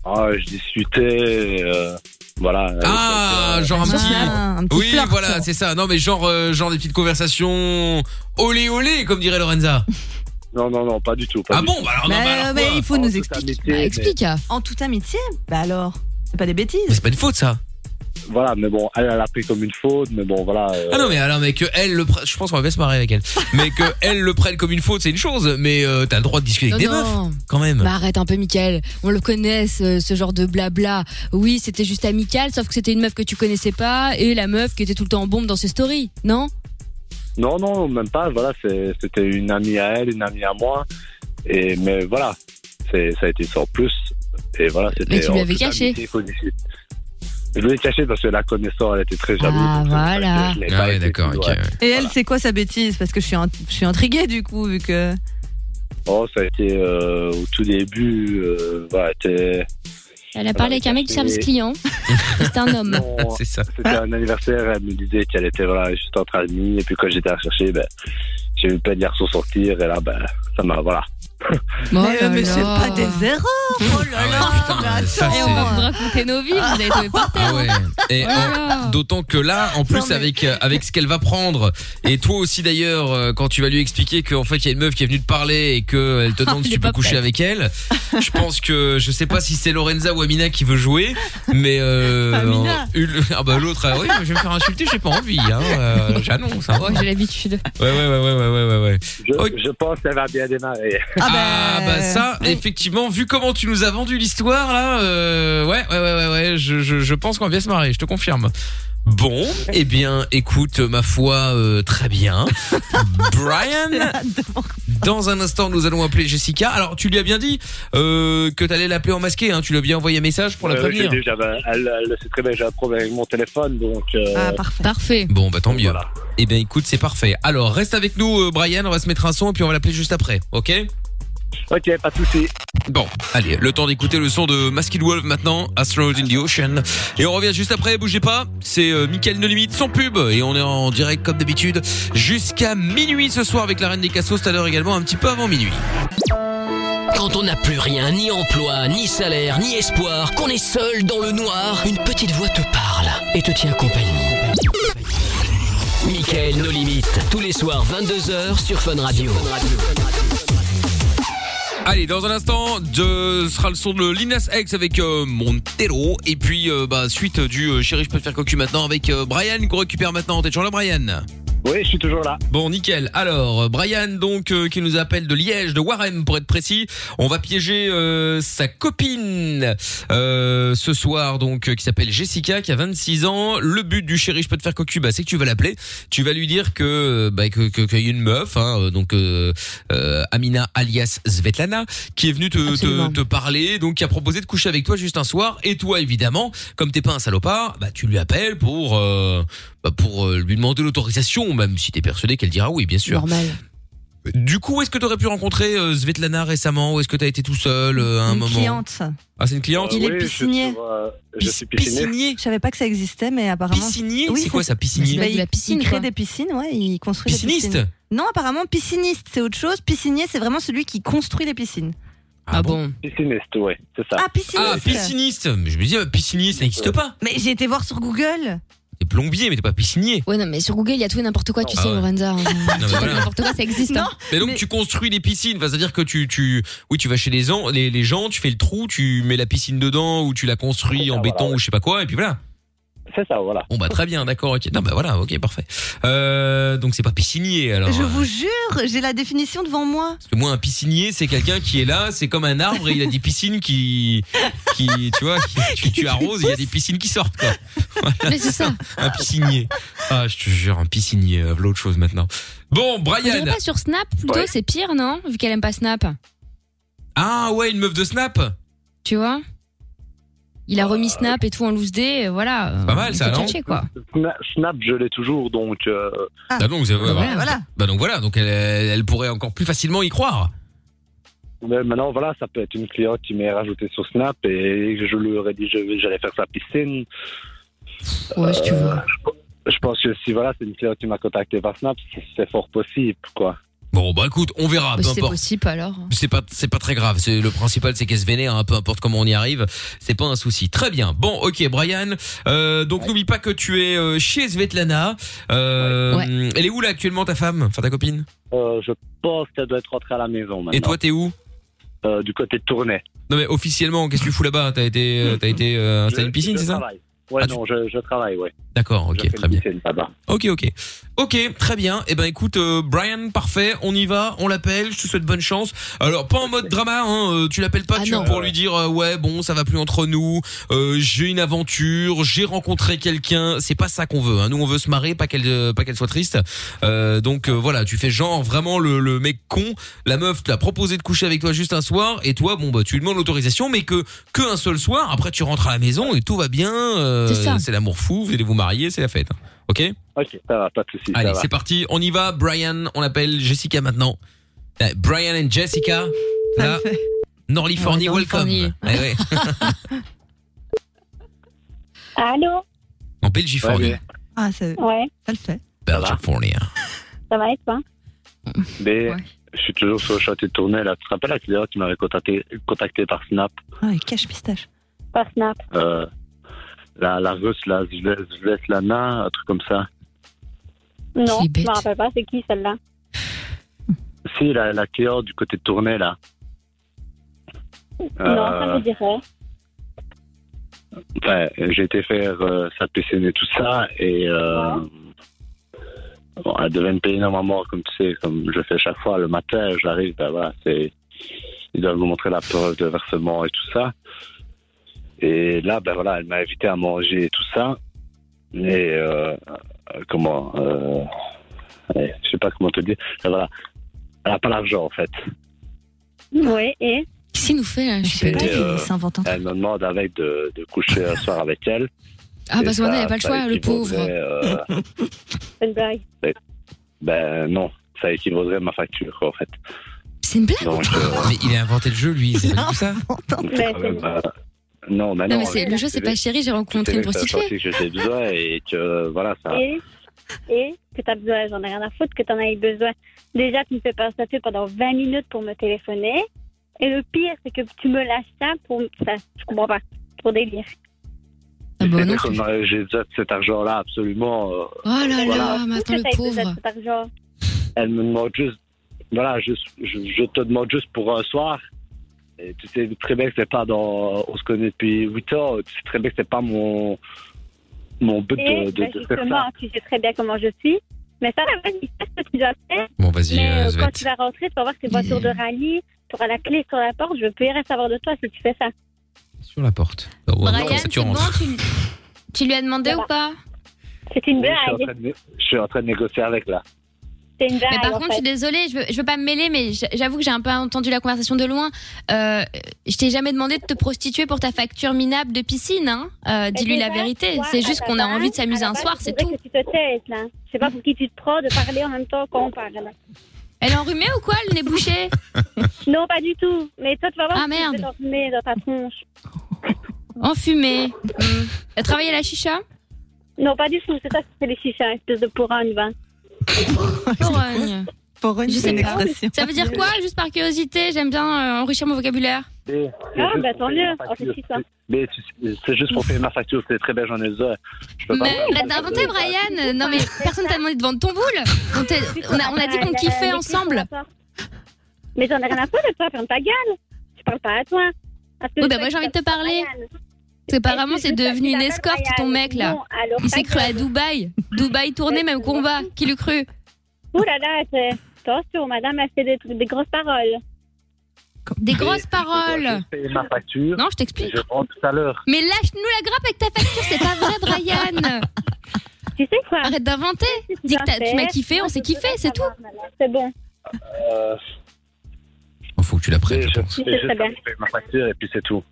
H: Ah, je discutais, euh, voilà. avec
A: Ah,
H: quelqu'un.
A: genre un
E: Ah,
A: petit.
E: un petit
A: Oui,
E: flirt.
A: voilà, c'est ça. Non, mais genre, euh, genre des petites conversations olé olé, comme dirait Lorenza.
H: Non, non, non, pas du tout. Pas
A: Ah
H: du
A: bon, bah alors, non,
E: Mais,
A: bah, alors
E: mais
A: quoi
E: il faut
H: tout. En
E: nous
H: toute
E: expliquer.
H: amitié,
B: Bah,
H: mais-
B: explique. ah.
E: En toute amitié Bah alors, c'est pas des
A: Mais
E: bêtises.
A: c'est pas une faute ça.
K: Voilà, mais bon, elle, elle a pris comme une faute, mais bon, voilà. euh,
A: Ah non mais alors mais que elle le pre- je pense qu'on va bien se marrer avec elle mais que
B: (laughs)
A: elle le prenne comme une faute c'est une chose mais euh, t'as le droit de discuter avec des meufs quand même.
B: Bah, arrête un peu, Michael. On le connaît, ce, ce genre de blabla. Oui, c'était juste amical, sauf que c'était une meuf que tu connaissais pas et la meuf qui était tout le temps en bombe dans ses stories, non
K: Non, non, même pas. Voilà, c'est- c'était une amie à elle, une amie à moi. Et, mais voilà, c'est- ça a été sans plus. Et voilà, c'était.
B: Mais tu lui
K: en
B: avais
K: toute
B: caché.
K: amitié, faut dire. Je l'ai caché parce que la connaissance, elle était très jalouse.
B: Ah,
K: donc
B: voilà.
K: je l'ai pas
A: Ah ouais,
K: été,
A: d'accord,
K: ouais.
A: ok, ouais.
E: Et elle, c'est quoi sa bêtise Parce que je suis, int- je suis intriguée du coup, vu que.
K: Oh, ça a été euh, au tout début. euh, voilà,
A: (laughs)
K: c'était
B: Elle a parlé avec un mec du service client. c'était un homme.
K: Non.
A: C'est ça.
K: c'était un anniversaire. Elle me disait qu'elle était voilà, juste entre amis. Et puis quand j'étais à chercher, ben, j'ai eu plein de garçons sortir. Et là, ben, ça m'a. Voilà.
E: mais euh, mais c'est pas des erreurs Oh là
A: Ah
E: là mais
A: putain, ça,
E: attends.
A: c'est-
B: Et on va vous raconter nos vies, vous allez tomber par terre.
A: Ah ouais.
E: hein.
A: Et en- d'autant que là, en plus
E: Non, mais-
A: avec euh, avec ce qu'elle va prendre, et toi aussi d'ailleurs, euh, quand tu vas lui expliquer qu'en fait il y a une meuf qui est venue te parler et que elle te
B: (laughs)
A: demande si
B: il
A: tu
B: est
A: peux
B: pas
A: coucher
B: prêt.
A: avec elle, je pense que je sais pas si c'est Lorenza ou Amina qui veut jouer, mais euh,
E: Amina.
A: en- une- (laughs) ah bah l'autre, ah oui, je vais me faire insulter, j'ai pas envie, hein, (laughs) euh, j'annonce. hein.
B: Oh, j'ai l'habitude.
A: Ouais ouais ouais ouais ouais ouais ouais. ouais.
K: Je,
A: Ok.
K: je pense qu'elle va bien démarrer.
E: Ah,
A: Ah bah ça, effectivement, vu comment tu nous as vendu l'histoire là, euh, ouais, ouais, ouais, ouais, ouais, je, je, je pense qu'on va bien se marrer, je te confirme. Bon, eh bien, écoute, ma foi, euh, très bien. Brian, dans un instant, nous allons appeler Jessica. Alors, tu lui as bien dit euh, que t'allais l'appeler en masqué, hein, tu lui as bien envoyé un message pour la
K: Euh,
A: prévenir.
K: je dis, j'avais- elle, elle le sait très bien, j'ai un problème avec mon téléphone, donc. euh,
E: Ah, parfait.
B: Parfait.
A: Bon, bah tant mieux.
K: voilà.
A: Eh bien, écoute, c'est parfait. Alors, reste avec nous, euh, Brian, on va se mettre un son et puis on va l'appeler juste après, ok
K: Ok, pas de soucis.
A: Bon, allez, le temps d'écouter le son de Masked Wolf maintenant, Astronaut in the Ocean. Et on revient juste après, bougez pas, c'est euh, Mickaël No Limite, sans pub. Et on est en direct comme d'habitude jusqu'à minuit ce soir avec la Reine des Cassos, tout à l'heure également, un petit peu avant minuit.
I: Quand on n'a plus rien, ni emploi, ni salaire, ni espoir, qu'on est seul dans le noir, une petite voix te parle et te tient compagnie. Michael, nos limites, tous les soirs 22h sur Fun Radio.
A: Allez, dans un instant, de, ce sera le son de Linas X avec euh, Montero. Et puis, euh, bah, suite du euh, Chéri, je peux te faire cocu maintenant avec euh, Brian qu'on récupère maintenant. T'es toujours là, Brian
K: Oui, je suis toujours là.
A: Bon, nickel. Alors, euh, Brian, donc, euh, qui nous appelle de Liège, de Warem, pour être précis. On va piéger euh, sa copine euh, ce soir, donc, euh, qui s'appelle Jessica, qui a 26 ans. Le but du chéri, je peux te faire cocu, bah, c'est que tu vas l'appeler. Tu vas lui dire que euh, bah, que- que- qu'il y a une meuf, hein, euh, donc euh, euh, Amina alias Svetlana, qui est venue te, te,
B: Absolument.
A: te parler, donc qui a proposé de coucher avec toi juste un soir. Et toi, évidemment, comme t'es pas un salopard, bah, tu lui appelles pour... euh, bah, pour euh, lui demander l'autorisation, même si t'es persuadé qu'elle dira oui, bien sûr.
B: Normal.
A: Du coup, est-ce que t'aurais pu rencontrer euh, Svetlana récemment ou est-ce que t'as été tout seul euh, à un
E: Une
A: moment
E: cliente.
A: Ah, c'est une cliente
E: Il est
K: je suis
E: piscinier.
K: sur, euh, Je suis piscinier.
A: Piscinier
E: Je savais pas que ça existait, mais apparemment.
A: Piscinier
E: Oui,
A: C'est quoi
E: c'est-
A: ça,
B: C'est
A: piscinier
B: pas
E: Bah,
B: de
E: il,
B: la piscine,
E: il crée
B: quoi.
E: des piscines, ouais, il construit des
A: Pisciniste
E: piscines. Non, apparemment, pisciniste, c'est autre chose. Piscinier, c'est vraiment celui qui construit les piscines.
B: Ah bon
K: Pisciniste, ouais, c'est ça.
E: Ah, pisciniste
A: Ah, pisciniste Mais Je me dis, euh, piscinier, ça n'existe pas
E: Mais j'ai été voir sur Google.
A: T'es plombier, mais t'es pas piscinier
B: Ouais, non, mais sur Google, il y a tout et n'importe quoi, tu
A: Ah
B: sais,
A: ouais.
B: Lorenza.
A: mais voilà.
B: N'importe quoi, ça existe. hein.
A: Mais donc,
E: Mais-
A: tu construis des piscines, enfin, c'est-à-dire que tu, tu, oui, tu vas chez les, gens- les, les gens, tu fais le trou, tu mets la piscine dedans ou tu la construis en
K: Ah, voilà,
A: béton
K: ouais.
A: ou je sais pas quoi, et puis voilà.
K: C'est ça, voilà.
A: Bon bah très bien, d'accord, ok. Non bah voilà, ok, parfait. Euh, donc c'est pas piscinier alors.
E: je
A: euh,
E: vous jure, j'ai la définition devant moi.
A: Parce que moi un piscinier c'est quelqu'un qui est là, c'est comme un arbre et il a des piscines qui, qui tu vois, qui- tu, tu arroses, il y a des piscines qui sortent quoi.
B: Mais c'est ça.
A: Un piscinier. Ah je te jure, un piscinier, euh, l'autre chose maintenant. Bon
B: On dirait
A: Brian.
B: pas sur Snap plutôt,
K: Ouais.
B: c'est pire, non Vu qu'elle aime pas Snap.
A: Ah ouais une meuf de Snap.
B: Tu vois Il
K: Bah,
B: a remis Snap et tout en loose day, euh, voilà. euh,
A: pas mal,
B: il
A: ça,
B: faut
A: non
B: tchatcher, quoi.
K: Sna- Snap, je l'ai toujours, donc. euh,
E: Ah.
A: Bah donc vous avez-
B: Ouais,
A: bah,
B: ouais.
E: Voilà.
A: bah donc voilà, donc elle, elle pourrait encore plus facilement y croire.
K: mais maintenant, voilà, ça peut être une cliente qui m'est rajoutée sur Snap et je lui aurais dit je- j'allais faire sa piscine. Euh,
B: Ouais, si tu veux.
K: Je pense que si voilà, c'est une cliente qui m'a contacté par Snap, c'est- c'est fort possible, quoi.
A: Bon bah écoute, on verra, peu
B: Bah, c'est
A: importe.
B: possible alors.
A: C'est pas c'est pas très grave. C'est le principal c'est qu'elle se vénère, hein, peu importe comment on y arrive, c'est pas un souci. Très bien. Bon, ok, Brian. Euh, donc n'oublie pas que tu es euh, chez Svetlana. Euh, Elle est où là actuellement ta femme, enfin ta copine
K: Euh, je pense qu'elle doit être rentrée à la maison maintenant.
A: Et toi t'es où
K: Euh, Du côté de Tournai.
A: Non mais officiellement qu'est-ce que tu fous là-bas T'as été euh, t'as été euh, installé
K: Je-
A: une piscine
K: je
A: c'est ça
K: travaille. Ouais, non, je, je travaille, ouais.
A: Ah, D'accord, ok, très bien.
K: là-bas.
A: Ok, ok. Ok, très bien. Eh ben écoute, euh, Brian, parfait, on y va, on l'appelle, je te souhaite bonne chance. Alors, pas en mode drama, hein, euh, tu l'appelles pas
L: Ah
A: tu-
L: non.
A: pour lui dire, euh, ouais, bon, ça va plus entre nous, euh, j'ai une aventure, j'ai rencontré quelqu'un, c'est pas ça qu'on veut. hein. Nous, on veut se marrer, pas qu'elle euh, pas qu'elle soit triste. Euh, donc euh, voilà, tu fais genre vraiment le, le mec con, la meuf te l'a proposé de coucher avec toi juste un soir, et toi, bon, bah tu lui demandes l'autorisation, mais que, que un seul soir, après tu rentres à la maison et tout va bien, euh,
K: C'est ça.
A: c'est l'amour fou, vous allez vous marier, c'est la fête. hein. Ok
K: Ok, ça va, pas de soucis. ça
A: Allez,
K: va.
A: c'est parti, on y va. Brian, on appelle Jessica maintenant. Euh, Brian and Jessica. Là. Norlifornie,
M: Ouais,
A: welcome.
M: Norlifornie.
A: Eh ouais. (laughs)
M: Allô
A: en Belgifornie.
E: Ah, c'est.
M: Ouais,
E: Ça le fait.
A: Belgifornie.
M: ça va et toi
K: Mais Ben, je suis toujours sur le château de Tournai, là. Tu te rappelles la vidéo qui m'avait contacté, contacté par Snap
E: Ah, il cache pistache.
M: Par Snap.
K: euh, la, la russe, la Svetlana, un truc comme ça.
M: Non, je me rappelle pas, c'est qui celle-là
K: Si, la, la Cléor du côté de Tournai, là.
M: Non, ça
K: Euh,
M: me dirait.
K: Enfin, Ben, j'ai été faire euh, sa piscine et tout ça, et euh, bon, elle devait me payer énormément, comme tu sais, comme je fais chaque fois le matin, j'arrive, ben voilà, c'est. Ils doivent me montrer la preuve de versement et tout ça. Et là, ben voilà, elle m'a invité à manger et tout ça. Et euh, euh, comment euh, ouais, Je sais pas comment te dire. Ben voilà, elle n'a pas l'argent en fait.
M: Oui, et
B: Qu'est-ce qu'il nous fait là Je sais
K: Et,
B: pas.
K: euh,
B: s'invente hein.
K: elle me demande avec de, de coucher un soir avec elle.
B: Ah,
K: Et
B: parce qu'on
K: ça-
B: n'avait pas le
K: ça
B: choix, le pauvre.
K: équivaudrait, euh,
M: C'est une blague.
K: ben- ben non, ça équivaudrait à ma facture en fait.
B: C'est une blague
K: Donc, euh,
A: Mais il a inventé le jeu, lui, c'est pas du tout
E: (laughs)
A: ça.
K: quand même, euh, non, mais
B: Non,
K: non.
B: mais c'est- le jeu, c'est pas chéri, j'ai rencontré
K: C'est
B: une
K: que ça a
B: prostituée.
K: sorti que j'étais besoin et que voilà, ça.
B: Ah,
M: Et, et que t'as besoin, j'en ai rien à foutre que t'en aies besoin. Déjà, tu me fais patienter pendant 20 minutes pour me téléphoner. Et le pire, c'est que tu me lâches ça pour ça. Je comprends pas. Pour délire.
B: bah,
K: Et donc, on aurait- euh, J'ai besoin de cet argent-là, absolument. euh,
B: Oh là
K: voilà.
B: là, maintenant le pauvre.
K: Elle me demande juste. Voilà, juste, je, je te demande juste pour un soir. Et tu sais très bien que c'est pas dans. On se connaît depuis 8 ans. Tu sais très bien que c'est pas mon. Mon but
M: Et
K: de, de-
M: ben,
K: de faire ça.
M: justement, tu sais très bien comment je suis. Mais ça, vas-y, fais ce que tu dois faire.
A: Bon, vas-y,
M: Mais
A: euh,
M: euh,
A: Svet.
M: quand tu vas rentrer, tu vas voir tes voitures de rallye, tu auras la clé sur la porte, je peux rien savoir de toi si tu fais ça.
A: Sur la porte. Oh, ouais,
B: Brian,
A: comme ça,
B: c'est
A: tu
B: bon,
A: rentres.
B: tu, tu lui as demandé ou pas
M: C'est
B: Eh,
M: une
B: ben,
K: Je suis en train
M: blague.
K: de né- je suis en train de négocier avec là.
M: C'est une blague.
B: Mais par
M: en
B: contre, je
M: fait.
B: suis désolée, je veux, je veux pas me mêler, mais j- j'avoue que j'ai un peu entendu la conversation de loin. Euh, je t'ai jamais demandé de te prostituer pour ta facture minable de piscine. Hein. Euh,
M: Mais
B: Dis-lui la
M: déjà,
B: vérité.
M: toi,
B: C'est
M: à
B: juste
M: la
B: qu'on a
M: base-
B: envie de s'amuser
M: à la
B: un
M: base,
B: soir,
M: il
B: c'est
M: faudrait
B: tout.
M: que tu te taises, là. Je sais pas pour qui tu te prends de parler en même temps qu'on parle.
B: Elle est enrhumée ou quoi Le nez
M: (laughs)
B: bouché
M: Non, pas du tout. Mais toi, tu vas voir
B: Ah,
M: si tu
B: merde.
M: te fais dormir dans ta tronche.
B: Enfumée. Hmm. Elle travaille à la chicha
M: Non, pas du tout. C'est toi qui fais les chichas, espèce de poronne, va.
B: Porogne.
E: Porogne,
B: Je
E: c'est
B: sais
E: une
B: pas.
E: expression.
B: Ça veut dire quoi Juste par curiosité, j'aime bien euh, enrichir mon vocabulaire.
K: Et c'est
B: Ah,
K: juste
B: bah,
K: pour
B: tant
K: payer
B: mieux.
K: ma
B: Oh,
K: facture.
B: c'est qui, ça
K: Mais tu- c'est juste pour payer ma facture, c'est très bien, j'en ai besoin. Je peux pas.
B: Mais bah, t'as inventé Brian Euh, Non mais personne t'a demandé de vendre ton boule On, t'a- on a, on a dit qu'on kiffait ensemble
M: Mais j'en ai rien à foutre de toi, ferme ta gueule. Tu parles pas à toi.
B: Oui bah moi j'ai envie de te parler Parce qu'apparemment c'est devenu une escorte ton mec là
M: Non, alors,
B: Il s'est
M: ta
B: cru à
M: gueule.
B: Dubaï Dubaï tourné même combat Qui l'eût cru
M: Ouh là là, t'es- attention, madame, elle fait des, trucs- des grosses paroles.
B: Des grosses paroles
K: Payer ma facture.
B: Non, je t'explique.
K: Je prends tout à l'heure.
B: Mais lâche-nous la grappe avec ta facture C'est pas vrai Brian
M: (laughs) Tu sais quoi
B: Arrête d'inventer Dis que t'as- tu m'as kiffé, on s'est kiffé, c'est tout
M: C'est bon.
K: Euh,
A: Faut que tu la prennes.
K: je
M: Oui,
K: fais
M: c'est
K: juste
M: très bien.
K: payer ma facture et puis c'est tout.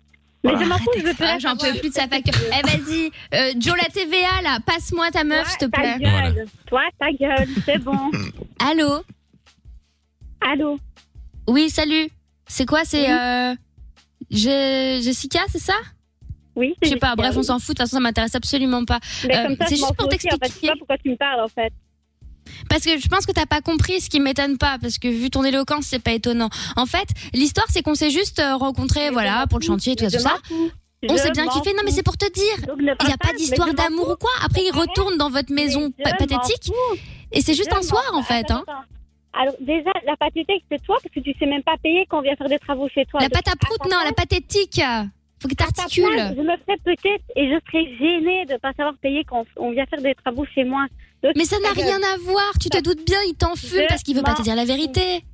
M: Mais
K: Voilà.
M: je m'en fous, je veux
B: Ah,
M: pas.
B: J'en peux plus de sa facture Eh vas-y euh, Joe la TVA là Passe-moi ta meuf s'il te
M: Ta
B: plaît
M: gueule. Toi, ta gueule, c'est bon.
B: (laughs) Allô
M: Allô
B: Oui, salut. C'est quoi C'est euh, Je- Jessica, c'est ça
M: Oui,
B: Je sais pas, bref, on s'en fout, de toute façon, ça m'intéresse absolument pas.
M: Mais
B: Euh,
M: comme ça,
B: c'est
M: je
B: juste
M: m'en
B: pour
M: fous aussi, en fait.
B: t'expliquer.
M: Je sais pas pourquoi tu me parles, en fait.
B: Parce que je pense que t'as pas compris, ce qui m'étonne pas, parce que vu ton éloquence, c'est pas étonnant. En fait, l'histoire, c'est qu'on s'est juste euh, rencontrés, voilà, pour le chantier, tout ça,
M: Je
B: tout ça.
M: m'en fous.
B: On
M: Je
B: s'est bien
M: m'en
B: kiffé. Non, mais
M: fous.
B: c'est pour te dire.
M: Donc,
B: Il n'y
M: ne
B: a
M: parle
B: pas
M: mais
B: d'histoire
M: je m'en
B: d'amour ou quoi. Après, ils retournent dans votre maison
M: je
B: pa-
M: m'en
B: pathétique.
M: fous.
B: Et c'est juste
M: Je
B: un soir,
M: m'en
B: en fait.
M: fous.
B: Hein.
M: Attends, attends. Alors, déjà, la pathétique, c'est toi, parce que tu sais même pas payer quand on vient faire des travaux chez toi.
B: La
M: Donc,
B: pâte à prout, non, la pathétique. Faut que
M: À ta place, Je me ferais peut-être et je serais gênée de ne pas savoir payer quand on vient faire des travaux chez moi.
B: Mais ça n'a rien à voir, tu te doutes bien, il t'enfume
M: Je
B: parce qu'il veut pas te
M: m'en
B: dire la vérité.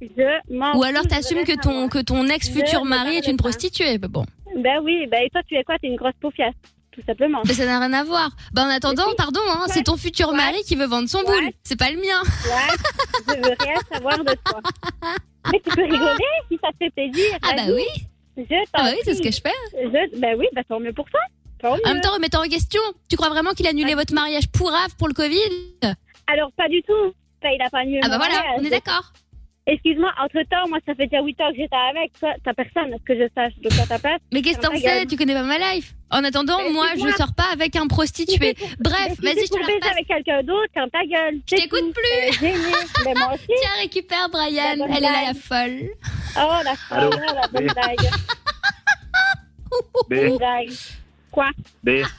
M: m'en
B: Ou alors
M: fous, je
B: t'assumes
M: veux
B: que
M: rien
B: ton, que ton ex-futur
M: Je
B: mari est une prostituée. Bah bon.
M: Ben oui, ben et toi, tu es quoi T'es une grosse paupière, tout simplement.
B: Mais ça n'a rien à voir. Bah en attendant, pardon, hein, c'est ton futur mari qui veut vendre son boule. C'est pas le mien.
M: je veux rien savoir de toi. Mais tu peux rigoler si ça te fait plaisir.
B: Ah bah
M: vas-y.
B: oui.
M: Je
B: Ah bah oui, c'est ce que je fais.
M: Ben oui, bah tant mieux pour toi. Tant
B: En
M: mieux.
B: même temps, remettant en question, tu crois vraiment qu'il a annulé votre mariage pourrave pour le Covid
M: Ah. Alors pas du tout. Ben, il a pas annulé
B: Ah
M: le
B: bah voilà,
M: mariage.
B: on est d'accord.
M: Excuse-moi, entre-temps, moi, ça fait déjà 8 ans que j'étais avec. Toi, t'as personne, à ce que je sache. Donc, toi, t'as pas.
B: (laughs) Mais qu'est-ce que
M: T'as
B: t'en
M: pas
B: sais
M: gagné.
B: Tu connais pas ma life. En attendant,
M: Mais
B: moi,
M: excuse-moi.
B: je sors pas avec un prostitué. Bref,
M: (laughs) Mais
B: vas-y,
M: si c'est
B: je te
M: pour
B: la
M: baiser
B: repasse.
M: avec quelqu'un d'autre, ferme ta gueule.
B: Je t'écoute plus. (laughs)
M: Tiens,
B: récupère Brian.
M: bonne
B: Elle est là, la
M: blague.
B: folle.
M: Oh, la
B: Allô
M: folle, la bonne
B: Mais- (laughs)
M: blague.
K: Mais-
M: Bonne blague. Quoi
K: Mais
M: (laughs)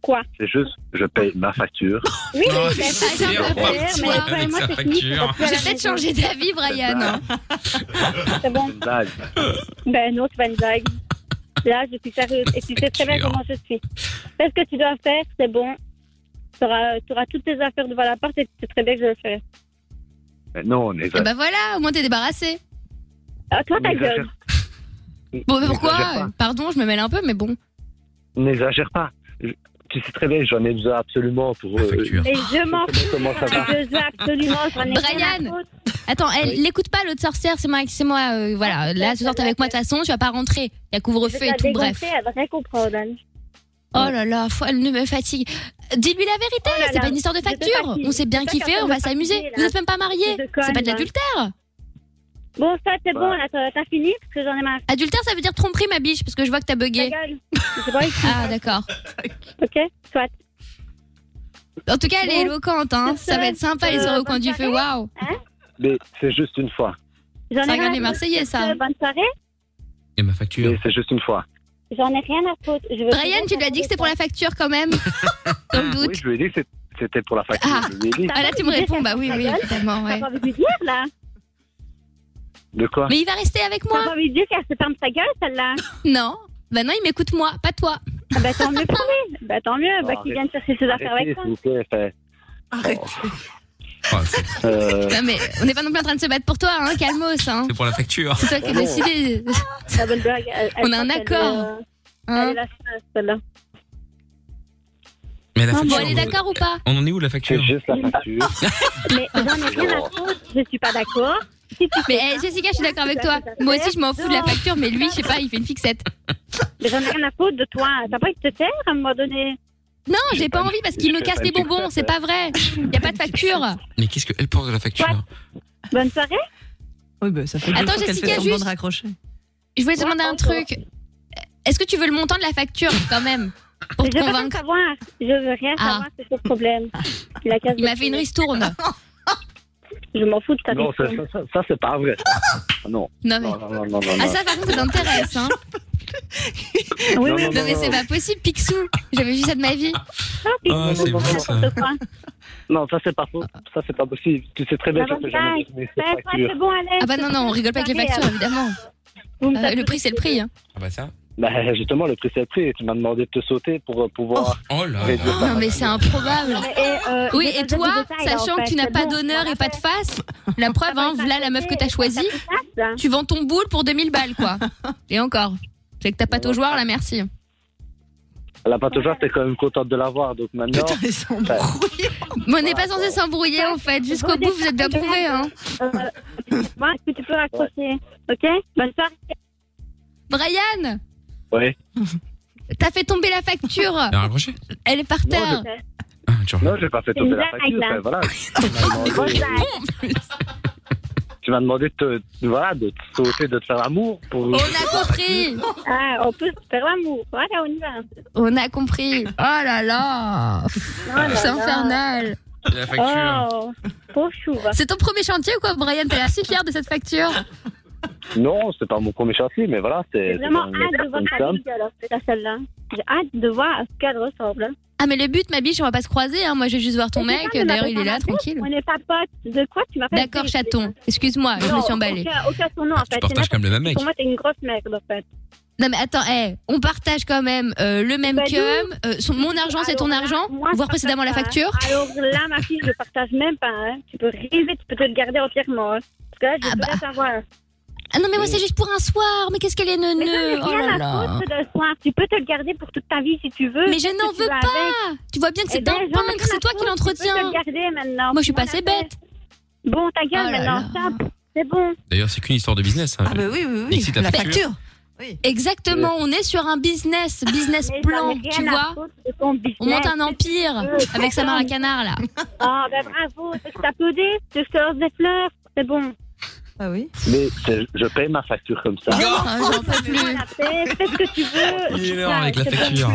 M: Quoi
K: c'est juste, je paye ma facture.
M: Oui,
K: Non,
M: mais
K: Ah, c'est
M: ça,
K: sûr,
M: j'ai un peu
K: on va
M: peur,
K: partir
M: mais
K: avec
M: vraiment,
K: sa
M: c'est fini, c'est
K: facture.
M: pas plus à la
B: J'ai peut-être
M: maison.
B: changé d'avis, Brian. hein.
M: C'est bon.
K: Blague.
M: Ben non, c'est pas une blague. Là, je suis sérieuse et tu sais très bien comment je suis. Fais ce que tu dois faire, c'est bon. Tu auras, toutes tes affaires devant la porte et tu sais très bien que je le ferai.
K: Mais non, on est
B: Et bah voilà, au moins t'es débarrassé.
M: Ah, Eh ben, toi,
K: ta gueule.
B: Bon,
K: N'exagère pas.
B: mais pourquoi Pardon, je me mêle un peu, mais bon.
K: N'exagère pas. Je- Tu sais très bien, j'en ai besoin absolument pour. euh,
M: Et je m'en fous.
K: Comment ça va
M: Je veux absolument, j'en ai rien
B: Brian Attends, elle l'écoute pas l'autre sorcière, c'est moi, c'est moi. euh,
M: Ah,
B: voilà, là, ce soir t'es avec moi de toute façon, tu vas pas rentrer. Il y a
M: Je
B: couvre-feu
M: vais
B: et
M: la
B: tout, bref.
M: dégonfler, Elle va rien comprendre. Anne.
B: Oh là là, faut- elle ne me fatigue. Dis-lui la vérité,
M: Oh là
B: c'est
M: là,
B: pas une histoire de
M: je te
B: facture.
M: fatigue.
B: On s'est bien
M: Je te
B: kiffé,
M: fatigue,
B: on va
M: je te
B: s'amuser.
M: fatigue,
B: Vous
M: là.
B: n'êtes même pas mariés.
M: Je te
B: C'est pas
M: cogne,
B: de
M: là.
B: l'adultère.
M: Bon, ça, c'est bon, là, t'as t'as fini parce que j'en ai marre.
B: Adultère, ça veut dire tromperie, ma biche, parce que je vois que t'as bugué. (laughs) Ah, d'accord.
M: Ok, soit.
B: En tout cas, elle est
M: Bon.
B: éloquente, hein.
M: Sur
B: Ça
M: ce,
B: va être sympa, les
M: euh,
B: soirées au coin
M: bonne
B: du feu.
M: soirée.
B: Waouh.
K: Mais c'est juste une fois.
M: J'en
B: Ça
M: ai rien
B: regarde
M: à
B: les Marseillais,
M: foutre,
B: ça.
M: Bonne soirée.
K: Et ma facture. Mais c'est juste une fois.
M: J'en ai rien à foutre. Je veux
B: Brian, tu lui as dit que c'était pour la facture quand même.
K: Oui, je lui ai dit que c'est- c'était pour la facture.
B: Ah.
K: Je lui ai dit.
B: Ah là, tu me réponds, bah oui, oui, évidemment, ouais.
M: T'as pas envie de dire, là
K: De quoi
B: Mais il va rester avec moi.
M: T'as pas envie de dire qu'elle se ferme sa gueule, celle-là
B: (laughs) Non. Bah non, il m'écoute moi, pas toi.
M: Bah tant mieux pour lui. Bah tant mieux, bah qu'il vienne chercher ses affaires avec
K: Ah, Arrêtez,
M: toi.
K: s'il vous plaît. fait-
B: Arrête.
A: Ah,
K: Euh,
A: (laughs)
B: Non mais on n'est pas non plus en train de se battre pour toi, hein, calmos, hein.
A: C'est pour la facture.
B: C'est toi
K: Ah,
B: qui as décidé. On a un
M: euh,
B: accord. Hein
A: Mais la
B: Bon,
A: facture.
B: elle est
A: on-
B: d'accord ou pas Ah,
A: On en est où la facture
K: Juste
B: (laughs)
K: la facture.
M: Mais j'en ai rien à foutre, je suis pas d'accord.
B: Mais eh, Jessica, je suis d'accord avec toi. Moi aussi, je m'en fous de la facture, mais lui, je sais pas, il fait une fixette.
M: Mais j'en ai rien à foutre de toi. T'as pas envie de te taire à un moment donné
B: Non, j'ai pas envie parce qu'il me casse des bonbons, c'est pas vrai. Y a pas de facture.
A: Mais qu'est-ce qu'elle pense de la facture hein
M: Bonne soirée.
E: Oui, bah, ça fait deux
B: Attends,
E: fois qu'elle
B: Jessica,
E: fait semblant
B: juste-
E: de raccrocher.
B: Je voulais te demander un truc. Est-ce que tu veux le montant de la facture quand même pour
M: Mais
B: te
M: je veux rien
B: convaincre
M: savoir. Je veux rien
B: Ah.
M: savoir, c'est son problème. Il a
B: Il m'a fait une ristourne.
M: Je m'en fous de ta
K: Non, ça,
M: question.
K: ça, ça, ça, c'est pas vrai. Ah, Non.
B: Non, mais-
K: non, non, non, non, non.
B: Ah ça par contre ça t'intéresse hein
K: oui,
B: Non
K: oui.
B: mais c'est pas possible Picsou J'avais vu ça de ma vie
K: Ah, c'est bon, ça.
M: quoi.
K: Non, ça c'est pas faux. Ça c'est pas possible. Tu sais très bien que je peux jamais donner cette facture.
B: Ah bah non non on rigole pas avec les
M: hein.
B: factures évidemment Euh, Le prix c'est le prix hein.
A: Ah bah ça.
K: Bah, justement, le prix c'est le prix. Tu m'as demandé de te sauter pour euh, pouvoir.
A: Oh, là
K: réduire ta
B: Non mais c'est improbable
M: euh,
B: Oui
M: je
B: et
M: vais te
B: toi
M: dire des détails, là,
B: sachant
M: en
B: que tu
M: fait,
B: n'as
M: c'est
B: pas
M: bon,
B: d'honneur et pas de face La preuve hein voilà la meuf que t'as choisie Tu vends ton boule pour 2000 balles quoi Et encore C'est que t'as pas au joueur là merci
K: La pataugeoire, t'es quand même contente de l'avoir. Donc maintenant. Bah,
B: Mais on n'est pas censé s'embrouiller en fait Jusqu'au bout vous êtes bien trouvés hein
M: Euh, bon, est-ce que tu peux raccrocher Ok Bonne soirée.
B: Brian
K: ouais.
B: T'as fait tomber la facture
A: Elle a raccroché
B: Elle est par terre
K: Non, j'ai pas fait tomber la
B: Une blague,
K: facture. enfin, voilà.
B: là.
K: Tu m'as demandé- Tu m'as demandé de te, voilà, de te sauter, de te faire l'amour pour.
B: compris.
M: Ah, on peut se faire l'amour. Voilà, on y va.
B: On a compris. Oh là là.
M: Oh là
B: C'est
M: là.
B: infernal.
A: La facture.
M: Oh,
B: C'est ton premier chantier ou quoi, Brian T'as l'air si fier de cette facture.
K: Non, c'est pas mon premier chantier, mais voilà,
M: J'ai
K: c'est. c'est
M: vraiment
K: quand
M: hâte
K: même
M: de voir
K: une
M: ta
K: somme.
M: gueule, alors, c'est la celle-là. J'ai hâte de voir à ce qu'elle ressemble. hein.
B: Ah, mais le but, ma biche, on va pas se croiser. hein. Moi, je vais juste voir ton
M: Mais
B: mec.
M: c'est ça, mais
B: D'ailleurs,
M: ma
B: il est là,
M: femme,
B: tranquille.
M: On n'est pas potes. De quoi tu m'appelles
B: D'accord, chaton. Excuse-moi, je me
M: Non,
B: suis emballée.
M: Aucun, aucun son nom, en fait.
A: partages
M: C'est
A: quand même le même
M: n'importe-
A: mec.
M: Pour moi, t'es une grosse merde, en fait.
N: Non mais attends, eh, on partage quand même euh, le même
M: Bah,
N: cum,
M: nous-
N: euh, son- mon argent c'est ton
M: Alors là,
N: argent,
M: moi, je partage
N: voire précédemment la
M: pas, hein.
N: facture.
M: Alors là, ma fille, je ne partage même pas. hein. Tu peux rêver, tu peux te le garder entièrement. hein. Parce que là, je voudrais savoir.
N: bah. Ah non mais moi c'est juste pour un soir, mais qu'est-ce qu'elle est
M: Mais ça,
N: neuneu
M: c'est
N: Oh
M: rien
N: là
M: à
N: là.
M: foutre d'un soir. Tu peux te le garder pour toute ta vie si tu veux.
N: Mais je n'en
M: Si tu
N: veux
M: vas
N: pas.
M: avec.
N: Tu vois bien que
M: Eh
N: c'est
M: ben,
N: dingue,
M: j'en ai rien
N: c'est
M: à
N: toi qui
M: foutre,
N: l'entretiens.
M: Tu peux te le garder maintenant.
N: Moi, je suis pas
M: Voilà,
N: assez bête.
M: Bon, ta gueule
N: Oh là
M: maintenant. stop. C'est bon.
A: D'ailleurs, c'est qu'une histoire de business. hein.
N: Ah bah oui, oui, oui.
A: Nixit la,
N: La
A: facture.
N: facture. Exactement, on est sur un business, business
M: Mais j'en ai
N: plan,
M: rien
N: tu
M: à
N: vois.
M: foutre de ton business.
N: On monte un empire
M: Euh,
N: avec Samara Canard là.
M: Ah, ben bravo. Je t'applaudis. Je te lance des fleurs. C'est bon. Ah,
E: Ah oui
K: Mais c'est- je paye ma facture comme ça.
M: j'en
N: Ah,
M: peux plus.
N: bah,
M: Fais fais ce que tu veux.
K: Il est
M: là avec la C'est bon. facture.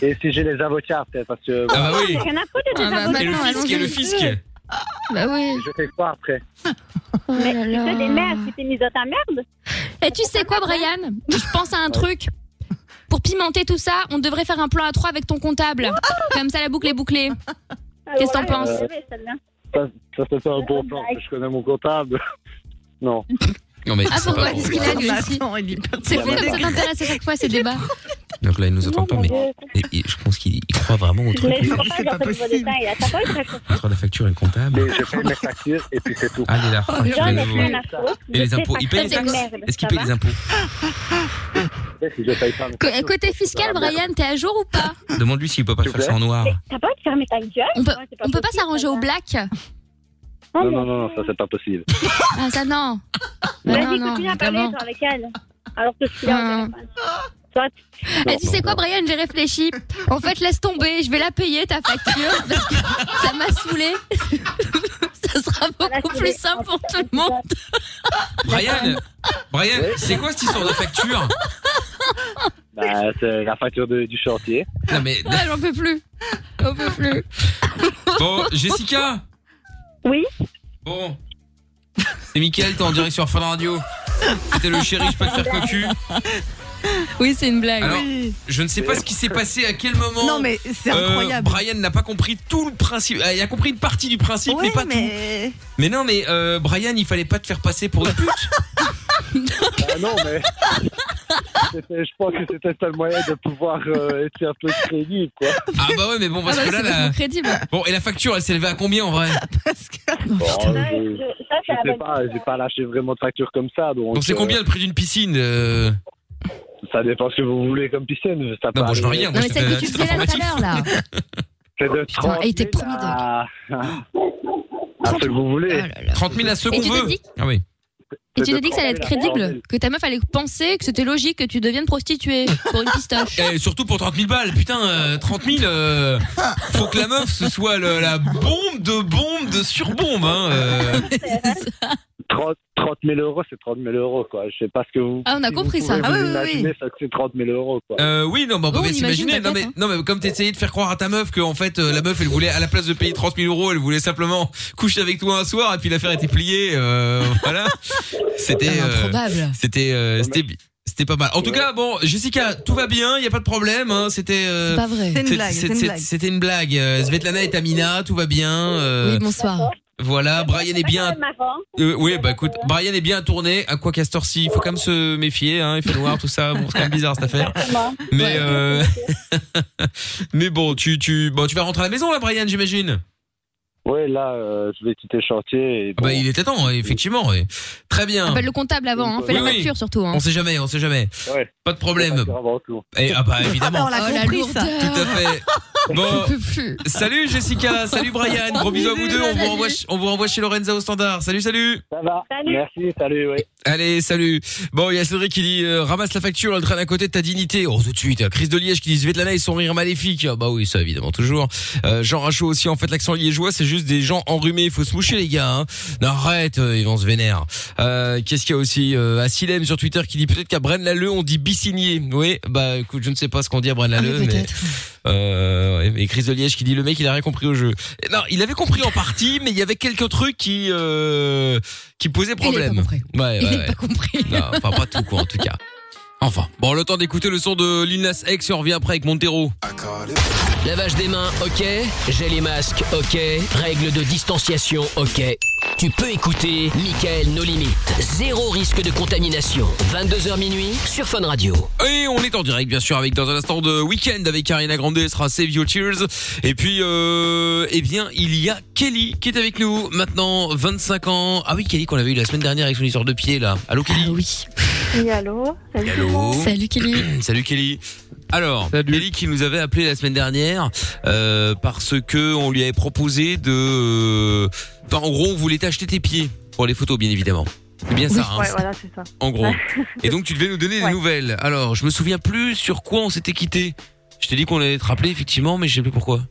K: Et si j'ai les avocats après, parce que.
A: Ah bah
M: J'ai rien à foutre de tes avocats.
N: Bah oui.
K: Je fais quoi après
M: Mais
N: là
M: tu
N: là.
M: fais des merdes, tu t'es mise dans ta merde.
N: Et tu sais quoi, Brian Je pense à un truc. Pour pimenter tout ça, on devrait faire un plan à trois avec ton comptable. Comme ça, la boucle est bouclée.
M: Ah
N: Qu'est-ce que t'en penses
M: Euh,
K: Ça, ça c'est pas un bon plan, parce que je connais mon comptable. Non.
A: Non mais
N: Ah,
A: c'est
N: pourquoi
A: pas
N: Qu'est-ce
A: bon.
N: qu'il a lui aussi C'est fou comme ça t'intéresse à chaque fois ces débats.
A: Donc là, il nous entend pas, mais et- et je pense qu'il il croit vraiment au truc.
M: Mais je comprends pas dans ce détail. T'as pas eu très confiance.
A: Entre la facture et le comptable.
K: Mais je paye mes factures et puis c'est tout.
A: Allez là.
M: J'en ai rien à foutre.
A: Et les
M: Je
A: impôts,
M: fais
A: il paye les
M: partie
A: taxes
M: des merdes,
A: Est-ce qu'il
M: ça
A: paye
M: va
A: les impôts
K: Si je paye pas mes
N: Co-
K: factures,
N: Côté fiscal, Brian, t'es à jour ou pas
A: Demande-lui s'il peut pas
K: S'il te
A: faire ça en
K: plaît. (laughs)
A: noir.
M: T'as pas envie de fermer ta gueule
N: On peut, on peut pas s'arranger au black
K: Non, non, non, non, ça c'est pas possible.
N: Ah ça
M: (laughs)
N: non. Bah,
M: Vas-y,
N: non,
M: continue
N: non,
M: à parler
N: vraiment.
M: toi, avec
N: (laughs)
M: elle. Alors que je suis là.
N: Eh, tu sais quoi, Brian, j'ai réfléchi. En fait, laisse tomber, je vais la payer ta facture parce que ça m'a saoulé. ça sera beaucoup plus simple pour tout le monde.
A: Brian Brian, c'est quoi cette histoire de facture
K: Bah, c'est la facture de- du chantier.
A: Non mais.
N: Ah, j'en peux plus. J'en peux plus.
A: Bon, Jessica
M: Oui
A: Bon. C'est Mickaël, t'es en direct sur Fun Radio. C'était le chéri, je peux te faire cocu.
N: Oui, c'est une blague.
A: Alors, je ne sais pas ce qui s'est passé, à quel moment.
E: Non, mais c'est
A: euh,
E: incroyable.
A: Brian n'a pas compris tout le principe. euh, Il a compris une partie du principe, mais pas tout. Mais non, mais euh, Brian, il fallait pas te faire passer pour une pute.
K: (laughs) Ah non, mais. C'était- Je pense que c'était le seul moyen de pouvoir euh, être un peu crédible, quoi.
A: Ah bah ouais, mais bon, parce
K: Ah bah,
A: que là.
K: c'est
A: la-
K: pas
N: crédible.
A: Bon, et la facture, elle s'est élevée à combien en
N: (laughs)
A: vrai
K: Bon, je,
M: Ça, c'est
K: je
M: la
K: sais
M: bonne
K: pas, j'ai pas lâché vraiment de facture comme ça. Donc,
A: Donc c'est
K: euh,
A: combien le prix d'une piscine euh
K: Ça dépend ce que vous voulez comme piscine. Ça
A: Non, bon, je veux
K: aller-
A: rien.
N: Non,
A: Moi,
N: mais
A: je
N: celle
A: te
N: que
A: fais
N: tu faisais là tout à
A: l'informatif.
N: l'heure, là.
K: C'est de
N: Putain,
K: 30
N: et t'es promis de.
K: à... à ce que vous voulez.
N: Ah,
A: 30 000 à ce
N: Et
A: qu'on
N: tu t'es
A: veut.
N: dit-
A: Ah oui.
N: Et tu t'es dit que ça allait être crédible, que ta meuf allait penser que c'était logique que tu deviennes prostituée pour une pistoche.
A: Et surtout pour 30 000 balles, putain, euh, 30 000, euh, faut que la meuf ce soit le- la bombe de bombe de surbombe. Hein, euh.
K: 30, 30 000 euros, c'est 30 000 euros, quoi. Je sais pas ce que vous.
N: Ah, on a
K: si
N: compris
K: vous
N: ça.
K: pouvez
N: Ah oui,
K: vous
N: oui, oui.
K: imaginez ça que c'est 30 000 euros, quoi.
A: Euh, oui, non, mais on
N: Oh,
K: Oui,
A: pouvait
K: on imagine,
A: s'imaginer. Non mais,
N: hein.
A: non, mais comme t'essayais de faire croire à ta meuf que en fait, euh, la meuf, elle voulait, à la place de payer 30 000 euros, elle voulait simplement (laughs) coucher avec toi un soir et puis l'affaire était pliée. euh, (laughs) voilà. C'était. euh,
N: Improbable.
A: C'était. euh, c'était bi- c'était pas mal. En tout cas, bon, Jessica, tout va bien, y a pas de problème. Hein, c'était. euh,
N: C'est pas vrai. C'est une
A: c'est-
N: blague,
A: c'est-
N: c'est une
A: c'est-
N: blague.
A: C'était une blague. Euh, Svetlana et Tamina, tout va bien. euh,
N: Oui, bonsoir.
A: Voilà, Brian est bien. Euh, oui, bah écoute, Brian est bien tourné. À quoi qu'à cette heure-ci, il faut quand même se méfier. Hein, il fait noir, tout ça. Bon, c'est quand même bizarre cette affaire. Mais euh, (laughs) mais bon, tu tu bon, tu vas rentrer à la maison là, Brian, j'imagine.
K: Ouais, là, euh, je vais quitter le chantier. Et
A: Ah bah, il était temps, ouais, effectivement. ouais. Très (laughs) bien.
B: Ah bah,
N: Appelle le comptable avant, hein. fais
A: Oui,
N: la
A: oui.
N: facture surtout. Hein.
A: On sait jamais, on sait jamais. Pas de problème. Et, ah bah évidemment.
N: Oh, la lourdeur.
A: Tout à fait. Bon,
N: J'en peux plus.
A: salut Jessica, salut Brian, gros bisous à vous deux. On vous renvoie, on vous renvoie chez Lorenza au standard. Salut, salut.
K: Ça va. Merci, salut, oui.
A: Allez, salut. Bon, il y a Cédric qui dit euh, ramasse la facture, elle traîne à côté de ta dignité. Oh, tout de suite. Chris de Liège qui dit Svetlana et son rire maléfique. Ah, bah oui, ça évidemment toujours. Euh, Jean Rachaud aussi. En fait, l'accent liégeois, c'est juste des gens enrhumés. Il faut se moucher les gars. Hein. Non, arrête, euh, ils vont se vénérer. Euh, Qu'est-ce qu'il y a aussi euh, Asilem sur Twitter qui dit peut-être qu'à Braine Lalleud on dit bissinier. Oui, bah écoute, je ne sais pas ce qu'on dit à Braine Lalleud, mais. Euh, ouais, mais Chris de Liège qui dit le mec il a rien compris au jeu. Et non, il avait compris en partie, mais il y avait quelques trucs qui euh, qui posaient
I: avait pas
A: problème.
I: compris.
A: Ouais,
I: Il
A: ouais,
I: avait
A: ouais.
I: pas compris.
A: Non, enfin pas tout quoi en tout cas. Enfin, bon, le temps d'écouter le son de Lil Nas X et on revient après avec Montero.
I: Lavage des mains, ok. J'ai les masques, ok. Règles de distanciation, ok. Tu peux écouter Michael No Limites. Zéro risque de contamination. 22h minuit sur Fun Radio.
A: Et on est en direct bien sûr avec dans un instant de week-end avec Ariana Grande, ce sera Save Your Tears. Et puis euh, eh bien il y a Kelly qui est avec nous maintenant 25 ans. Ah oui Kelly qu'on avait eu la semaine dernière avec son histoire de pied là. Allô
I: Ah
A: Kelly.
B: oui.
O: Oui, allô Salut. tout le
A: (clears throat)
O: monde.
A: Salut Kelly. Alors, Kelly qui nous avait appelé la semaine dernière euh, parce que on lui avait proposé de. euh, Enfin, en gros, on voulait t'acheter tes pieds pour les photos, bien évidemment. C'est bien ça. hein.
O: Ouais, voilà, c'est ça.
A: En gros. Et donc tu devais nous donner des nouvelles. Alors, je me souviens plus sur quoi on s'était quitté. Je t'ai dit qu'on allait te rappeler effectivement, mais je sais plus pourquoi.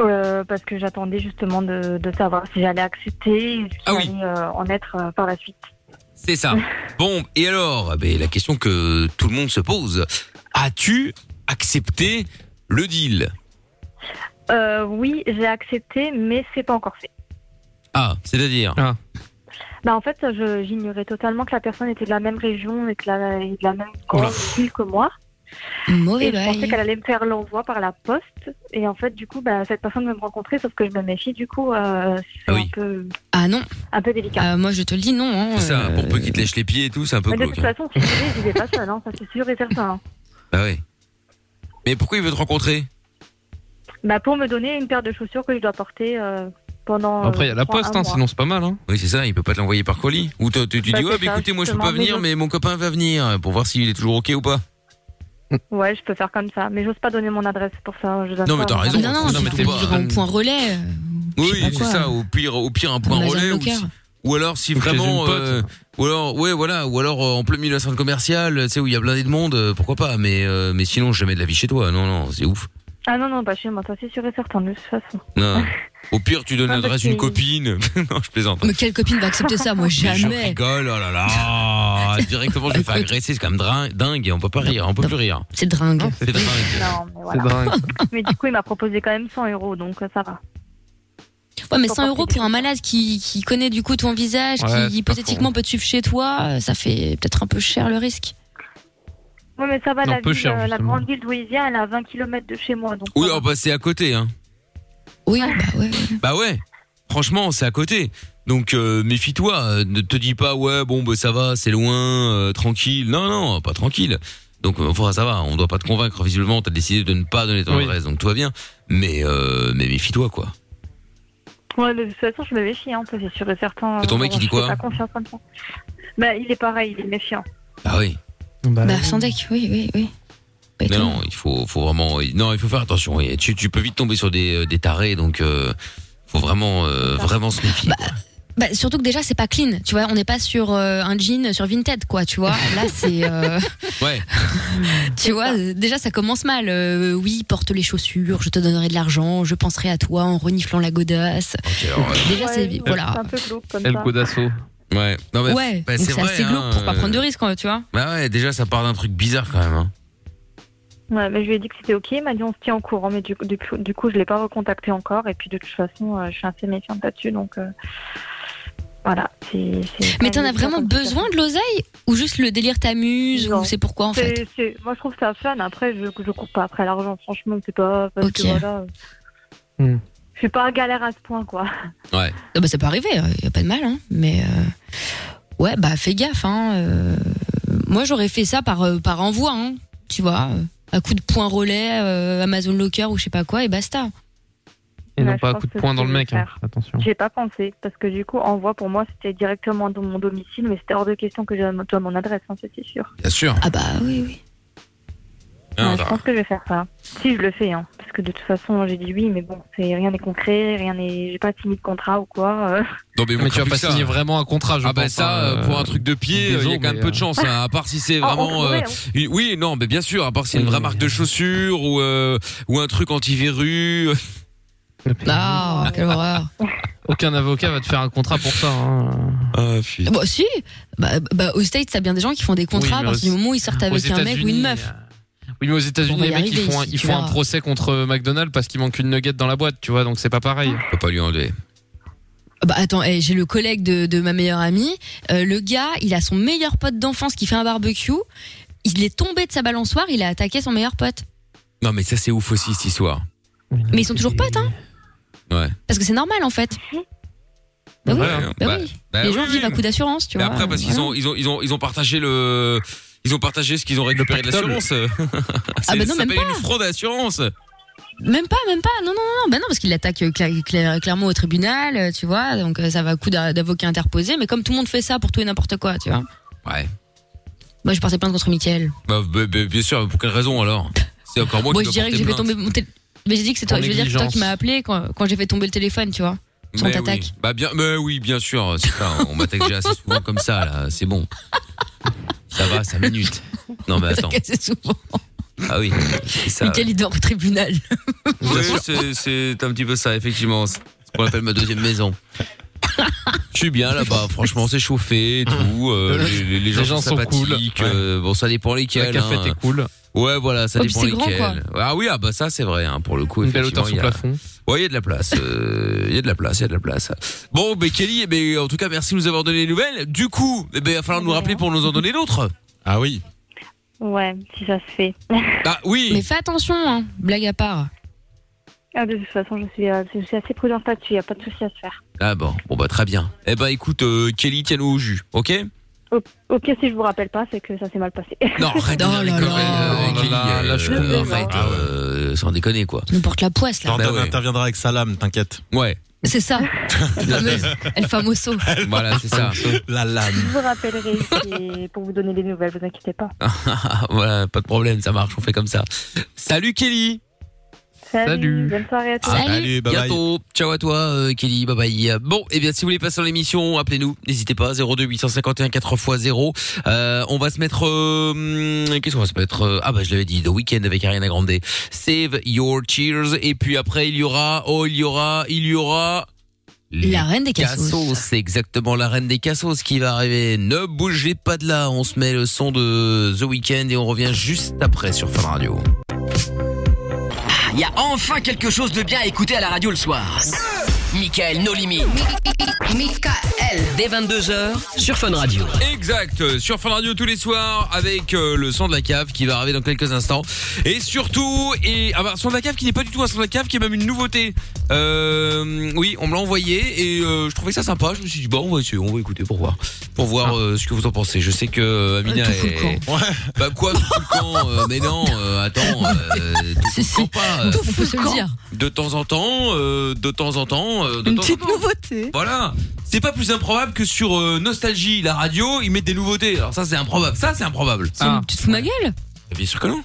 O: Euh, parce que j'attendais justement de, de savoir si j'allais accepter et si
A: Ah
O: j'allais euh, en être euh, par la suite.
A: C'est ça. (laughs) Bon, et alors, eh ben, la question que tout le monde se pose, as-tu accepté le deal
O: Euh, oui, j'ai accepté, mais c'est pas encore fait.
A: Ah, c'est-à-dire
O: Bah, en fait, je- j'ignorais totalement que la personne était de la même région et, que la, et de la même grande ville que moi.
B: Mauvais
O: et je
B: bail.
O: pensais qu'elle allait me faire l'envoi par la poste. Et en fait, du coup, bah, cette personne veut me rencontrer, sauf que je me méfie. Du coup, euh, c'est un peu.
B: Ah non. Euh,
O: Un peu délicat.
B: moi, je te le dis, non. hein,
A: C'est ça,
B: euh,
A: pour peu qu'il te lèche les pieds et tout, c'est un peu
O: Mais de
A: glauque. hein.
O: toute façon, si je vais, j'y vais pas seule, hein, ça c'est sûr et certain. hein.
A: Bah ouais. Mais pourquoi il veut te rencontrer
O: Bah, pour me donner une paire de chaussures que je dois porter euh, pendant.
A: Après, il y a la
O: pendant
A: poste,
O: un
A: hein,
O: mois.
A: sinon
D: c'est pas mal. Hein.
A: Oui, c'est ça, il peut pas te l'envoyer par colis. Ou toi, tu, tu
O: Bah,
A: dis,
O: c'est
A: ouais, bah,
O: ça,
A: écoutez, moi je peux pas
O: justement, mais
A: venir,
O: je-
A: mais mon copain va venir, pour voir s'il est toujours OK ou pas.
O: Ouais, je peux faire comme ça, mais j'ose pas donner mon adresse pour ça. Je dois
A: Non, mais
O: pas-
A: t'as raison.
B: Non, non,
A: Non,
B: tu
A: mais
B: peux
A: t'es pas-
B: vivre en point relais.
A: Oui,
B: pas
A: c'est
B: quoi.
A: ça. Au pire, au pire un point
B: Amazon
A: relais. Ou,
B: Locker.
A: si- ou alors si
D: Ou chez
A: vraiment,
D: une pote.
A: euh, ou alors ouais, voilà, ou alors euh, en plein milieu d'un centre commercial, euh, tu sais où il y a blindé de monde, euh, pourquoi pas. Mais euh, mais sinon jamais de la vie chez toi. Non non, c'est ouf.
O: Ah non, non, bah chez moi, ça c'est sûr et certain, de toute façon. (laughs)
A: Non. Au pire, tu donnes
O: Ah,
A: l'adresse
O: parce
A: d'une
O: que-
A: copine. (laughs) non, je plaisante. hein.
B: Mais quelle copine va accepter
A: (laughs)
B: ça Moi,
A: Mais Je
B: jamais.
A: rigole, oh là
B: (laughs)
A: là. Directement, je me fais agresser, c'est quand même drin- dingue. On peut pas rire, on peut plus rire.
B: C'est dingue.
A: C'est dingue.
O: Non, mais
A: C'est
O: voilà.
A: dingue.
O: (laughs) mais du coup, il m'a proposé quand même 100 euros, donc euh, ça va.
B: Ouais, mais 100 euros pour un malade qui, qui connaît du coup ton visage,
O: Ouais, c'est pas
B: qui hypothétiquement peut te suivre chez toi,
N: Ah,
B: euh, ça fait peut-être un peu cher le risque.
O: Ouais, mais ça va,
A: Non,
O: la,
A: peu
O: ville,
A: cher,
O: euh, la
A: justement.
O: grande ville d'où il vient, elle est à 20 km de chez moi, donc.
A: Oui, on passer à côté, hein.
B: Oui, bah ouais.
A: Bah ouais. Franchement, c'est à côté. Donc euh, méfie-toi, euh, ne te dis pas ouais bon bah ça va, c'est loin, euh, tranquille. Non non, pas tranquille. Donc euh, enfin ça va, on doit pas te convaincre. Visiblement, t'as décidé de ne pas donner ton adresse, donc tout va bien. Mais euh, mais méfie-toi quoi.
O: (laughs) Ouais, mais de toute façon, je me méfie, hein, ça, c'est sûr et certain. euh,
A: Et ton mec, il dit
O: Je fais
A: quoi
O: pas confiance comme ça. Bah, il est pareil, il est méfiant.
A: Bah oui.
B: Bah, sans deck, oui, oui, oui.
A: Non, non, il faut faut vraiment non il faut faire attention. oui. Tu tu peux vite tomber sur des euh, des tarés, donc euh, faut vraiment euh, vraiment se méfier. quoi.
B: Ah. Bah, surtout que déjà, c'est pas clean, tu vois, on n'est pas sur euh, un jean sur Vinted, quoi, tu vois. Là,
O: (laughs)
B: c'est. euh,
A: Ouais.
B: tu vois, euh, déjà, ça commence mal. Euh, oui, porte les chaussures, je te donnerai de l'argent, je penserai à toi en reniflant la godasse. Déjà,
O: Ouais,
B: c'est. Voilà.
O: un peu glauque comme
A: El
O: ça.
A: Codasso. Ouais. Non, mais-
B: ouais,
A: bah,
B: donc c'est
A: vrai,
B: assez glauque
A: hein,
B: pour pas
A: euh,
B: prendre de risques, quoi, tu vois.
A: Bah ouais, déjà ça part d'un truc bizarre quand même. hein.
O: Ouais, mais je lui ai dit que c'était ok, il m'a dit on se tient au courant, mais du, du, du coup je l'ai pas recontacté encore, et puis de toute façon euh, je suis assez méfiante là-dessus, donc euh, voilà. c'est- c'est-
B: Mais t'en as vraiment besoin de l'oseille Ou juste le délire t'amuse Ou c'est pourquoi en fait
O: C'est- c'est- Moi je trouve ça fun, après je, je cours pas après l'argent, franchement c'est pas parce que
B: Ok.
O: voilà. euh,
D: Hmm.
O: Je suis pas en galère à ce point quoi. (laughs)
A: Ouais.
B: bah, ça peut arriver, y a pas de mal, hein. Mais euh, ouais, bah fais gaffe, hein. euh, Moi j'aurais fait ça par, euh, par envoi, hein, tu vois. euh, À coup de point relais, euh, Amazon Locker ou je sais pas quoi, et basta.
D: Et
O: Ouais,
D: non
O: je
D: pas à
O: pense
D: coup de
O: que
D: poing
O: je
D: dans
O: vais
D: le
O: le
D: mec. hein.
O: faire.
D: Attention.
O: J'ai pas pensé, parce que du coup envoi pour moi c'était directement dans mon domicile, mais c'était hors de question que je donne mon adresse, hein, ça, c'est sûr.
A: Bien sûr.
B: Ah bah oui, oui.
I: bah.
O: Ouais, je pense que je vais faire ça. Si je le fais, hein. parce que de toute façon j'ai dit oui, mais bon, c'est rien n'est concret, rien n'est, j'ai pas signé de contrat ou quoi. euh.
A: Non, mais,
D: Mais tu vas pas signer vraiment un contrat, je
A: Ah bah
D: pense,
A: ça,
D: hein,
A: euh, pour un truc de pied,
D: Désolé,
A: il y a quand même
D: mais,
A: peu de
D: euh,
A: chance. hein, à part si c'est
D: Ah, on
A: vraiment,
D: pourrait,
A: euh,
O: hein.
A: une- oui, non, mais bien sûr, à part si c'est une vraie marque de chaussures ou euh, ou un truc euh. anti-verru.
B: Ah, quelle horreur.
D: (laughs) Aucun avocat va te faire un contrat pour ça. hein.
A: Ah,
B: Bah si bah, bah, aux States, t'as bien des gens qui font des contrats
D: mais
B: à partir
D: aux-
B: du moment où ils sortent
D: aux
B: avec un mec ou
D: États-Unis,
B: une
D: euh,
B: meuf.
D: Oui, mais aux
B: On
D: États-Unis,
B: va
D: les
B: y
D: mecs, ils
B: arriver
D: font, un,
B: ici,
D: ils
B: tu
D: font un
B: verras.
D: procès contre euh, McDonald's parce qu'il manque une nugget dans la boîte, tu vois, donc c'est pas pareil.
A: On peut pas lui enlever.
B: Bah attends, eh, j'ai le collègue de, de ma meilleure amie. euh, le gars, il a son meilleur pote d'enfance qui fait un barbecue. Il est tombé de sa balançoire, il a attaqué son meilleur pote.
A: Non, mais ça c'est ouf aussi cette histoire.
B: Mais ils sont toujours potes, hein
A: Ouais.
B: Parce que c'est normal en fait.
A: Bah oui.
B: Les gens vivent à coup d'assurance, hein. tu
A: Bah Mais
B: vois.
A: après, parce qu'ils ont, ils ont, ils ont, ils ont partagé le, ils ont partagé ce qu'ils ont récupéré de
D: pactole.
A: l'assurance.
B: (laughs) Ah
A: C'est-
B: bah non,
A: ça
B: même
A: s'appelle
B: pas.
A: une fraude à assurance.
B: Même pas, même pas. Non, non, non, non. Bah non, parce qu'il attaque euh, cla- cla- clairement au tribunal, euh, tu vois. Donc euh, ça va à coup d'a- d'avocat interposé. Mais comme tout le monde fait ça pour tout et n'importe quoi, tu vois.
A: Ouais.
B: Moi, je portais plainte contre Mickaël.
A: Bah, bah, bah, bien sûr, pour quelle raison alors C'est encore Bah, moi,
B: Moi,
A: qui
B: je
A: dois
B: dirais
A: porter
B: que j'ai fait
A: plainte.
B: tomber mon tél- Mais j'ai dit que c'est toi,
A: Pour
B: je veux dire que c'est toi
A: négligence.
B: qui m'as appelé quand, quand j'ai fait tomber le téléphone, tu vois. Sans
A: Mais
B: t'attaque.
A: oui. Bah bien, mais oui, bien sûr. C'est pas, on m'attaque déjà assez souvent comme ça là. C'est bon. Ça va, 5 minutes. Non mais Bah,
B: (laughs)
A: attends.
B: T'inquiète, c'est souvent.
A: Ah oui. (laughs) c'est Ça.
B: Mickaël, il dort au
A: (laughs)
B: tribunal.
A: Oui, c'est- c'est un petit peu ça, effectivement. C'est ce qu'on appelle ma deuxième
D: (laughs)
A: maison. Je suis bien là-bas, franchement, c'est chauffé et tout. euh,
D: (laughs)
A: les, les- les gens sont,
D: cool.
A: sympathiques. euh, bon, ça dépend lesquels.
D: La cafette
A: hein.
D: est cool.
A: Ouais, voilà, ça
D: Oh, puis
A: dépend
D: c'est grand,
A: lesquels. ah oui, ah bah ça c'est vrai, hein, pour le coup.
D: Une belle
A: effectivement,
D: hauteur sous
A: il y a-
D: plafond.
A: Ouais, il y a de la place. euh, Il y a de la place, il y a de la place. Bon, ben Kelly, eh ben, en tout cas, merci de nous avoir donné les nouvelles. Du coup, eh ben, il va falloir nous rappeler pour nous en donner d'autres. Ah oui.
M: Ouais, si ça se fait.
A: Ah oui.
B: Mais fais attention, hein, blague à part.
M: Ah, de toute façon, je suis, euh, je suis assez prudente là-dessus, il a pas de souci à se faire.
A: Ah bon, bon bah très bien. Eh ben écoute, euh, Kelly, tiens-nous au jus, ok
M: Au, au pire, si je vous rappelle pas, c'est que ça s'est mal passé.
A: Non, arrête de
B: Oh
A: dire les conneries, euh, Kelly, euh, arrête, euh, sans déconner quoi.
B: Tu nous portes la poisse,
A: Bah
B: là.
P: Jordan interviendra avec sa lame, t'inquiète.
A: Ouais. (laughs)
B: C'est ça. El famoso.
A: voilà, c'est ça.
P: (laughs) La lame.
M: Je vous rappellerai si- pour vous donner des nouvelles, vous inquiétez pas.
A: (laughs) Ah, voilà, pas de problème, ça marche, on fait comme ça. Salut Kelly
M: Salut.
A: Salut. Bah,
M: Bonne soirée à tous.
O: Ah,
A: bientôt. Ciao à toi, euh, Kelly. Bye bye. Bon, et bien si vous voulez passer dans l'émission, appelez-nous. N'hésitez pas. 02 851 4x0. Euh, on va se mettre. euh, hum, Qu'est-ce qu'on va se mettre Euh, Ah bah je l'avais dit. The Weekend avec Ariana Grande. Save your tears. Et puis après il y aura. Oh il y aura. Il y aura.
B: La reine des cassos.
A: Cassos, c'est exactement la reine des cassos qui va arriver. Ne bougez pas de là, on se met le son de The Weeknd et on revient juste après sur Fun Radio.
I: Il y a enfin quelque chose de bien à écouter à la radio le soir. Michael, nos limites. Michael. Dès 22h sur Fun Radio.
A: Exact, sur Fun Radio tous les soirs avec euh, le son de la cave qui va arriver dans quelques instants. Et surtout, et ah bah, son de la cave qui n'est pas du tout un son de la cave, qui est même une nouveauté. Euh, oui, on me l'a envoyé et euh, je trouvais ça sympa. Je me suis dit bon, on va essayer, on va écouter pour voir, pour voir euh, ce que vous en pensez. Je sais que euh, Amina
D: Tout fout le
A: est.
D: camp.
A: Bah quoi, tout fout le camp euh, Mais non, euh, attends, euh, tout fout le camp pas. euh,
B: Tout fout le camp.
A: de temps en temps, euh, de temps en temps, euh, de
E: Une
A: temps en
E: petite
A: temps.
E: nouveauté.
A: Voilà. C'est pas plus improbable que sur euh, Nostalgie, la radio, ils mettent des nouveautés. Alors ça, c'est improbable. Ça, c'est improbable.
B: C'est une- Tu te fous de ma gueule
A: Mais Bien sûr que non.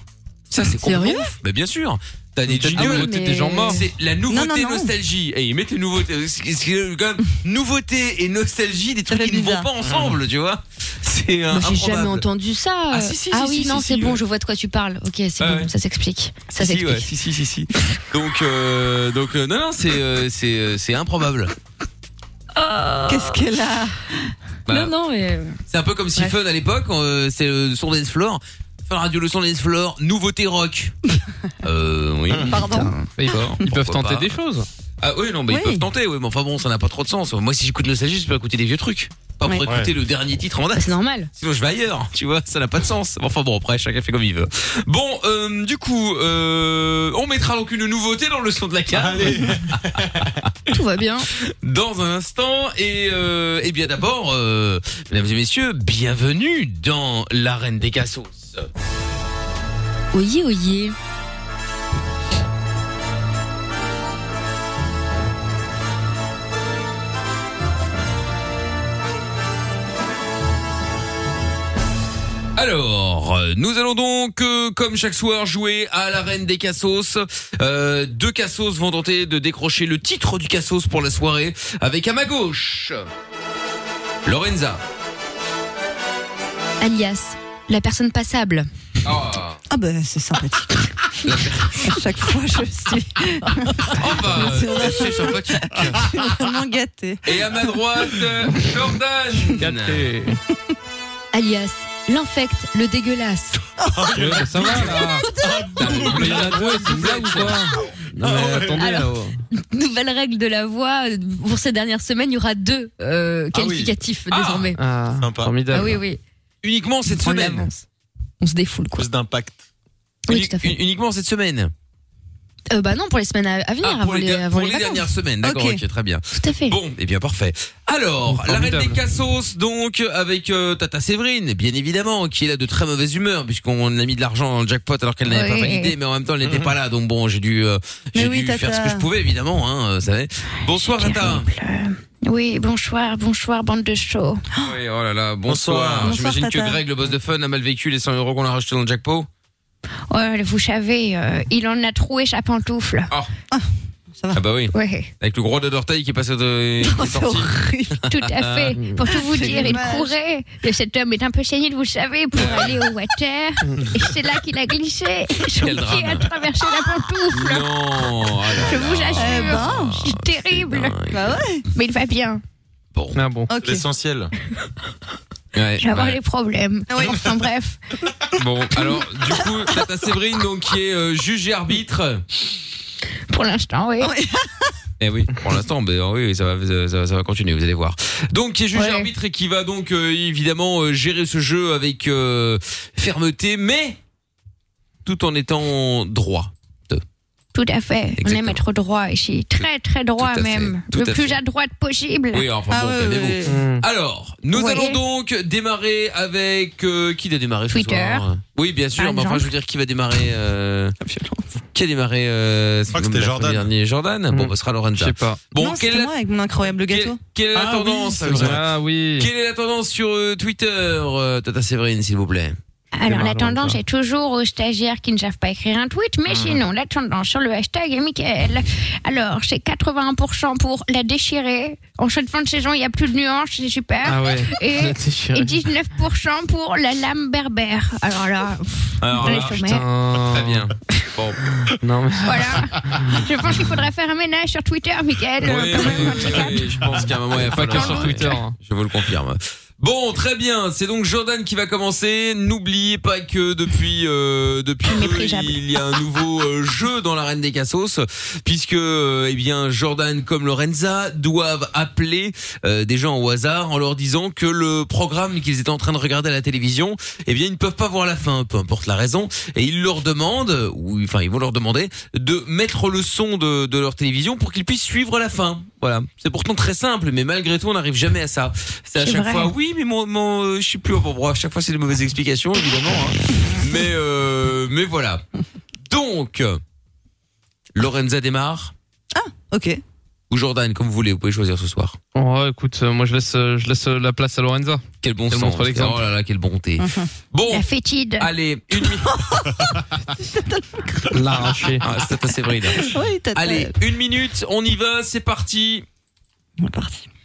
A: Ça, c'est
B: Sérieux
A: complètement ouf. Mais bien sûr. T'as des jingles,
B: Ah oui, mais-
A: des gens morts. C'est la
B: Non,
A: nouveauté
B: non, non.
A: nostalgie. Et ils mettent les nouveautés. C'est- c'est
B: (laughs)
A: quand même nouveauté et nostalgie, des trucs qui ne vont
B: bizarre.
A: pas ensemble, tu vois. C'est euh,
B: Moi, j'ai
A: improbable.
B: jamais entendu ça.
A: Ah, si, si, si,
B: oui,
A: si,
B: non,
A: si,
B: c'est
A: si,
B: bon,
A: ouais.
B: je vois de quoi tu parles. Ok, c'est
A: Ah
B: bon,
A: ouais.
B: ça s'explique. Ça
A: Si, si,
B: s'explique.
A: ouais, si, si, si, si. Donc, euh, donc euh, non, non, c'est euh, c'est euh, c'est improbable.
E: Qu'est-ce qu'elle a
A: Bah,
B: Non, non, mais.
A: C'est un peu comme si
B: Bref.
A: Fun à l'époque, euh, c'est le son dance floor. Fun Radio, le son dance floor, nouveauté
D: (laughs)
A: rock. euh, oui.
E: Pardon.
A: Ils,
D: peuvent tenter des
A: choses. Ah oui, non, mais
D: Oui.
A: ils peuvent tenter, oui, mais enfin bon, ça n'a pas trop de sens. Moi, si j'écoute Nostalgie, je peux écouter des vieux trucs. Pas pour
D: Ouais.
A: écouter
D: Ouais.
A: le dernier titre en date.
B: C'est normal.
A: Sinon, je vais ailleurs, tu vois, ça n'a pas de sens. Enfin bon, après, chacun fait comme il veut. Bon, euh, du coup, euh, on mettra donc une nouveauté dans le son de la cave.
B: Tout va bien.
A: (laughs) dans un instant. Et, euh, et bien d'abord, euh, mesdames et messieurs, bienvenue dans l'arène des cassos.
B: Oyez, oyez.
A: Alors, euh, nous allons donc, euh, comme chaque soir, jouer à l'arène des cassos. Euh, deux cassos vont tenter de décrocher le titre du cassos pour la soirée, avec à ma gauche, Lorenza.
B: Alias, la personne passable.
A: Ah.
E: Ah ben
B: (laughs)
E: c'est sympathique. À chaque (laughs) fois je suis.
A: (laughs)
E: (laughs)
A: Oh bah, c'est sympathique.
E: Je suis vraiment gâtée.
A: Et à ma droite, euh, Jordan.
B: Alias, l'infect, le dégueulasse. (laughs)
D: ça va
A: Ah,
D: là Mais la voix, c'est une blague ou quoi Non mais attendez
B: Alors,
D: là-haut.
B: Nouvelle règle de la voix. euh, Pour ces dernières semaines, il y aura deux euh,
A: Ah oui.
B: qualificatifs
A: Ah.
B: désormais.
D: Ah, formidable.
B: Ah oui, oui.
A: Uniquement cette
B: On
A: semaine.
B: l'avance. On se défoule quoi.
P: Plus d'impact.
A: Uni- Uniquement cette semaine.
B: Euh, bah non, pour les semaines à à venir,
A: Ah,
B: avant
A: pour
B: les,
A: les,
B: avant
A: pour
B: les
A: les
B: vacances.
A: dernières semaines, d'accord,
B: Ok.
A: ok, très bien.
B: Tout à fait.
A: Bon, et bien parfait. Alors, la reine des cassos, donc, avec euh, Tata Séverine, bien évidemment, qui est là de très mauvaise humeur, puisqu'on a mis de l'argent dans le jackpot alors qu'elle n'avait
D: Oui.
A: pas validé, mais en même temps, elle n'était pas là, donc bon, j'ai dû, euh, j'ai
B: Mais oui,
A: dû
B: Tata.
A: faire ce que je pouvais, évidemment, hein, euh, ça va. Bonsoir, Tata.
N: Oui, bonsoir, bonsoir, bande de chauds.
A: Oui, oh là là, bonsoir.
N: Bonsoir,
A: J'imagine que
N: Tata.
A: Greg, le boss de fun, a mal vécu les 100 euros qu'on a rajoutés dans le jackpot.
N: Ouais, vous savez, euh, il en a troué sa pantoufle.
A: Ah bah oui.
N: Ouais.
A: Avec le gros dos d'orteil qui est passé de.
B: (laughs)
A: qui est sorti.
N: Oh, Tout à fait. Pour tout vous
A: Ah, C'est
N: dire, il
A: dommage.
N: courait. Et Cet homme est un peu sénile, vous savez,
A: (laughs)
N: pour aller au water. Et c'est là qu'il a glissé. Son
A: Quel
N: pied a
A: drame.
N: traversé la pantoufle.
A: Non. oh là
N: Je
A: là. ben, oh,
N: vous assure. C'est terrible. Mais il va bien.
A: Ah Bon.
D: bon.
N: (laughs)
P: L'essentiel.
A: Ouais,
N: Je vais avoir
A: ouais.
N: les problèmes. Enfin bref.
A: Bon, alors, du coup, Tata Séverine, donc, qui est euh, juge et arbitre.
N: Pour l'instant, oui.
A: (laughs) Eh oui, pour l'instant, ben, euh, oui, ça va, ça, va- ça va continuer, vous allez voir. Donc, qui est juge et arbitre et qui va donc, euh, évidemment, euh, gérer ce jeu avec euh, fermeté, mais tout en étant droit.
N: Tout à fait. On aime être droit ici. Très, très droit
A: Tout à fait.
N: même.
A: Tout
N: Le
A: à
N: plus
A: fait.
N: à droite possible.
A: Oui, enfin
D: Ah,
N: Ah,
A: bon, calmez-vous. Mm. Alors, nous
N: Oui.
A: allons donc démarrer avec euh, qui a démarré ce
N: Twitter. Ah,
A: soir Oui, bien sûr,
N: Par
A: mais enfin
N: exemple.
A: je veux dire qui va démarrer euh,
N: Ah,
A: Qui a démarré euh, Je
P: crois que c'était Jordan.
A: Dernier Jordan.
N: Mm.
A: Bon, bah, ce sera Lorenza. Je sais
D: pas.
A: Bon,
E: non,
A: quelle,
E: c'était moi avec mon incroyable gâteau.
A: quelle est la
E: Ah
A: tendance
D: Ah oui.
A: Quelle est la tendance sur euh, Twitter, euh, Tata Séverine, s'il vous plaît
N: Alors, la tendance est toujours aux stagiaires qui ne savent pas écrire un tweet,
D: Ah.
N: mais sinon, la tendance sur le hashtag est Mickaël. Alors, c'est 81% pour la déchirer. En cette fin de saison, il n'y a plus de nuances, c'est super.
D: Ah ouais,
N: Et,
D: la déchirer.
N: et 19% pour la lame berbère. Alors là, pff,
A: Alors
N: dans les
A: là,
N: sommets.
D: putain.
A: Très bien. Bon.
D: Non mais.
N: je pense qu'il faudrait faire un ménage sur Twitter, Mickaël.
A: Oui, oui, oui, oui, je pense qu'à un moment, il y a pas
D: Pas que sur Twitter. hein.
A: Je vous le confirme. Bon, très bien. C'est donc Jordan qui va commencer. N'oubliez pas que depuis euh, depuis peu, il y a un nouveau euh, jeu dans l'arène des Cassos, puisque euh, eh bien Jordan comme Lorenza doivent appeler euh, des gens au hasard en leur disant que le programme qu'ils étaient en train de regarder à la télévision, eh bien ils ne peuvent pas voir la fin, peu importe la raison, et ils leur demandent ou enfin ils vont leur demander de mettre le son de, de leur télévision pour qu'ils puissent suivre la fin. Voilà, c'est pourtant très simple, mais malgré tout on n'arrive jamais à ça. C'est à
D: C'est
A: chaque
D: vrai.
A: fois oui, mais mon, mon euh, je suis plus au bon endroit. À chaque fois c'est des mauvaises explications évidemment. hein. Mais euh, mais voilà. Donc Lorenza démarre. Ah,
E: ok.
A: Ou Jordan, comme vous voulez, vous pouvez choisir ce soir.
D: Ouais, écoute, euh, moi je laisse, euh, je laisse euh, la place à Lorenza.
A: Quel bon
D: Elle
A: sens.
D: montre l'exemple.
A: Oh là là, quelle bonté. Bon.
N: La fétide.
A: Allez, une
N: (laughs)
A: minute.
D: (laughs) L'arraché.
A: Ah, c'est assez vrai, là.
E: Oui, t'as-
A: Allez, une minute, on y va, c'est parti.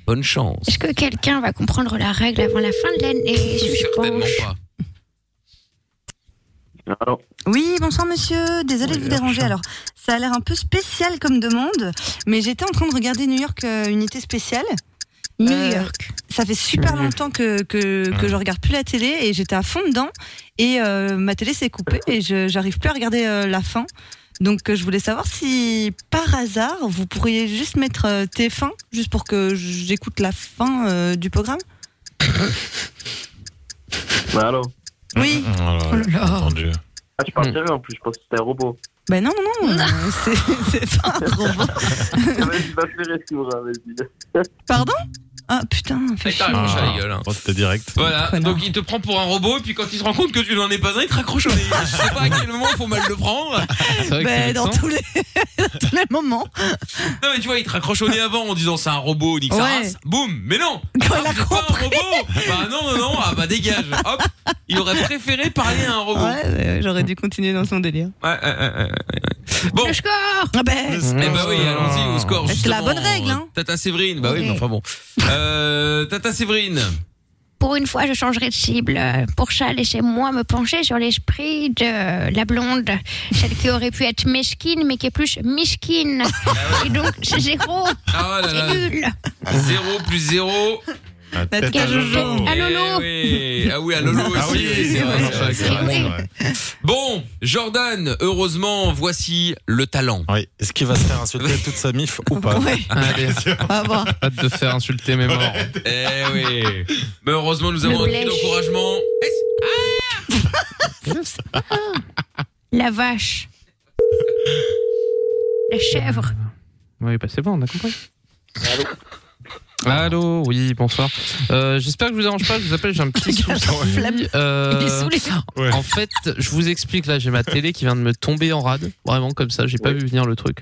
A: Bonne chance.
N: Est-ce que quelqu'un va comprendre la règle avant la fin de l'année Certainement
A: pas.
E: Oui, bonsoir monsieur. Désolée de vous déranger. Alors, ça a l'air un peu spécial comme demande, mais j'étais en train de regarder New York euh, Unité Spéciale.
N: New
E: York. Ça fait super longtemps que, que, que je regarde plus la télé et j'étais à fond dedans. Et euh, ma télé s'est coupée et je j'arrive plus à regarder euh, la fin. Donc, euh, je voulais savoir si par hasard vous pourriez juste mettre euh, TF1 juste pour que j'écoute la fin euh, du programme.
Q: Bah, allô
E: Oui.
B: Ah,
E: Oh là là.
Q: Entendu. Ah, tu
B: Mm.
Q: parles sérieux en plus, je pense que c'était un robot.
E: Ben non, non, (laughs) non, euh, c'est- c'est pas un robot.
Q: Vas-y, va pleurer, ce Laura, vas-y.
E: Pardon Ah putain, fais chier.
A: T'as la gueule. hein.
P: Ah. Oh, C'était direct.
A: Voilà, donc il te prend pour un robot, et puis quand il se rend compte que tu n'en es pas un, il te raccroche au nez. Je sais pas à quel moment il faut mal le prendre.
E: Ben, dans tous les, (laughs) dans tous les moments.
A: Non, mais tu vois, il te raccroche au nez avant en disant c'est un robot, nique sa
E: Ouais.
A: race. Boum, mais non Ah,
E: Quand il a
A: c'est pas un robot Bah non, non, non, ah bah dégage. Hop, il aurait préféré parler à un robot.
E: Ouais, ouais, j'aurais dû continuer dans son délire.
A: Ouais, ouais, ouais, ouais, ouais. Bon.
E: Le
N: score
E: ah ben,
A: Eh bah oui, allons-y au score.
E: C'est la
A: justement.
E: bonne règle, hein
A: Tata Séverine, bah oui,
N: Ok.
A: mais enfin bon. Euh, Tata Séverine.
N: Pour une fois, je changerai de cible. Pour ça, laissez-moi me pencher sur l'esprit de la blonde, celle qui aurait pu être mesquine, mais qui est plus miskine. Et donc, c'est zéro.
A: Ah là là.
N: C'est nul.
A: 0 plus 0.
N: tête à Jojo. à Lolo.
A: Eh oui. Ah oui, à Lolo aussi. oui, c'est vrai, c'est vrai, c'est vrai, c'est vrai. Bon, Jordan, heureusement, voici le talent.
P: Oui. Est-ce qu'il va se faire
A: (laughs)
P: insulter toute sa mif ou pas
D: Allez. Hâte de faire insulter mes morts.
A: Eh oui. Mais heureusement, nous avons un cri d'encouragement.
N: La vache. les chèvres.
D: Oui, bah c'est bon, on a compris. Allô, oui, bonsoir. Euh, J'espère que je vous dérange pas, je vous appelle, j'ai un (laughs) petit souci. Euh,
A: Il est saoulé. Ouais.
D: En fait, je vous explique, là, j'ai ma télé qui vient de me tomber en rade, vraiment comme ça, j'ai pas vu venir le truc.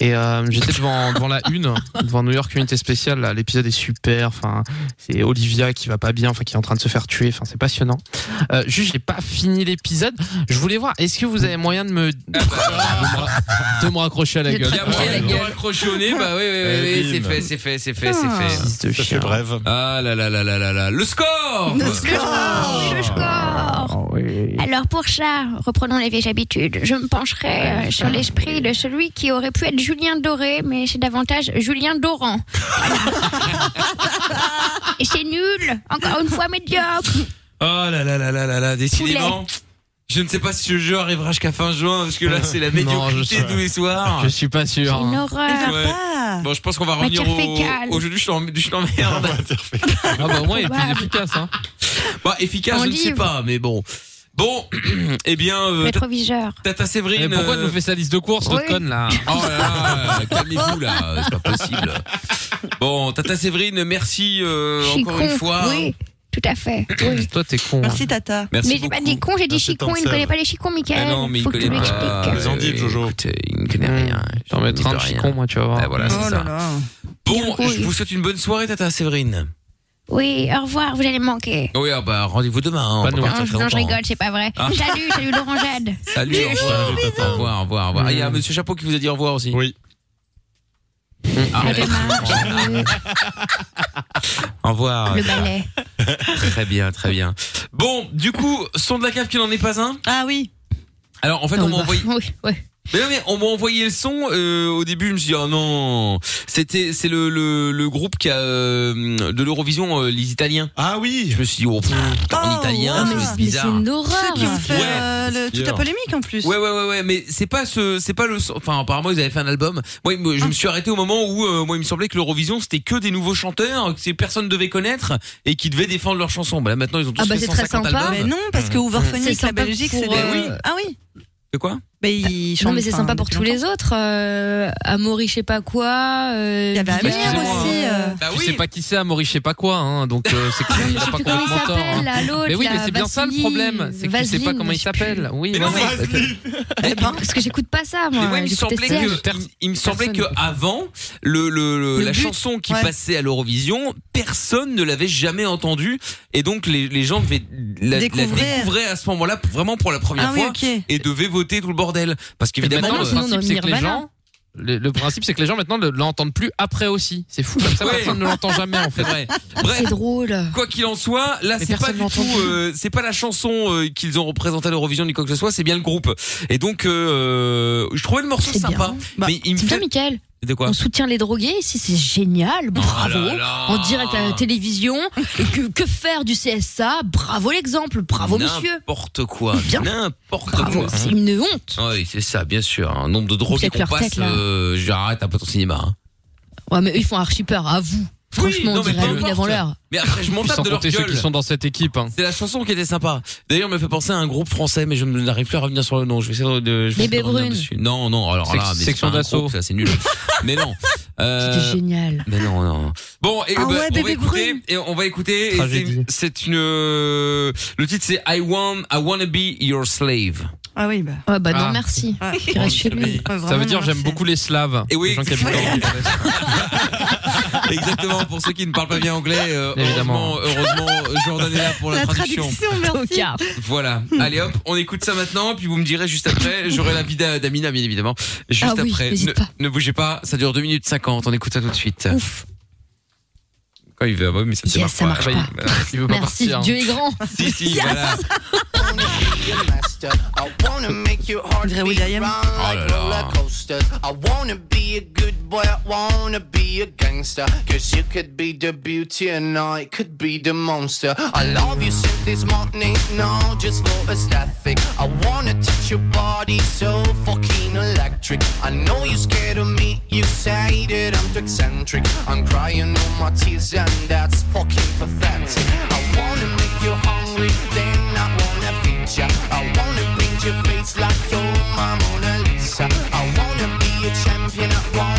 D: Et euh, j'étais devant, devant la une, devant New York Unité Spéciale, là, l'épisode est super, enfin, c'est Olivia qui va pas bien, enfin, qui est en train de se faire tuer, enfin, c'est passionnant. Euh, juste, j'ai pas fini l'épisode, je voulais voir, est-ce que vous avez moyen de me, (laughs) de me raccrocher à la gueule
A: Ah, Accroché au nez, bah oui, oui, oui, oui, c'est fait, c'est fait, c'est fait, c'est fait.
P: Eh Ça fait brève.
A: Ah là là là là là là. Le score
N: Le score Le score Alors pour ça, reprenons les vieilles habitudes. Je me pencherai euh, sur l'esprit de celui qui aurait pu être Julien Doré, mais c'est davantage Julien Doran. Voilà. (laughs) Et c'est nul, encore une fois médiocre.
A: Oh là là là là là là, décidément. Je ne sais pas si ce jeu arrivera jusqu'à fin juin, parce que là, c'est la
D: Euh, Non, je
A: médiocrité
D: sais.
A: de tous les soirs.
D: Je suis pas sûr.
N: Une
D: hein.
N: horreur.
A: Ouais. Bon, je pense qu'on va revenir
N: Matière fécale.
A: au, au jeu du chan- du
D: (laughs)
A: ch't'emmerde.
D: Ah bah au moins il est plus
N: Probable.
D: efficace hein.
A: Bah, efficace,
N: En
A: je ne sais
N: livre.
A: pas, mais bon. Bon, (clears throat) eh bien, euh, Tata-
N: Rétroviseur.
A: Tata Séverine.
D: Mais pourquoi
A: euh,
D: elle nous fait sa liste de courses, notre
N: Oui.
D: conne là
A: Oh là là, (laughs) calmez-vous là, c'est pas possible. Bon, Tata Séverine, merci euh,
N: Je suis
A: encore
N: con.
A: une fois.
N: Oui, tout
A: (coughs)
N: à fait.
D: Toi t'es con. hein.
E: Merci, Tata.
A: Merci Ah,
N: mais j'ai pas dit con, j'ai dit chicon. Il ne
A: Seb.
N: connaît pas les chicons, Michael.
A: Ah non, mais il
N: Faut que tu
A: connaît
N: lui
A: pas.
N: expliques.
A: Ils ont dit Jojo. il ne connaît rien.
D: Hum, T'en mettras un
A: dis rien.
D: petit con moi tu vas voir.
A: Ah, voilà,
E: Oh
N: Oh
A: c'est ça. Bon, je vous souhaite une bonne soirée, Tata Séverine.
N: Oui, au revoir, vous allez me manquer.
A: Oui, ah bah, rendez-vous demain. hein, on va
N: Non,
A: partir
N: je-
A: très
N: non, je
A: longtemps.
N: rigole, c'est pas vrai.
A: Ah.
N: Salut, salut Laurent Jade.
A: Salut, au revoir. Au revoir, au revoir, au revoir. Ah, Il y a Monsieur Chapeau qui vous a dit au revoir aussi. Ah, Oui.
N: À demain.
A: Au revoir.
N: Le balai.
A: (laughs) Très bien, très bien. Bon, du coup, son de la cave qui n'en est pas un.
E: Ah oui.
A: Alors, en fait, on m'a envoyé.
N: Oui, oui.
A: Mais non, mais on m'a envoyé le son. euh, au début, je me suis dit, oh non, c'était c'est le, le le groupe qui a euh, de l'Eurovision euh, les Italiens. Ah oui. Je me suis dit, oh, pff,
N: Ah,
A: en italien, c'est juste bizarre.
E: ah, Ceux qui ont fait
A: Ouais,
E: euh, le- toute la
A: bizarre.
E: polémique en plus.
A: Ouais ouais ouais ouais mais c'est pas ce c'est pas le son- enfin apparemment ils avaient fait un album. Moi il me- je me suis arrêté au moment où euh, moi il me semblait que l'Eurovision c'était que des nouveaux chanteurs que ces personnes devaient connaître et qui devaient défendre leurs chansons. Bah là maintenant ils ont tous
B: Ah bah
A: fait
B: c'est très
A: 150
B: sympa.
A: albums.
E: Mais non, parce que
B: C'est
E: Overphonic, la
B: sympa
E: Belgique, c'est
B: pour,
E: des...
B: euh,
E: Ah oui.
A: De quoi
E: Bah, ils
B: Non
E: chantent,
B: mais c'est
E: enfin,
B: sympa pour
E: depuis
B: tous les autres. Euh, Amaury, je sais pas quoi. Euh, il y
A: Ah,
E: avait Amir aussi, euh.
D: Je sais pas qui c'est, Amaury, je sais pas quoi, hein, donc euh, c'est
B: Ah
D: que il a pas
B: comment il
D: complètement tort.
B: s'appelle, là,
D: hein.
B: l'autre,
D: Mais oui, mais
B: là,
D: c'est bien ça le
B: Vassili,
D: problème, c'est que tu sais pas
B: Vaseline,
D: comment il
B: je sais
D: s'appelle. Oui,
A: Mais non,
D: voilà.
B: Ah,
E: Eh ben.
B: Parce que j'écoute pas ça moi.
A: Mais moi, il me
B: J'écoutais
A: semblait
B: Serge.
A: que il me semblait que avant le, le- le-
B: Le
A: la
B: but.
A: chanson qui
B: Ouais.
A: passait à l'Eurovision, personne ne l'avait jamais entendue et donc les, les gens devaient la la
E: Découvrir.
A: découvrir à ce moment-là p- vraiment pour la première
E: Ah oui,
A: fois
E: ok.
A: et devaient voter tout le bordel parce qu'évidemment
D: Maintenant, le
A: euh,
D: principe, c'est que les
A: Nirvana.
D: gens. Le, le principe, c'est que les gens maintenant ne l'entendent plus après aussi. C'est fou, comme ça,
A: Ouais.
D: personne ne l'entend jamais en fait.
A: Ouais. Bref.
B: C'est drôle.
A: Quoi qu'il en soit, là
D: Mais
A: c'est pas
D: personne
A: du
D: l'a
A: tout,
D: entendu.
A: euh, c'est pas la chanson euh, qu'ils ont représentée à l'Eurovision ni quoi que ce soit, c'est bien le groupe. Et donc euh, je trouvais le morceau
B: C'est
A: sympa,
B: bien. Bah,
A: mais il me
B: C'est bien
A: fait
B: Michael.
A: de quoi Oh
B: On soutient les drogués ici, c'est génial, bravo.
A: là là.
B: En direct à la télévision. Et que, que faire du CSA Bravo l'exemple, bravo monsieur.
A: N'importe quoi,
B: Bien.
A: n'importe
B: Bravo,
A: quoi.
B: c'est une honte.
A: Oui, c'est ça, bien sûr. Un nombre de drogués
B: Avec
A: qu'on
B: leur
A: passe,
B: tête, là.
A: euh, j'arrête un peu ton cinéma. hein.
B: Ouais, mais eux, ils font archi peur, à vous. Franchement, on
A: non, mais
B: dirait
A: peu
B: une
A: importe.
B: avant l'heure.
A: Mais après, je m'en
D: Puis
A: tape
D: sans
A: de leur
D: compter ceux
A: gueule.
D: qui sont dans cette équipe. hein.
A: C'est la chanson qui était sympa. D'ailleurs, elle me fait penser à un groupe français, mais je ne- n'arrive plus à revenir sur le nom. Je vais essayer de. Je vais
B: Bébé
A: essayer de revenir
B: Brune.
A: dessus. Non, non. Alors
D: Sec-
A: là, mais c'est
D: section
A: pas un
D: d'assaut.
A: groupe, ça,
D: (laughs)
A: c'est nul. mais non. Euh,
B: C'était génial.
A: Mais non, non. Bon, et
E: Ah
A: bah,
E: ouais,
A: on va
E: Bébé
A: écouter.
E: Brune.
A: Et on va écouter. et
D: Tragédie.
A: c'est- C'est une. euh, Le titre, c'est I want, I wanna be your slave.
E: Ah oui, bah.
B: Ouais, bah non,
D: Ah.
B: merci.
E: Ouais.
B: Il reste chez lui.
E: Ouais,
D: Ça
E: vraiment,
D: veut dire j'aime beaucoup les Slaves.
A: Et oui,
D: les gens qui habitent
A: exactement. (laughs)
D: dans-
A: Exactement, pour ceux qui ne parlent pas bien anglais, euh,
D: Évidemment.
A: heureusement, heureusement, Jordan est là pour la,
E: La
A: traduction.
E: traduction, merci.
B: Tocard.
A: Voilà.
B: Hmm.
A: Allez hop, on écoute ça maintenant, puis vous me direz juste après. J'aurai la vie d'A- d'Amina, bien évidemment. Juste
B: Ah oui,
A: après.
B: n'hésite
A: Ne,
B: pas.
A: ne bougez pas, ça dure 2 minutes 50. On écoute ça tout de suite.
B: Ouf.
A: Quand il veut, ah bah oui, mais ça,
B: Yes, ça marche
A: Ah bah,
D: Il veut pas
B: Merci,
D: partir.
B: Dieu est grand.
A: Si, si, voilà.
E: Dre Will.i.am.
A: Oh là là.
G: I wanna be a good boy, I wanna be a gangster. Cause you could be the beauty and I could be the monster. I love you since this morning, no, just for aesthetic. I wanna touch your body so fucking electric. I know you're scared of me, you say that I'm too eccentric. I'm crying all my tears and that's fucking pathetic. I wanna make you hungry, then I wanna feed ya. I wanna paint your face like your mama Lisa. I wanna be a champion. Uh-huh.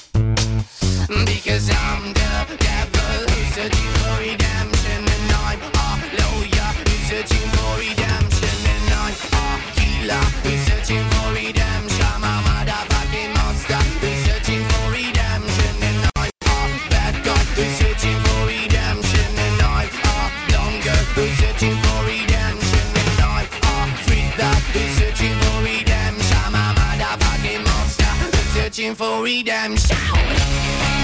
G: Mm-hmm. Who's searching for redemption and I are with that. Who's searching for redemption? I'm a motherfucking monster. Who's searching for redemption?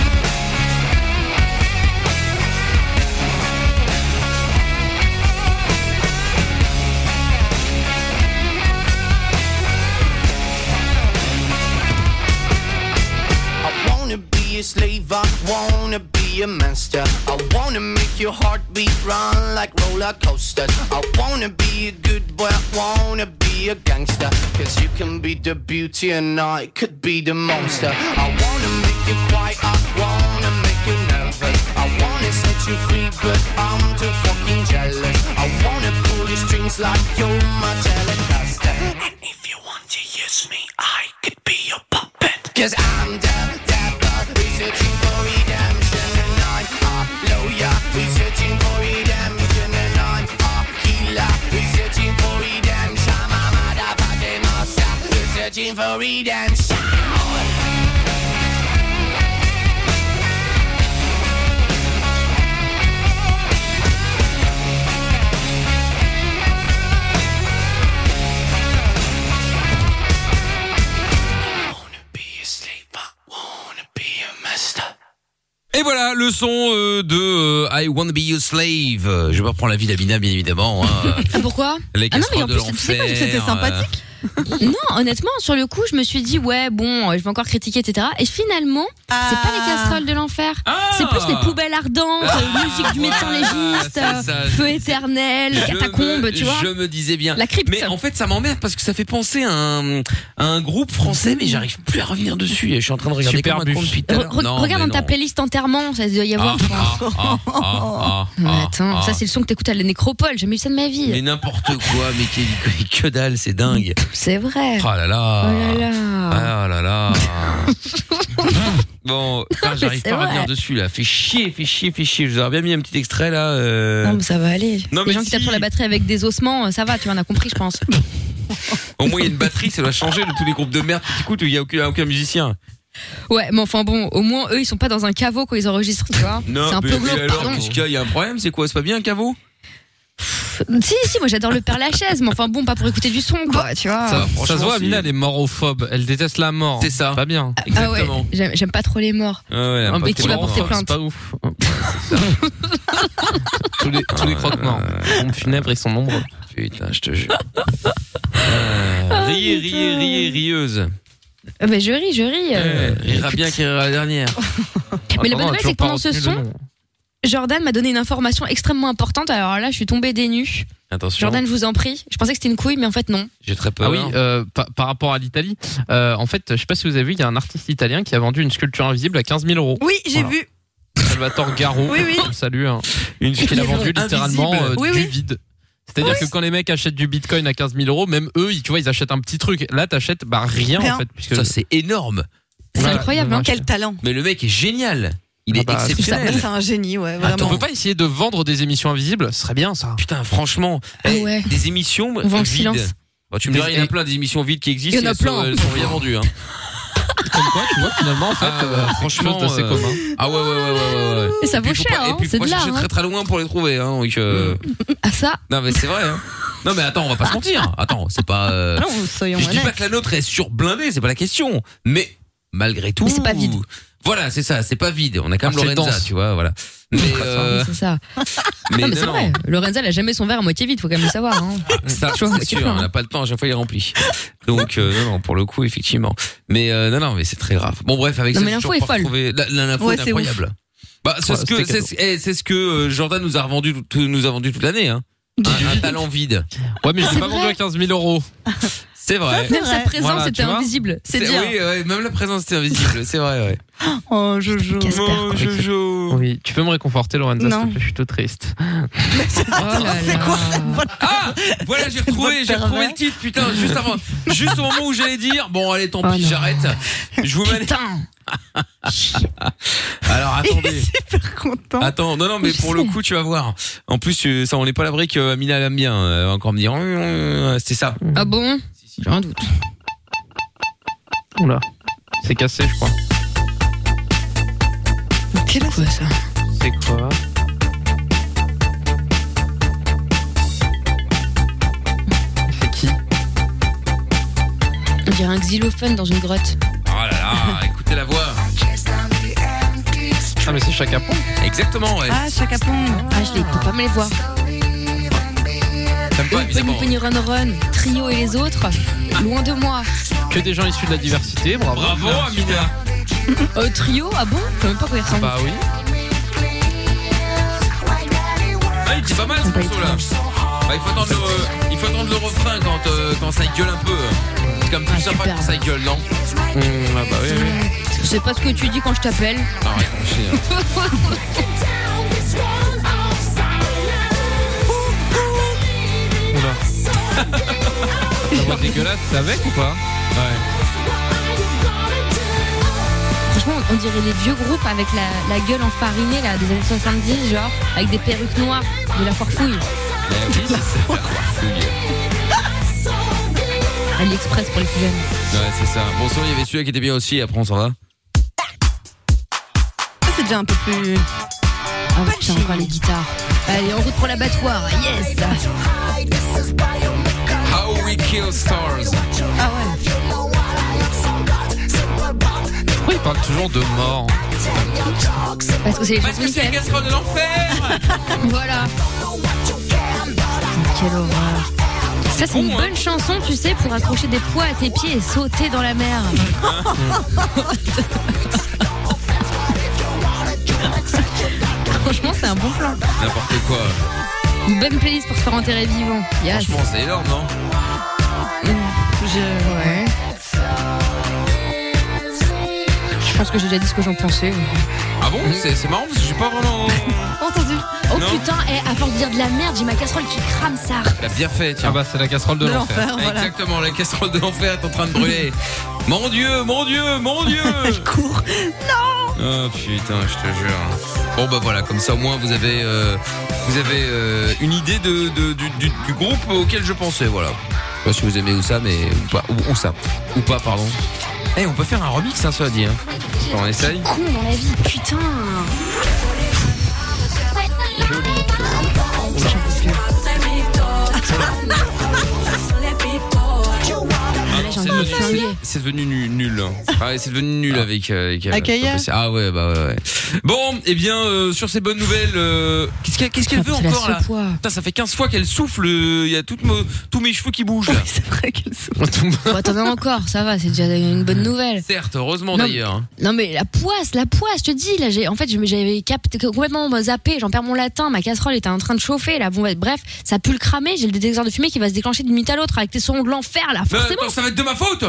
G: I wanna be a slave, I wanna be a monster. I wanna make your heartbeat run like roller coasters. I wanna be a good boy, I wanna be a gangster. Cause you can be the beauty and I could be the monster. I wanna make you quiet, I wanna make you nervous. I wanna set you free, but I'm too fucking jealous. I wanna pull your strings like you're my telecaster. And if you want to use me, I could be your puppet. Cause I'm the devil, researching for redemption, and I'm a lawyer, researching for redemption, and I'm a healer, researching for redemption. I'm a motherfucking monster, researching for redemption.
A: Et voilà le son euh, de euh, I Wanna Be Your Slave. Je vais pas reprendre la vie d'Amina, bien évidemment.
B: (laughs)
A: hein.
B: Ah, pourquoi
A: Les
B: Ah non, mais en
A: casseroles de
B: plus, tu sais quoi, c'était
A: l'enfer, hein. (laughs)
B: sympathique. non, honnêtement, sur le coup, je me suis dit, ouais, bon, euh, je vais encore critiquer, etc. Et finalement, c'est pas les casseroles de l'enfer. C'est plus les poubelles ardentes,
A: Ah,
B: euh, musique du médecin
A: voilà,
B: légiste,
A: c'est
B: euh,
A: ça.
B: feu éternel,
A: Je
B: catacombe,
A: me-
B: tu vois.
A: Je me disais bien.
B: La crypte.
A: Mais en fait, ça m'emmerde parce que ça fait penser à un, à un groupe français, mais j'arrive plus à revenir dessus. Je suis en train de regarder
I: Super
A: comme un con
I: bus.
A: depuis tout à l'heure.
B: Re-
A: Non,
B: regarde
A: mais
B: dans ta
A: non.
B: playlist enterrement, ça doit y
A: Ah,
B: avoir. je pense.
A: ah, ah,
B: (laughs)
A: ah, ah, ah,
B: Attends,
A: ah.
B: ça c'est le son que t'écoutes à la nécropole, j'ai jamais eu ça de ma vie.
A: Mais n'importe quoi, mais que, que- que dalle, c'est dingue.
B: C'est vrai.
A: Oh là là.
B: Oh là là.
A: Ah là
B: (laughs)
A: là. bon, putain, j'arrive
B: c'est
A: pas à revenir
B: vrai.
A: dessus là. Fais chier, fais chier, fais chier. Je vous aurais bien mis un petit extrait là. euh,
B: Non, mais ça va aller.
A: Non, mais
B: les gens qui tapent sur la batterie avec des ossements, euh, ça va, tu vois, on a compris, je pense. (laughs)
A: Au moins, il y a une batterie, ça doit changer de tous les groupes de merde qui écoutent où il n'y a aucun, aucun musicien.
B: Ouais, mais enfin bon, au moins eux, ils sont pas dans un caveau quand ils enregistrent, tu vois.
A: Non,
B: c'est un
A: mais,
B: peu
A: mais
B: glauque,
A: alors,
B: pardon.
A: qu'est-ce qu'il y a Il y a un problème, c'est quoi C'est pas bien un caveau
B: Si, si, moi j'adore le Père Lachaise, mais enfin bon, pas pour écouter du son, quoi, tu vois.
D: Ah. Ça, ça se voit,
A: hein.
D: Amina, elle est morophobe. Elle déteste la mort. C'est ça. Pas bien.
B: ah ouais, j'aime j'aime pas trop les morts.
A: Ah
D: elle a
B: mais
D: pas
B: qui va
D: tellement-
B: porter
D: C'est
B: plainte
D: pas ouf. Ouais, c'est ça. tous les,
A: Ah,
D: tous les croque-morts. Les pompes funèbres, ils sont nombreux.
A: Putain, je te jure. riez, riez, riez, rieuse.
B: Euh, bah, je ris, je ris. euh.
A: Il rira bien qui rira la dernière.
B: Mais la bonne nouvelle, c'est que pendant ce son, Jordan m'a donné une information extrêmement importante. Alors là, je suis tombée des nues.
A: Attention.
B: Jordan, je vous en prie. Je pensais que c'était une couille, mais en fait, non.
A: J'ai très
D: Ah oui, euh, pa- par rapport à l'Italie, euh, en fait, je sais pas si vous avez vu, il y a un artiste italien qui a vendu une sculpture invisible à 15 000 euros.
E: Oui, j'ai vu.
D: Salvatore Garo.
E: Oui, oui.
D: Salut. Une
E: sculpture
D: hein. qu'il a vendu
E: invisible.
D: littéralement euh,
E: Oui,
D: du
E: oui.
D: vide. C'est-à-dire que quand les mecs achètent du bitcoin à 15 000 euros, même eux, ils- tu vois, ils achètent un petit truc. Là, t'achètes bah, rien,
E: Rien.
D: en fait.
A: Ça, c'est énorme.
E: C'est incroyable, hein. Quel talent. Ah bah,
A: Mais le mec est génial. Il est
E: C'est
A: exceptionnel.
E: un génie, ouais, vraiment.
D: Attends, on peut Ah, pas essayer de vendre des émissions invisibles Ce serait bien ça. Ah
A: Putain, franchement, eh, des émissions
D: On vend le
A: vides.
D: silence.
A: Bah, tu me diras, il y en a plein des émissions vides qui existent.
D: Il y en a
A: et elles sont-
D: plein.
A: Elles sont rien vendues. Hein.
D: (laughs) Comme quoi, tu vois, finalement, en fait,
A: Ah,
D: euh,
A: franchement,
D: quelque chose d'assez
A: euh,
D: commun.
A: Ah ouais, ouais, ouais, ouais, ouais, ouais.
B: Et ça
A: puis,
B: vaut
A: faut
B: cher,
A: pas-
B: hein,
A: Et puis,
B: c'est
A: faut pas
B: de l'art,
A: chercher
B: hein.
A: très très loin pour les trouver. Hein, donc, euh,
B: Ah, ça
A: Non, mais c'est vrai. Hein. Non, mais attends, on va pas se mentir. Attends, c'est pas.
E: Ah
A: euh,
B: Non, soyons
A: Je dis pas
B: honnêtes.
A: que la nôtre est surblindée, c'est pas la question. Mais malgré tout. c'est pas vide. Voilà, c'est ça, c'est pas vide. On a quand même
D: Ah, c'est
A: Lorenza,
D: dense.
A: tu vois, voilà.
D: (laughs)
A: Mais, euh,
B: C'est ça.
A: (laughs) mais
B: non, mais c'est
A: non. Ah,
B: vrai. Lorenza, elle a jamais son verre à moitié vide, faut quand même le savoir. Hein.
A: Ça,
B: Tu vois,
A: c'est
B: c'est
A: sûr,
B: plein,
A: on n'a pas le temps, à chaque fois il est rempli. Donc, euh, non, non, pour le coup, effectivement. Mais euh, non, non, mais c'est très grave. Bon, bref, avec
B: Non,
A: ça,
B: mais
A: j'ai
B: l'info est
A: toujours pas
B: folle.
A: retrouvé- la- la- L'info
B: Ouais,
A: est
B: c'est
A: incroyable.
B: ouf.
A: Bah, c'est
D: Ouais,
A: ce que,
D: c'était
A: c'est,
D: cadeau.
A: eh, c'est ce que euh, Jordan nous a revendu, tout- nous a vendu toute l'année. Hein. Un, un talent vide.
D: Ouais,
B: Ah,
D: mais je l'ai pas vendu à 15 000 euros.
A: C'est vrai.
B: Même sa présence
A: Voilà, tu
B: était
A: vois.
B: invisible. C'est
A: C'est-
B: dire.
A: Oui, ouais, même la présence était invisible, c'est vrai, ouais.
E: Oh, Jojo.
A: Oh, Jojo.
D: Oui, tu peux me réconforter, Lorenza, s'il
E: Non.
D: te plaît, je suis tout triste.
E: C'est quoi
A: Ah Voilà, j'ai retrouvé, j'ai retrouvé le titre, putain, juste avant, juste au moment où j'allais dire, bon, allez, tant pis, j'arrête. Je vous mets.
B: Putain.
A: (laughs) Alors, Ah,
B: (laughs)
A: attendez.
E: super content.
A: Attends, non, non, mais pour le coup, tu vas voir. En plus, euh, ça, on n'est pas à l'abri que Amina elle aime bien. Elle va encore me dire, Hum, hum, hum, c'est ça.
B: Ah bon J'ai un doute.
D: Oula. C'est cassé, je crois.
B: Quel quoi ça
D: C'est quoi
B: dirait un xylophone dans une grotte.
A: Oh là là, écoutez la voix.
D: Ah, mais c'est Chaka Pong.
A: Exactement, ouais.
B: Ah, Chaka Ah, je les peux pas me les voir.
A: T'aimes pas,
B: Pony
A: évidemment.
B: Pony Run Run, Trio et les autres,
A: (laughs)
B: loin de moi.
D: Que des gens issus de la diversité, bravo.
A: Bravo, Amina.
B: Euh, trio, ah bon Je sais même pas quoi ils ressemblent.
D: Bah oui.
A: Ah, il était pas mal ce morceau là. Bah, il, faut attendre le, il faut attendre le refrain quand, euh, quand ça gueule un peu. C'est quand même
B: Ah,
A: plus sympa quand ça gueule, non
D: Ah, bah oui, oui.
B: Je sais pas ce que tu dis quand je t'appelle.
A: Ah, ouais, on chie, hein.
B: (laughs)
D: Oula. La voix dégueulasse, c'est avec ou pas Ouais.
B: (laughs) Franchement, on dirait les vieux groupes avec la, la gueule enfarinée là, des années 70, genre, avec des perruques noires, de la farfouille.
A: Mais oui, c'est ça. Ouais,
B: (laughs) AliExpress pour les plus jeunes.
A: c'est ça. Bon, sinon, il y avait celui-là qui était bien aussi, après on s'en va.
B: Ça, c'est déjà un peu plus. Ah ouais, j'ai encore les guitares. Allez, en route pour l'abattoir, yes
A: How we kill stars.
B: Ah ouais
D: Pourquoi il parle toujours de mort
B: Parce que c'est les
A: Parce
B: chansons
A: que c'est les
B: Mickaël.
A: casseroles
B: (laughs)
A: de l'enfer
B: Voilà Quelle horreur ça c'est
A: hein.
B: une bonne chanson, tu sais, pour accrocher des poids à tes pieds et sauter dans la mer. (laughs)
A: Hein
B: Franchement, c'est un bon plan.
A: N'importe quoi.
B: Une bonne playlist pour se faire enterrer vivant. Yes. Mm.
A: Franchement, c'est énorme, non
B: Je... Ouais. Je pense que j'ai déjà dit ce que j'en pensais.
A: Ah bon C'est c'est marrant parce que j'ai pas vraiment.
B: (laughs) Entendu. Oh
A: Non.
B: putain, eh, à force de dire de la merde, j'ai ma casserole qui crame ça.
A: T'as bien fait, tiens.
D: Ah, bah c'est la casserole de,
B: De
D: l'enfer.
B: l'enfer, voilà.
A: Exactement, la casserole de l'enfer est en train de
D: (laughs)
A: brûler. mon dieu, mon dieu, mon dieu Je
B: cours.
A: Non Oh putain, je te jure. Bon bah voilà, comme ça au moins vous avez euh, vous avez euh, une idée de, de- du, du- du groupe auquel je pensais, voilà. Je sais pas si vous aimez ou ça, mais ou pas, ou, ou ça, ou pas, pardon. Eh, on peut faire un remix, hein, cela dit. Hein. On essaye.
B: Con dans la vie, putain.
A: Ah, (laughs) c'est devenu- C'est devenu nu- nul. Ah ouais, c'est devenu nul avec euh, avec, euh,
E: Avec Aya
A: c'est- Ah ouais, bah ouais. ouais. Bon, et bien euh, sur ces bonnes nouvelles, euh, qu'est-ce qu'elle qu'est-ce qu'elle veut
B: Putain, tu la
A: encore là
B: secoues.
A: Putain, ça fait 15 fois qu'elle souffle, euh, il y a toutes me- tous mes cheveux qui bougent là.
B: Bon, t'en as encore, ça va, c'est déjà une bonne nouvelle.
A: Certes, heureusement
B: Non.
A: d'ailleurs. hein.
B: Non mais la poisse, la poisse, je te dis là, j'ai en fait je- j'avais capté complètement zappé, j'en perds mon latin, ma casserole était en train de chauffer là, bon ouais, bref, ça pue le cramer, j'ai le détecteur de fumée qui va se déclencher d'une minute à l'autre avec tes sons de l'enfer là,
A: Mais
B: forcément.
A: attends, ça va être de ma faute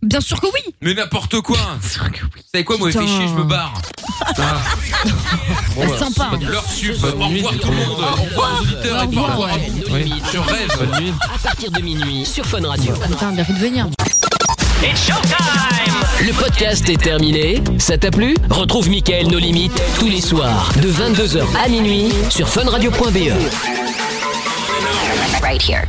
B: Bien sûr que oui.
A: Mais n'importe
B: (laughs)
A: quoi Vous savez quoi, moi, fait
B: Putain.
A: chier, je me
B: (laughs)
A: barre. Ah.
B: Bah, sympa.
A: Leur sup, au revoir tout le monde, hein. Ah, au revoir aux auditeurs et puis au revoir. à vous. Je rêve.
I: À partir de minuit sur Fun Radio.
B: Putain, bien fait de venir.
I: Le podcast est terminé. Ça t'a plu Retrouve Mickaël Nos Limites tous les soirs E. de 22h à minuit sur funradio.be.
J: Right here.